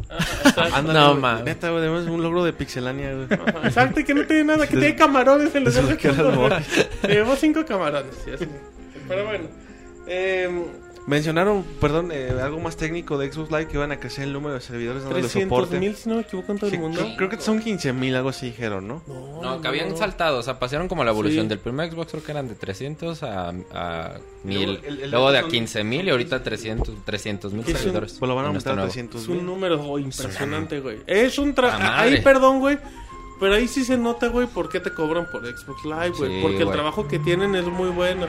Ándale, No, güey. mames. Neta, güey, debemos un logro de pixelania, güey. cuenta. Exacto, y que no tiene nada, que tiene camarones en los ojos. que era el boy. Le llevó cinco camarones. sí, así. Pero bueno. Eh, Mencionaron, perdón, eh, algo más técnico de Xbox Live que iban a crecer el número de servidores dándole 300 soporte. mil, si no me equivoco, en todo Sí, el mundo. creo, creo que son 15 mil, algo así dijeron, ¿no? No, que habían saltado, o sea, pasaron como la evolución Sí. del primer Xbox, creo que eran de 300 a, a 1000, Luego, el- el luego de a son- 15000 y ahorita 300 300 mil Que es un- servidores. Pues lo van a en este aumentar a nuevo. 300 Es un mil. número impresionante, güey. Es un La trabajo. madre. Ahí, perdón, güey. Pero ahí sí se nota, güey, por qué te cobran por Xbox Live, güey. Sí, porque el güey. trabajo que tienen es muy bueno.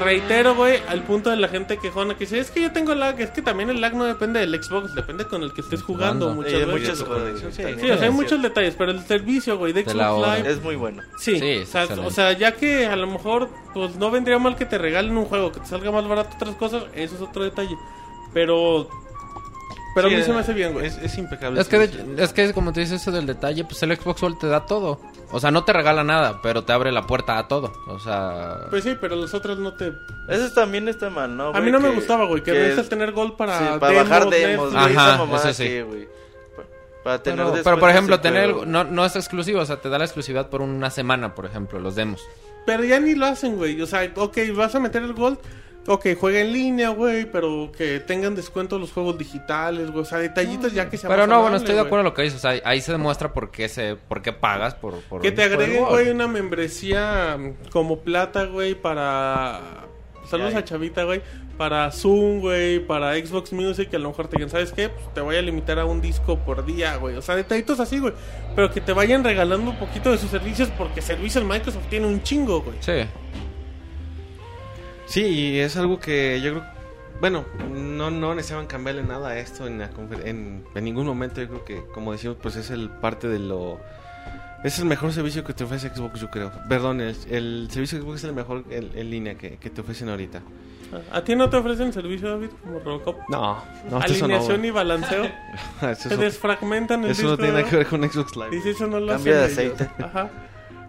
Reitero, güey, al punto de la gente quejona que dice, es que yo tengo lag, es que también el lag no depende del Xbox, depende con el que estés jugando Jugando. muchas Y hay veces. Eh, muchas Sí, cosas. sí, también, Sí, o sea, hay es muchos detalles, pero el servicio, güey, de De Xbox la hora. Live. Es muy bueno. Sí, Sí, o, sea, excelente. o sea, ya que a lo mejor pues no vendría mal que te regalen un juego, que te salga más barato otras cosas, eso es otro detalle. Pero... Pero a mí Sí, se me hace bien, güey. Es, es impecable. Es que, de- es que como te dices eso del detalle, pues el Xbox One te da todo. O sea, no te regala nada, pero te abre la puerta a todo. O sea, Pues sí, pero los otros no te. Eso también está mal, ¿no? a mí güey? no me Que- gustaba, güey, que, que necesitas es- tener gol para, Sí, para bajar demos, güey. Netflix. Ajá, esa mamada eso sí. que, güey. Pa- Para tener pero, pero, descuentos por y ejemplo, tener juegos. no, no es exclusivo, o sea, te da la exclusividad por una semana, por ejemplo, los demos. Pero ya ni lo hacen, güey. O sea, ok, vas a meter el gol. Ok, juega en línea, güey, pero que tengan descuento los juegos digitales, güey. O sea, detallitos ya que se Pero no, bueno, estoy de acuerdo en lo que dices, o sea, ahí se demuestra por qué se por qué pagas por, por Que te por el agreguen, juego. güey, una membresía mm, como plata, güey, para. Saludos a Chavita, güey. Para Zoom, güey, para Xbox Music, que a lo mejor te digan, ¿sabes qué? Pues te voy a limitar a un disco por día, güey. O sea, detallitos así, güey. Pero que te vayan regalando un poquito de sus servicios, porque servicios Microsoft tiene un chingo, güey. Sí. Sí, y es algo que yo creo. Bueno, no, no necesitaban cambiarle nada a esto en, la confer- en, en ningún momento. Yo creo que, como decimos, pues es el parte de lo. Es el mejor servicio que te ofrece Xbox, yo creo. Perdón, el, el servicio de Xbox es el mejor en, en línea que, que te ofrecen ahorita. ¿A ti no te ofrecen servicio, David, como Robocop? No, no, hasta eso no. Alineación güey. y balanceo. Eso, Te desfragmentan el eso disco. no tiene nada que ¿verdad? ver con Xbox Live. Dice, eso no lo Cambio de hacen ellos. aceite. Ajá.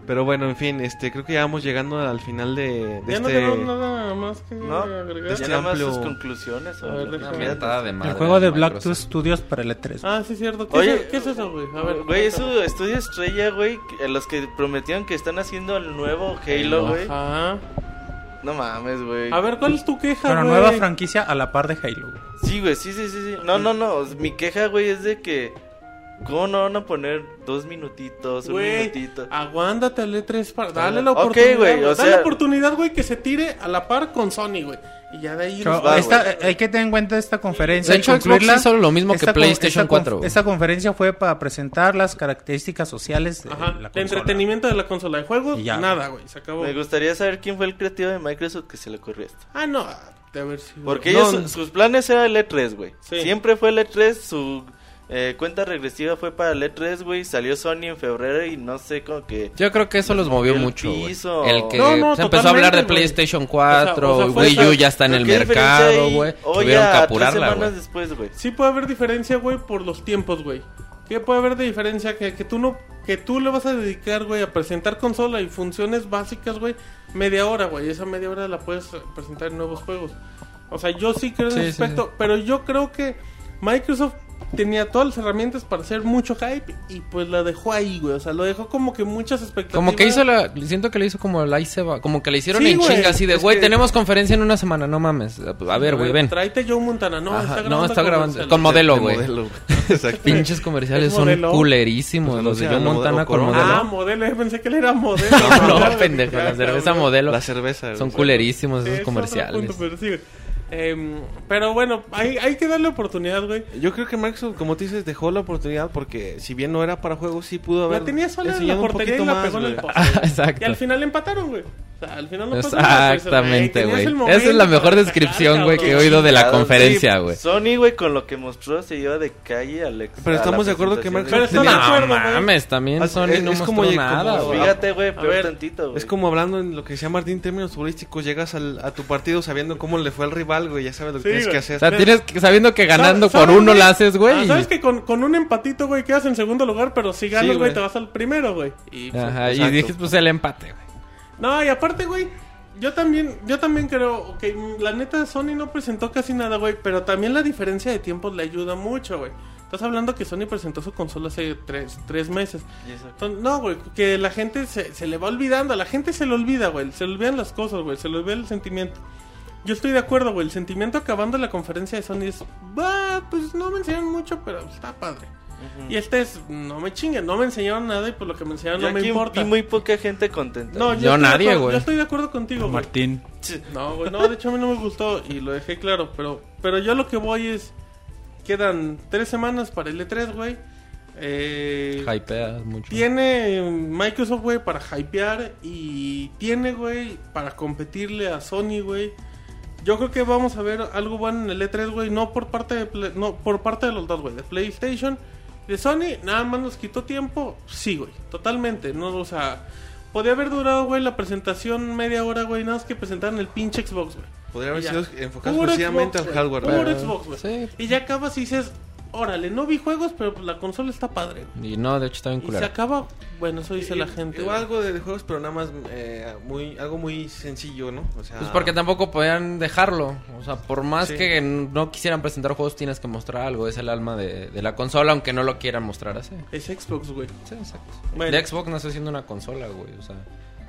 Pero bueno, en fin, este creo que ya vamos llegando al final de, de Ya no este- tenemos nada más que ¿No? agregar. Ya Este nada más amplio- sus conclusiones. A ver, o lo que déjame- Una quieras. mentada de madre el juego de al Black Two Microsoft. Studios para el E E3. Ah, sí, cierto. ¿Qué, Oye, es, ¿qué es eso, güey? A ver. Güey, es su estudio estrella, güey. que- Los que prometieron que están haciendo el nuevo Halo, güey. Ajá. No mames, güey. A ver, ¿cuál es tu queja, Pero Ah, güey? nueva franquicia a la par de Halo. güey. Sí, güey, sí, sí, sí, sí. No, no, no. Mi queja, güey, es de que ¿Cómo no van a poner dos minutitos, un Güey, minutito? aguántate al E E3 para darle la Ok, oportunidad. güey, dale o sea- la oportunidad, güey, que se tire a la par con Sony, güey. Y ya de ahí Pero nos va, esta- güey. hay que tener en cuenta esta conferencia. De y hecho, Xbox concluirla. es solo lo mismo que Esta con- PlayStation esta con- 4. Esta conferencia fue para presentar las características sociales de Ajá, la de consola. entretenimiento de la consola de juegos, Y ya. nada, güey, se acabó. Me gustaría saber quién fue el creativo de Microsoft que se le ocurrió esto. Ah, no, de haber sido. Porque No, ellos, su- sus planes eran el E3, güey. Sí. Siempre fue el E3, su eh, cuenta regresiva fue para el E3, güey. Salió Sony en febrero y no sé, como que... Yo creo que eso los movió El mucho. güey. piso. El que No, no, se empezó a hablar de totalmente, güey. PlayStation 4, O sea, o sea, fue Wii esa- U ya está en Pero el qué diferencia mercado, hay güey. hoy Tuvieron a que tres apurarla, semanas güey. después, güey. Sí puede haber diferencia, güey, por los tiempos, güey. ¿Qué puede haber de diferencia? Que, que tú no... Que tú le vas a dedicar, güey, a presentar consola y funciones básicas, güey, media hora, güey. Esa media hora la puedes presentar en nuevos juegos. O sea, yo sí creo en Sí, ese sí, aspecto, sí. pero yo creo que Microsoft tenía todas las herramientas para hacer mucho hype y pues la dejó ahí, güey. O sea, lo dejó como que muchas expectativas. Como que hizo la. Siento que le hizo como la ICEBA. Como que le hicieron Sí, en güey. chinga así de, Es güey, que- tenemos conferencia en una semana, no mames. A ver, güey, ven. Tráete Joe Montana. No, Ajá, está grabando. no, está grabando. comerciales. Con modelo, De güey. modelo, güey. Pinches comerciales ¿Es son modelo? culerísimos. Pues, los de no sé, John la Montana modelo con Corona. Ah, Ah, modelo. modelo. Yo pensé que él era modelo. No, pendejo, la cerveza modelo. La cerveza. Son güey. culerísimos Sí, es esos otro comerciales. punto, pues, pero sí. Em, pero bueno, hay, hay que darle oportunidad, güey. Yo creo que Microsoft, como tú dices, dejó la oportunidad porque si bien no era para juegos, sí pudo haber La tenía sola en la enseñado un portería y poquito la más, pegó en el güey. poste. güey. Exacto. Y al final empataron, güey. O sea, al final no pasó nada, pues, Exactamente, tenías güey. el Esa es momento la mejor para descripción, sacar, güey, que he cabrón. oído de la Claro, conferencia, sí. güey. Sony, güey, con lo que mostró se lleva de calle al ex- Pero a la estamos de acuerdo que presentación Pero Microsoft está No de acuerdo, ¿eh?". güey. mames, también Es- Sony es- no es como mostró lleg- nada, como- güey. Fíjate, güey, A peor ver, tantito, güey. Es como hablando en lo que se llama en términos futbolísticos, llegas al- a tu partido sabiendo cómo le fue al rival, güey, ya sabes lo que Sí, tienes güey. que O hacer. sea, tienes que- sabiendo que ganando ¿Sabes, por uno güey? la haces, Ah, güey. Sabes que con, con un empatito, güey, quedas en segundo lugar, pero si ganas, Sí, güey, güey. te vas al primero, güey. Y, pues, Ajá, y Exacto. dije, pues el empate, güey. No, y aparte, güey, yo también, yo también creo que la neta Sony no presentó casi nada, güey, pero también la diferencia de tiempos le ayuda mucho, güey. Estás hablando que Sony presentó su consola hace tres, tres meses. Y eso- Entonces, no, güey, que la gente se, se le va olvidando, a la gente se le olvida, güey, se le olvidan las cosas, güey, se le olvida el sentimiento. Yo estoy de acuerdo, güey, el sentimiento acabando la conferencia de Sony es, va, pues no me enseñaron mucho, pero está padre. Y este es, no me chinguen, no me enseñaron nada y por lo que me enseñaron Yo no me aquí importa. vi muy poca gente contenta. No, yo, estoy Yo de nadie, acuerdo- güey. Yo estoy de acuerdo contigo, güey. Martín. No, güey, no, de hecho a mí no me gustó y lo dejé claro, pero, pero yo lo que voy es, quedan tres semanas para el E3, güey. Eh, Hypeas mucho. tiene Microsoft, güey, para hypear y tiene, güey, para competirle a Sony, güey. Yo creo que vamos a ver algo bueno en el E3, güey, no por parte de Play- no por parte de los dos, güey, de PlayStation, de Sony, nada más nos quitó tiempo. Sí, güey, totalmente, no, o sea, podía haber durado, güey, la presentación media hora, güey, nada más que presentaran el pinche Xbox, güey. Podría haber Ya. sido enfocado Puro exclusivamente Xbox, al güey. hardware. Puro güey. Xbox, güey. Sí. Y ya acabas y dices, "Órale, no vi juegos, pero pues, la consola está padre." güey. Y no, de hecho está bien Y se culero. acaba, bueno, eso dice la gente. Igual güey. algo de, de juegos, pero nada más eh, muy, algo muy sencillo, ¿no? O sea, Pues porque tampoco podían dejarlo. O sea, por más Ah. Sí. que n- no quisieran presentar juegos, tienes que mostrar algo. Es el alma de, de la consola, aunque no lo quieran mostrar así. Es Xbox, güey. Sí, exacto. Bueno. De Xbox no está haciendo una consola, güey. O sea,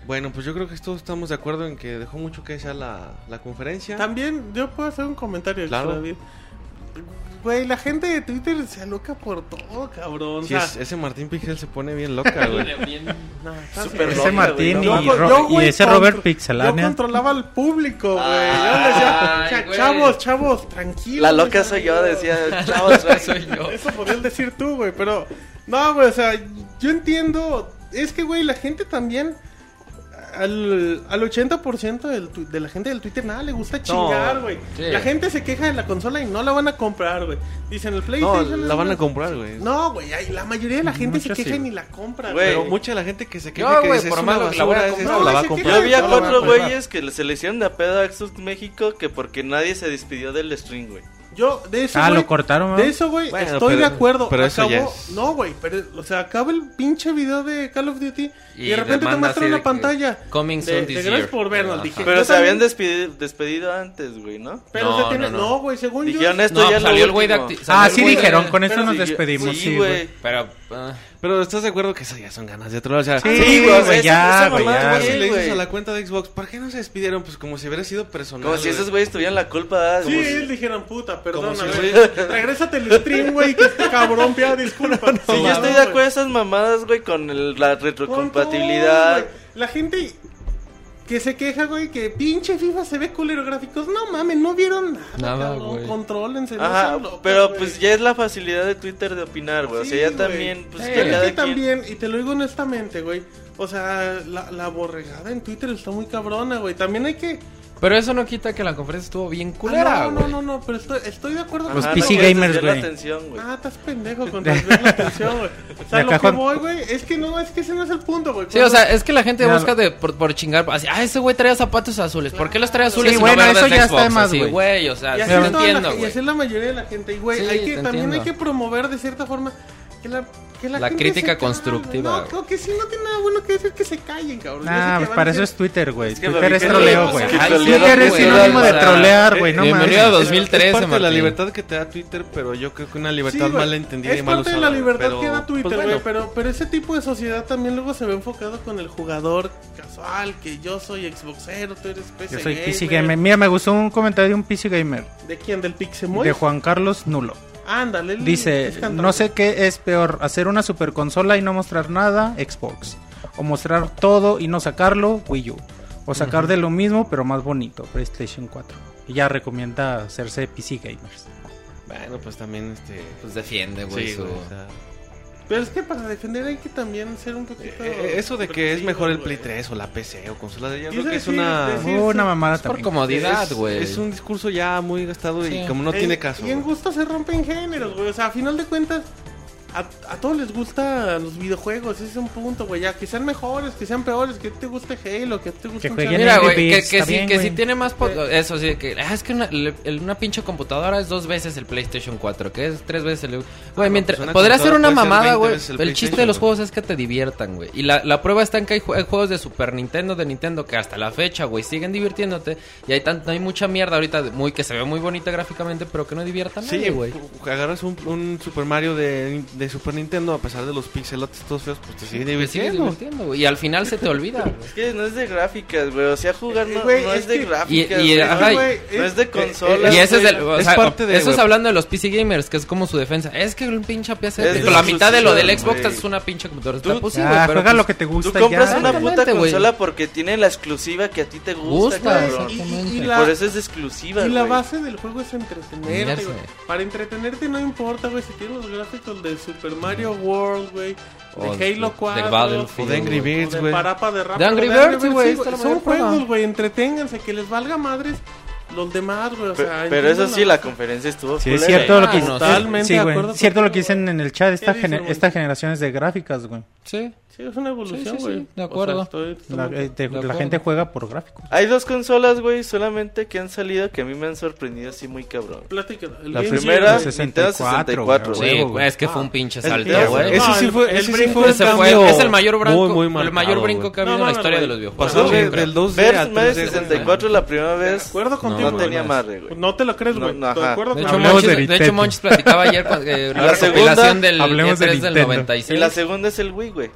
Bueno, pues yo creo que todos estamos de acuerdo en que dejó mucho que desear la, la conferencia. También yo puedo hacer un comentario, extra, Claro. David. Güey, la gente de Twitter se aloca por todo, cabrón. Sí, o sea, es- ese Martín Pixel se pone bien loca, güey. no, está Súper bien. loca, Ese Martín güey, y, no, Yo- Ro- yo, y güey, ese contro- Robert Yo Pixelania. controlaba al público, güey. Yo Ah, Ay, les decía, "Cha- güey. chavos, chavos, tranquilos. La güey, loca soy yo, tranquilos". decía, chavos, soy yo. Eso podrías decir tú, güey, pero... No, güey, o sea, yo entiendo... Es que, güey, la gente también... Al, al 80% del tu- de la gente del Twitter nada le gusta chingar, güey. sí. La gente se queja de la consola y no la van a comprar, güey. Dicen, el No, PlayStation... es la van una- a Mm, comprar, güey. No, güey, ay, la mayoría de la gente Mucho se queja sí. y ni la compra, Güey, güey. Pero mucha de la gente que se queja No, que güey, dice, por es una malo que la voy a basura, es comprar, esto, la va a güey, se Yo comprar. queja. No había lo van a cuatro comprar. güeyes que se le hicieron de a pedo a Xbox México que porque nadie se despidió del stream, güey. Yo, de eso, Ah, güey, lo cortaron, ¿no? De eso, güey, Bueno, estoy pero- de acuerdo. pero eso Acabó- ya es- No, güey, pero, o sea, acaba el pinche video de Call of Duty y, de repente te demanda así muestran de la que pantalla. Coming de, soon de this gracias year. por vernos, Ajá. dije. Pero yo se también- habían despedido, despedido antes, güey, ¿no? Pero No, se tiene... no, no. No, güey, según yo... Dijeron esto No, pues, ya es lo salió el güey de último. acti- Ah, salió sí el güey de- dijeron, con esto Pero nos sí, despedimos. sí, Sí, güey. güey. Pero Ah, Pero ¿estás de acuerdo que esas ya son ganas de otro lado? O sea, Sí, Sí, güey, o sea, ya, esa- esa güey, mamá, ya, Igual güey, si le dices güey. a la cuenta de Xbox, ¿por qué no se despidieron? Pues como si hubiera sido personal. Como si güey. esos güeyes tuvieran la culpa. ¿eh? Sí, Como si- ellos dijeron, puta, perdona, Como si güey. Regrésate el stream, güey, que este cabrón pida disculpas. Sí, yo estoy de acuerdo esas mamadas, güey, con el- la retrocompatibilidad. La gente que se queja, güey, que pinche FIFA se ve culero gráficos. No mames, no vieron nada, Nada, cabrón. güey. Contrólense. no Ajá, sean locos, pero güey. pues ya es la facilidad de Twitter de opinar, güey. o Sí, sea, güey. ya Eh, también, pues Sí, que Es cada que quien- también, y te lo digo honestamente, güey. O sea, la, la borregada en Twitter está muy cabrona, güey. También hay que. Pero eso no quita que la conferencia estuvo bien Ah, culera, no, no, güey. no, no, pero estoy, estoy de acuerdo. Ajá, Los no PC quieres gamers, desviar la güey. atención, güey. Ah, estás pendejo con transmitir la atención, güey. O sea, De lo acá, que Juan. voy, güey, es que no, es que ese no es el punto, güey. Sí, o sea, es que la gente Ya, busca de, por, por chingar. Así, ah, ese güey traía zapatos azules. ¿Por qué los trae azules? Sí, y bueno, no verdes eso de ya Xbox? está de más, Así, güey. güey. O sea, Y sí así, lo es toda eh, entiendo, la, y güey. así es la mayoría de la gente. Y, güey, Sí, hay que, te también hay entiendo. que promover de cierta forma que la, que la, La gente crítica se calle, constructiva, No, güey. creo que sí, no tiene nada bueno que decir que se callen, cabrón. Yo sé Nah, que pues van para a eso decir- es Twitter, güey. Es que Twitter es Babiquel troleo, le- güey. que Ay, trolearon, Twitter es güey, sinónimo de para- trolear, güey. No Bienvenido a mames. Es- Es 2013, parte de la Martín. libertad que te da Twitter, pero yo creo que una Sí, libertad güey, mal entendida es y mal parte de usada, la libertad pero- que da Twitter, pues güey, bueno. pero, pero ese tipo de sociedad también luego se ve enfocado con el jugador casual, que yo soy Xboxero, tú eres PC Yo soy PC gamer. Gamer. Mira, me gustó un comentario de un PC Gamer. ¿De quién? ¿Del Pixemoy? De Juan Carlos Nulo. Ándale. él es Mm, Dice, cantante. no sé qué es peor, hacer una super consola y no mostrar nada, Xbox. O mostrar todo y no sacarlo, Wii U. O sacar de lo mismo, pero más bonito, PlayStation 4. Y ya recomienda hacerse PC Gamers. Bueno, pues también este. Pues defiende, güey. Sí, su- güey, o sea, Pero es que para defender hay que también ser un poquito... eh, eso de que es comprensivo, mejor el Play güey. 3 o la PC o consola de yo Y creo eso que es sí, una. es decir, Una sí. mamada Es por también. comodidad, es- güey. Es un discurso ya muy gastado y Sí. como no En- tiene caso. Y en güey. gusto se rompen géneros, güey. O sea, a final de cuentas, a, a todos les gustan los videojuegos. Ese es un punto, güey. Ya que sean mejores, que sean peores, que te guste Halo, que te guste Que un jueguen chorro- en Mira, güey, Angry que, Birds, que, está sí, bien, que sí güey. tiene más... pot- Eso, sí, de que... ah, es que una, le- el- una pinche computadora es dos veces el PlayStation 4, que es tres veces el... no, Güey, mientras... pues una podría ser una computadora puede ser 20 mamada, güey. veces el El chiste de PlayStation, los güey. juegos es que te diviertan, güey. Y la, la prueba está en que hay, jue- hay juegos de Super Nintendo, de Nintendo, que hasta la fecha, güey, siguen divirtiéndote. Y hay, tan, hay mucha mierda ahorita de- muy que se ve muy bonita gráficamente, pero que no diviertan Sí, nadie, güey. pu- agarras un, un Super Mario de, de Super Nintendo, a pesar de los pixelotes todos feos, pues te sigue Te sigues divirtiendo. divirtiendo, güey. Y al final se te olvida, güey. Es que no es de gráficas, güey. O sea, jugar no, Eh, güey, no es es de que- gráficas. Y- y- güey. ajá, güey, no es- es de consolas. Y ese es güey. el, o Es sea, parte de, eso es güey. hablando de los PC gamers, que es como su defensa. Es que un pinche PC, Es con la de mitad de lo del exclusiva, Xbox güey. es una pinche computadora. Tú- Está, pues, sí, Ya, güey, pero Ah, juega pues, lo que te Tú gusta y compras ya. una puta Exactamente, güey. consola porque tiene la exclusiva que a ti te gusta, Gusta, cabrón. Pues, Y- exacto. y- y Y la- Por eso es exclusiva, Y la güey. base del juego es entretenerte, Entretenerse. güey. Para entretenerte no importa, güey, si tienes los gráficos de Super Mario World, güey, Mm. O de Halo de 4, güey, Battlefield, O de Angry güey. Birds, o de güey. Parapa de Rap. De Angry o Birds, güey, sí, está la Son mayor prueba. juegos, güey, entreténganse, que les valga madres los demás, güey, o Pe- sea... Pero eso entiendan sí, la conferencia estuvo Sí, es culera. cierto lo que Ah, no, totalmente sí, de güey. acuerdo Cierto lo que contigo, dicen en el chat, esta, ¿Qué dice, gener- güey? esta generación es de gráficas, güey. Sí. Sí, es una evolución, Sí, sí, sí, güey. de O sea, acuerdo. estoy- estoy- La, eh, te- De la acuerdo. gente juega por gráficos. Hay dos consolas, güey, solamente que han salido que a mí me han sorprendido así muy cabrón. Plática. el La BNG, primera, güey. Nintendo 64, Sí, güey. Huevo, güey, güey. es que fue un pinche es- salto, Ese, güey. ese No, sí el- fue, el ese sí brinco fue un Ese fue- cambio es el mayor muy, brinco, muy el marcado, mayor brinco güey. que ha No, habido en la mames, historia güey. de los videojuegos. Pasó yo de- creo. del 2 d Versus a Mario 3D. 64 la primera De vez acuerdo contigo, no güey. tenía madre, güey. No te lo crees, güey. No, no, de ajá. acuerdo De hecho, con- Hablemos Monchis, de de Nintendo. hecho, Monchis platicaba ayer cuando- eh, la, La recopilación segunda, del hablemos de E3 del Nintendo. 96. Y la segunda es el Wii, güey.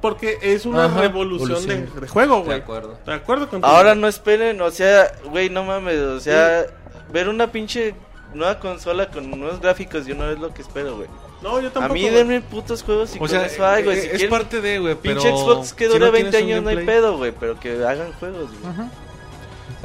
Porque es una Ajá, revolución de, evolución. de juego, de güey. acuerdo. De acuerdo contigo. Ahora no esperen, o sea, güey, no mames, o sea, ver una pinche nueva consola con nuevos gráficos yo no es lo que espero, güey. No, yo A tampoco. mí güey. denme putos juegos y O sea, con eso hay, güey. eh, Si es quieren parte de, güey, pero... pinche Xbox que si dura no 20 tienes un años no hay gameplay- pedo, güey, pero que hagan juegos, güey.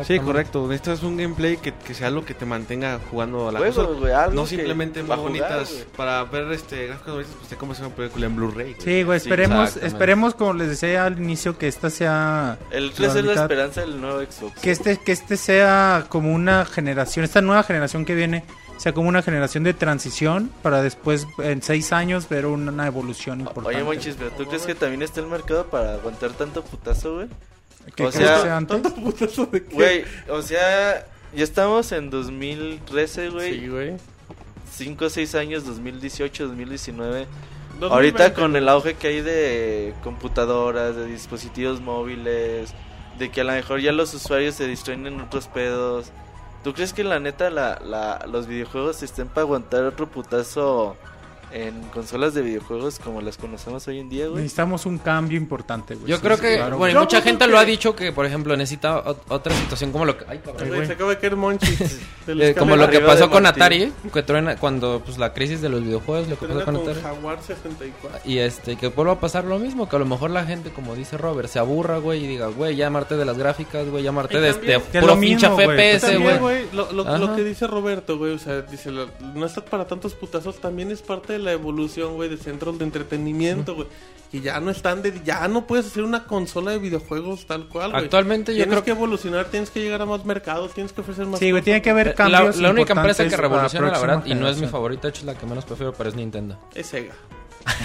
Sí, correcto. Necesitas un gameplay que, que sea algo que te mantenga jugando a la Juegos, cosa. güey, algo No que- simplemente muy pa' jugar, bonitas. güey. para ver este, gráficos bonitos, pues te compras una película en Blu-ray. güey. Sí, güey, esperemos, exactamente. esperemos, como les decía al inicio, que esta sea... El 3 es la mitad- esperanza del nuevo Xbox. Que este, que este sea como una generación, esta nueva generación que viene, sea como una generación de transición para después, en seis años, ver una, una evolución importante. Oye, Monchis, pero ¿tú crees que también está el mercado para aguantar tanto putazo, güey? Que- o que sea, sea antes. Tanto putazo de que- Güey, o sea, ya estamos en 2013, güey. Sí, güey. 5 o 6 años, 2018, 2019. 2020. Ahorita con el auge que hay de computadoras, de dispositivos móviles, de que a lo mejor ya los usuarios se distraen en otros pedos. ¿Tú crees que la neta la, la- los videojuegos estén para aguantar otro putazo en consolas de videojuegos como las conocemos hoy en día, güey. Necesitamos un cambio importante, güey. Yo Sí, creo sí, que, claro, bueno, güey. y mucha Yo creo gente lo ha que- dicho que, por ejemplo, necesita ot- otra situación como lo que, ay, cabrón. Güey, güey. Se acaba de caer Monchis. de la Eh, como lo que arriba pasó de con Martín. Atari, eh, que truena- cuando pues la crisis de los videojuegos, lo que escalera. pasó con Entrena con Atari. Jaguar 64. Y este, que vuelva a pasar lo mismo, que a lo mejor la gente, como dice Robert, se aburra, güey, y diga, güey, ya amarte de las gráficas, güey, ya amarte Y de también- este Que puro lo pinche mismo, güey. FPS, También, güey. güey, lo, lo- Ajá. lo que dice Roberto, güey, o sea, dice, lo- no estás para tantos putazos, también es parte de la evolución, güey, de centros de entretenimiento, güey. Que ya no están de, ya no puedes hacer una consola de videojuegos tal cual, güey. Actualmente yo Tienes creo que que evolucionar, tienes que llegar a más mercados, tienes que ofrecer más. Sí, güey, tiene que haber la, cambios. la única empresa que importantes para revoluciona, la próxima verdad, y no es mi generación. favorita, de hecho es la que menos prefiero, pero es Nintendo. Es Sega.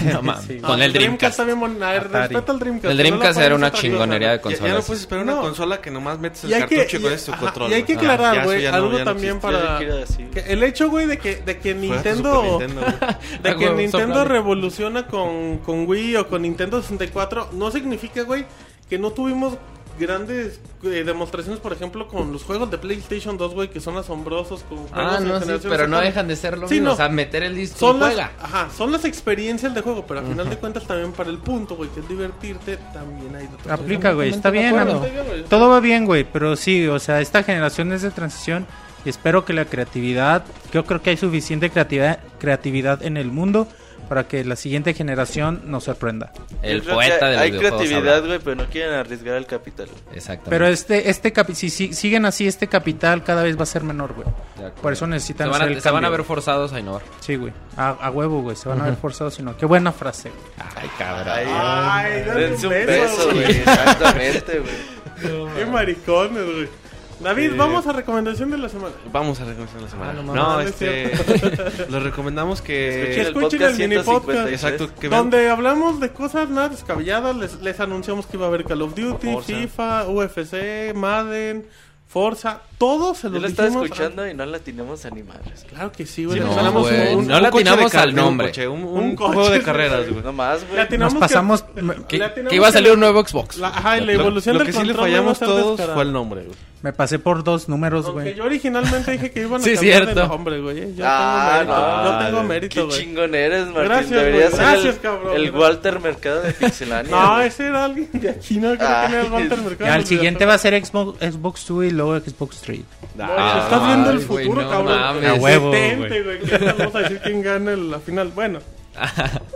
no mames. Con Ah, el Dreamcast. está bien bon- a ver, Atari. respeta el Dreamcast. El que no la Dreamcast era pones una otra cosa, chingonería de Ya, güey. ya no consolas. puedes esperar una No. consola que nomás metes el Y hay que, cartucho y con eso y- tu ajá, control. y hay que güey. aclarar, Ya, eso güey, ya no- algo ya no también existe. Ya para... le quiero decir. que el hecho, güey, de que, de que Fuera tu Nintendo... Super Nintendo, güey. De Ah, que güey, Nintendo soplale. revoluciona con, con Wii o con Nintendo 64 no significa, güey, que no tuvimos grandes eh, demostraciones, por ejemplo, con los juegos de PlayStation 2, güey, que son asombrosos. Con Ah, juegos en no, sí, generación pero no Z. dejan de ser lo Sí, mismo. no. O sea, meter el disco Son y las, juega. ajá, son las experiencias de juego, pero al final de cuentas también para el punto, güey, que es divertirte, también hay de todo. Aplica, güey. Está Pues bien, Completamente de acuerdo. amigo. Está bien, güey. Todo va bien, güey. Pero sí, o sea, esta generación es de transición. Y espero que la creatividad. Yo creo que hay suficiente creatividad, creatividad en el mundo para que la siguiente generación nos sorprenda. El Yo creo poeta que de los Hay videojuegos creatividad, habla. güey, pero no quieren arriesgar el capital. güey. Exactamente. Pero este, este capi- si, si- siguen así, este capital cada vez va a ser menor, güey. De acuerdo. Por eso necesitan se van, a, hacer el se van a cambio. ver forzados a innovar. Sí, güey. A, a huevo, güey. Se van a ver forzados, sino. Qué buena frase, güey. Ay, cabrón. Ay, Ay, dale dense un beso, güey. güey. Exactamente, güey. Qué maricones, güey. David, vamos a recomendación de la semana. Vamos a recomendar la semana. Ah, no no, mames. Ah, no es este. les recomendamos Que que. Escuchen escuchen el podcast mini podcast. 153. Exacto, que vean. Donde hablamos de cosas nada descabelladas, les, les anunciamos que iba a haber Call of Duty, Forza. FIFA, UFC, Madden, Forza, todo se Yo los lo estaba dijimos. escuchando y no la tenemos animales. Ah, claro que sí, güey. Sí, Les no, hablamos güey. un- un- No la coche de atinamos al carrera, un nombre. coche, un, Un un coche. juego de carreras, güey. No más, le güey. atinamos Nos que- pasamos. me- le Que, atinamos que iba a que salir la- un nuevo Xbox. la- ajá, y la Lo- evolución lo, del que sí le control no iba a fallamos ser todos descarada. fue el nombre, güey. Me pasé por dos números, Aunque güey. yo originalmente dije que iban a Sí, cambiar de cierto. nombre, güey. eh. Yo Ah, tengo mérito, no, yo tengo de- mérito, Qué güey. chingón eres, Martín. Gracias, güey. Deberías ser Gracias, el, cabrón. el Walter Mercado de Pixelania. No, güey. ese era alguien de aquí, no creo que Ay. era el Walter Mercado. Ya, el siguiente va a ser Xbox, Xbox 2 y luego Xbox 3. Oye, estás ay, viendo el güey, futuro, no cabrón. mames. Ah, A huevo, Detente, güey. güey. que ahorita Vamos a decir quién gana en la final. Bueno.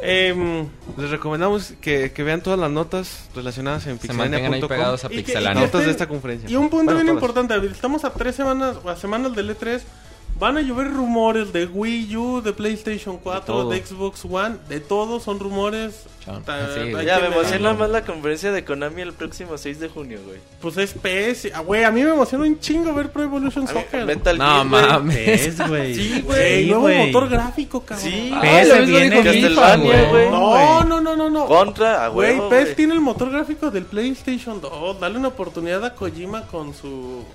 Em, Les recomendamos que, que vean todas las notas relacionadas en se mantengan ahí pixelania.com. pegados a Y que- y Pixelania. Notas estén- de esta conferencia. y un punto Bueno, bien todas. importante, David. Estamos a tres semanas, o a semanas del E3. Van a llover rumores de Wii U, de PlayStation 4, todo. de, Xbox One. De todo son rumores. Chon. Ta- Ah, sí, hay güey. Ya, que me leer. emociona más la conferencia de Konami el próximo 6 de junio, güey. Pues es PS. Ah, güey, a mí me emociona un chingo ver Pro Evolution A mí- Soccer. Metal No Gear, güey. mames. Es, güey. Sí, güey. nuevo motor gráfico, cabrón. Sí, Ah, PS lo mismo viene dijo Castlevania, FIFA, güey. No, no, no, no, no. Contra, a Güey, huevo, PES güey. tiene el motor gráfico del PlayStation 2. Dale una oportunidad a Kojima con su,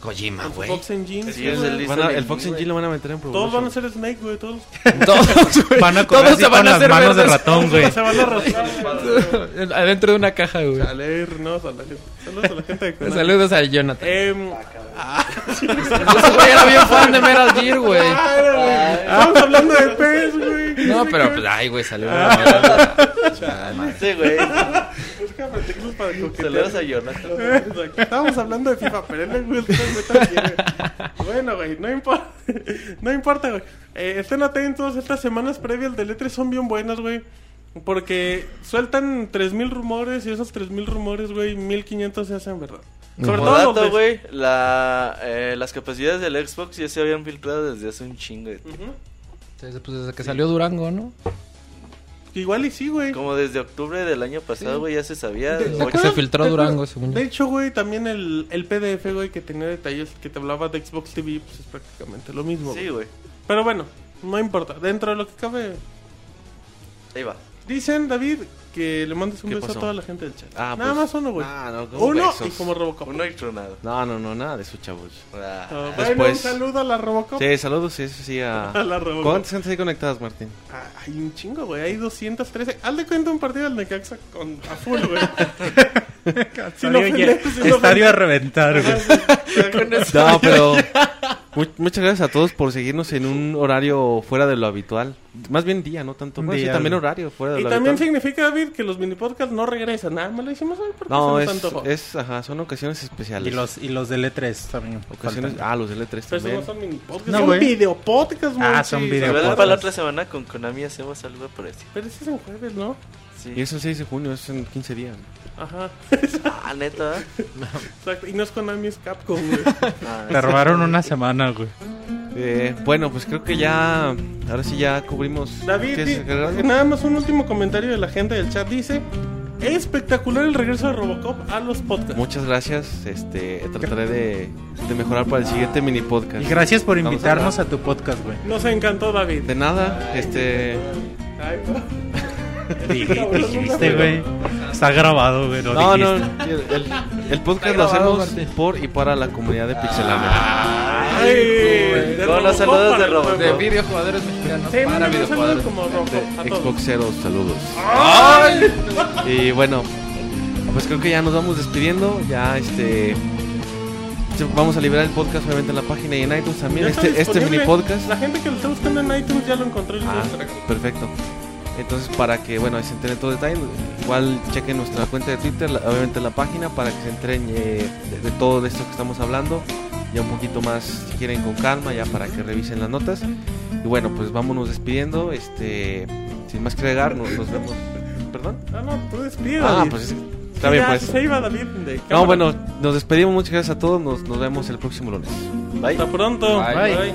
Kojima, con su Ah, güey. Fox Engine. Sí, sí, es güey. el- Van a- el Listen Fox to me, Engine lo van a meter en Pro Todos van a Evolution. ser Snake, güey. Todos, Todos, güey. Van a correr Todos así se van con a las hacer manos de verdes. ratón, güey. se van a arrastrar. güey. Adentro de una caja, güey. A leer, no, a la gente. Saludos a la gente de Konami. Saludos a Jonathan. Em, ah, Ese güey era bien fan de Metal Gear, güey. claro, güey. Estamos hablando de PES, güey. ¿Qué Ah. No, tiene pero que pues, ver? ay, güey, saludos a Metal Gear. Sí, güey. Déjame teclas para coquetear. Saludos a Jonathan. Exacto. Estábamos hablando de FIFA, pero él le gusta el Metal Gear, güey. Bueno, güey, no importa. No importa, güey. Eh, estén atentos, estas semanas previas del E3 son bien buenas, güey. Porque sueltan 3.000 rumores y esos 3.000 rumores, güey, 1.500 se hacen verdad. Sobre Como todo los dato, de- güey, la, eh, las capacidades del Xbox ya se habían filtrado desde hace un chingo de tiempo. Ujú. Desde, pues, desde que salió Durango, ¿no? Igual y sí, güey. Como desde octubre del año pasado, güey, ya se sabía. ¿Te- te güey. La que se acuerdas- filtró te Durango, acuerdas? según yo. De hecho, güey, también el, el PDF, güey, que tenía detalles que te hablaba de Xbox TV, pues es prácticamente lo mismo. Sí, güey. güey. Pero bueno, no importa. Dentro de lo que cabe, Ahí va. Dicen, David, que le mandes un ¿Qué beso pasó? a toda la gente del chat. Ah, Nada pues, más uno, güey. ah, no, como uno besos. y como Robocop. Uno y tronado. No, no, no, nada de eso, chavos. Ah, Ah, Después. Bueno, un saludo a la Robocop. Sí, saludos, sí, eso sí a... A la Robocop. ¿Cuántas gente hay conectadas, Martín? Ah, hay un chingo, güey. Hay 213. Haz de cuenta un partido del Necaxa con, a full, güey. Sin Estadio ofender, sin ya- Estadio a ofender. reventar, güey. Con eso. No, pero... mu- muchas gracias a todos por seguirnos en un horario fuera de lo habitual. Más bien día, no tanto. Un Bueno, sí, día, también ¿no? horario fuera de Y lo también habitual. significa, David, que los mini podcasts no regresan. Nada más lo hicimos hoy porque No, se nos es, antojó. es, ajá, son ocasiones especiales. Y los, y los del E3 también. ocasiones, faltan. ah, los L3 Pero esos también. no son mini podcasts, No, son güey. videopodcasts, Ah, Monchis. son A video- ver, Videojuegos. para la otra semana con Konami hacemos algo parecido. Pero ese es en jueves, ¿no? Y Sí. es el 6 de junio, es en 15 días. Ajá. Ah, neta. ¿eh? Exacto. Y no es Konami, es Capcom, güey. Ah, Te robaron una semana, güey. Eh, bueno, pues creo que ya. Ahora sí ya cubrimos. David, ¿Quieres di- agregar algo? nada más un último comentario de la gente del chat. Dice, espectacular el regreso de Robocop a los podcasts. Muchas gracias. Este, trataré de, de mejorar para el siguiente mini podcast. Y gracias por Vamos a invitarnos a tu podcast, güey. Nos encantó, David. De nada, este. Ay, no. Dij- Dijiste, güey. Está grabado, güey. lo No, no, dijiste. el, el podcast lo grabado, hacemos Martín. por y para la comunidad de Pixelania. Ah, Ay, de Con Robocop los saludos para de el Robocop. juego. De videojugadores mexicanos Sí, para mándenos saludos videojugadores. como Robocop a todos. Xboxeros, saludos. Y bueno, pues creo que ya nos vamos despidiendo. Ya este. Vamos a liberar el podcast obviamente en la página y en iTunes Ya también. está Este, este disponible. mini podcast. La gente que lo está buscando en iTunes ya lo encontró. y lo Ah, está acá. perfecto. Entonces, para que, bueno, ahí se enteren todo el detalle, igual chequen nuestra cuenta de Twitter, la- obviamente la página, para que se enteren eh, de, de todo esto que estamos hablando, ya un poquito más, si quieren, con calma, ya para que revisen las notas. Y bueno, pues vámonos despidiendo, este, sin más que agregar, nos, nos vemos. ¿Perdón? Ah, no, tú despide, Ah, David. pues está bien, Ya, pues. Se iba David de cámara. No, bueno, nos despedimos, muchas gracias a todos, nos, nos vemos el próximo lunes. Bye. Hasta pronto. Bye. Bye.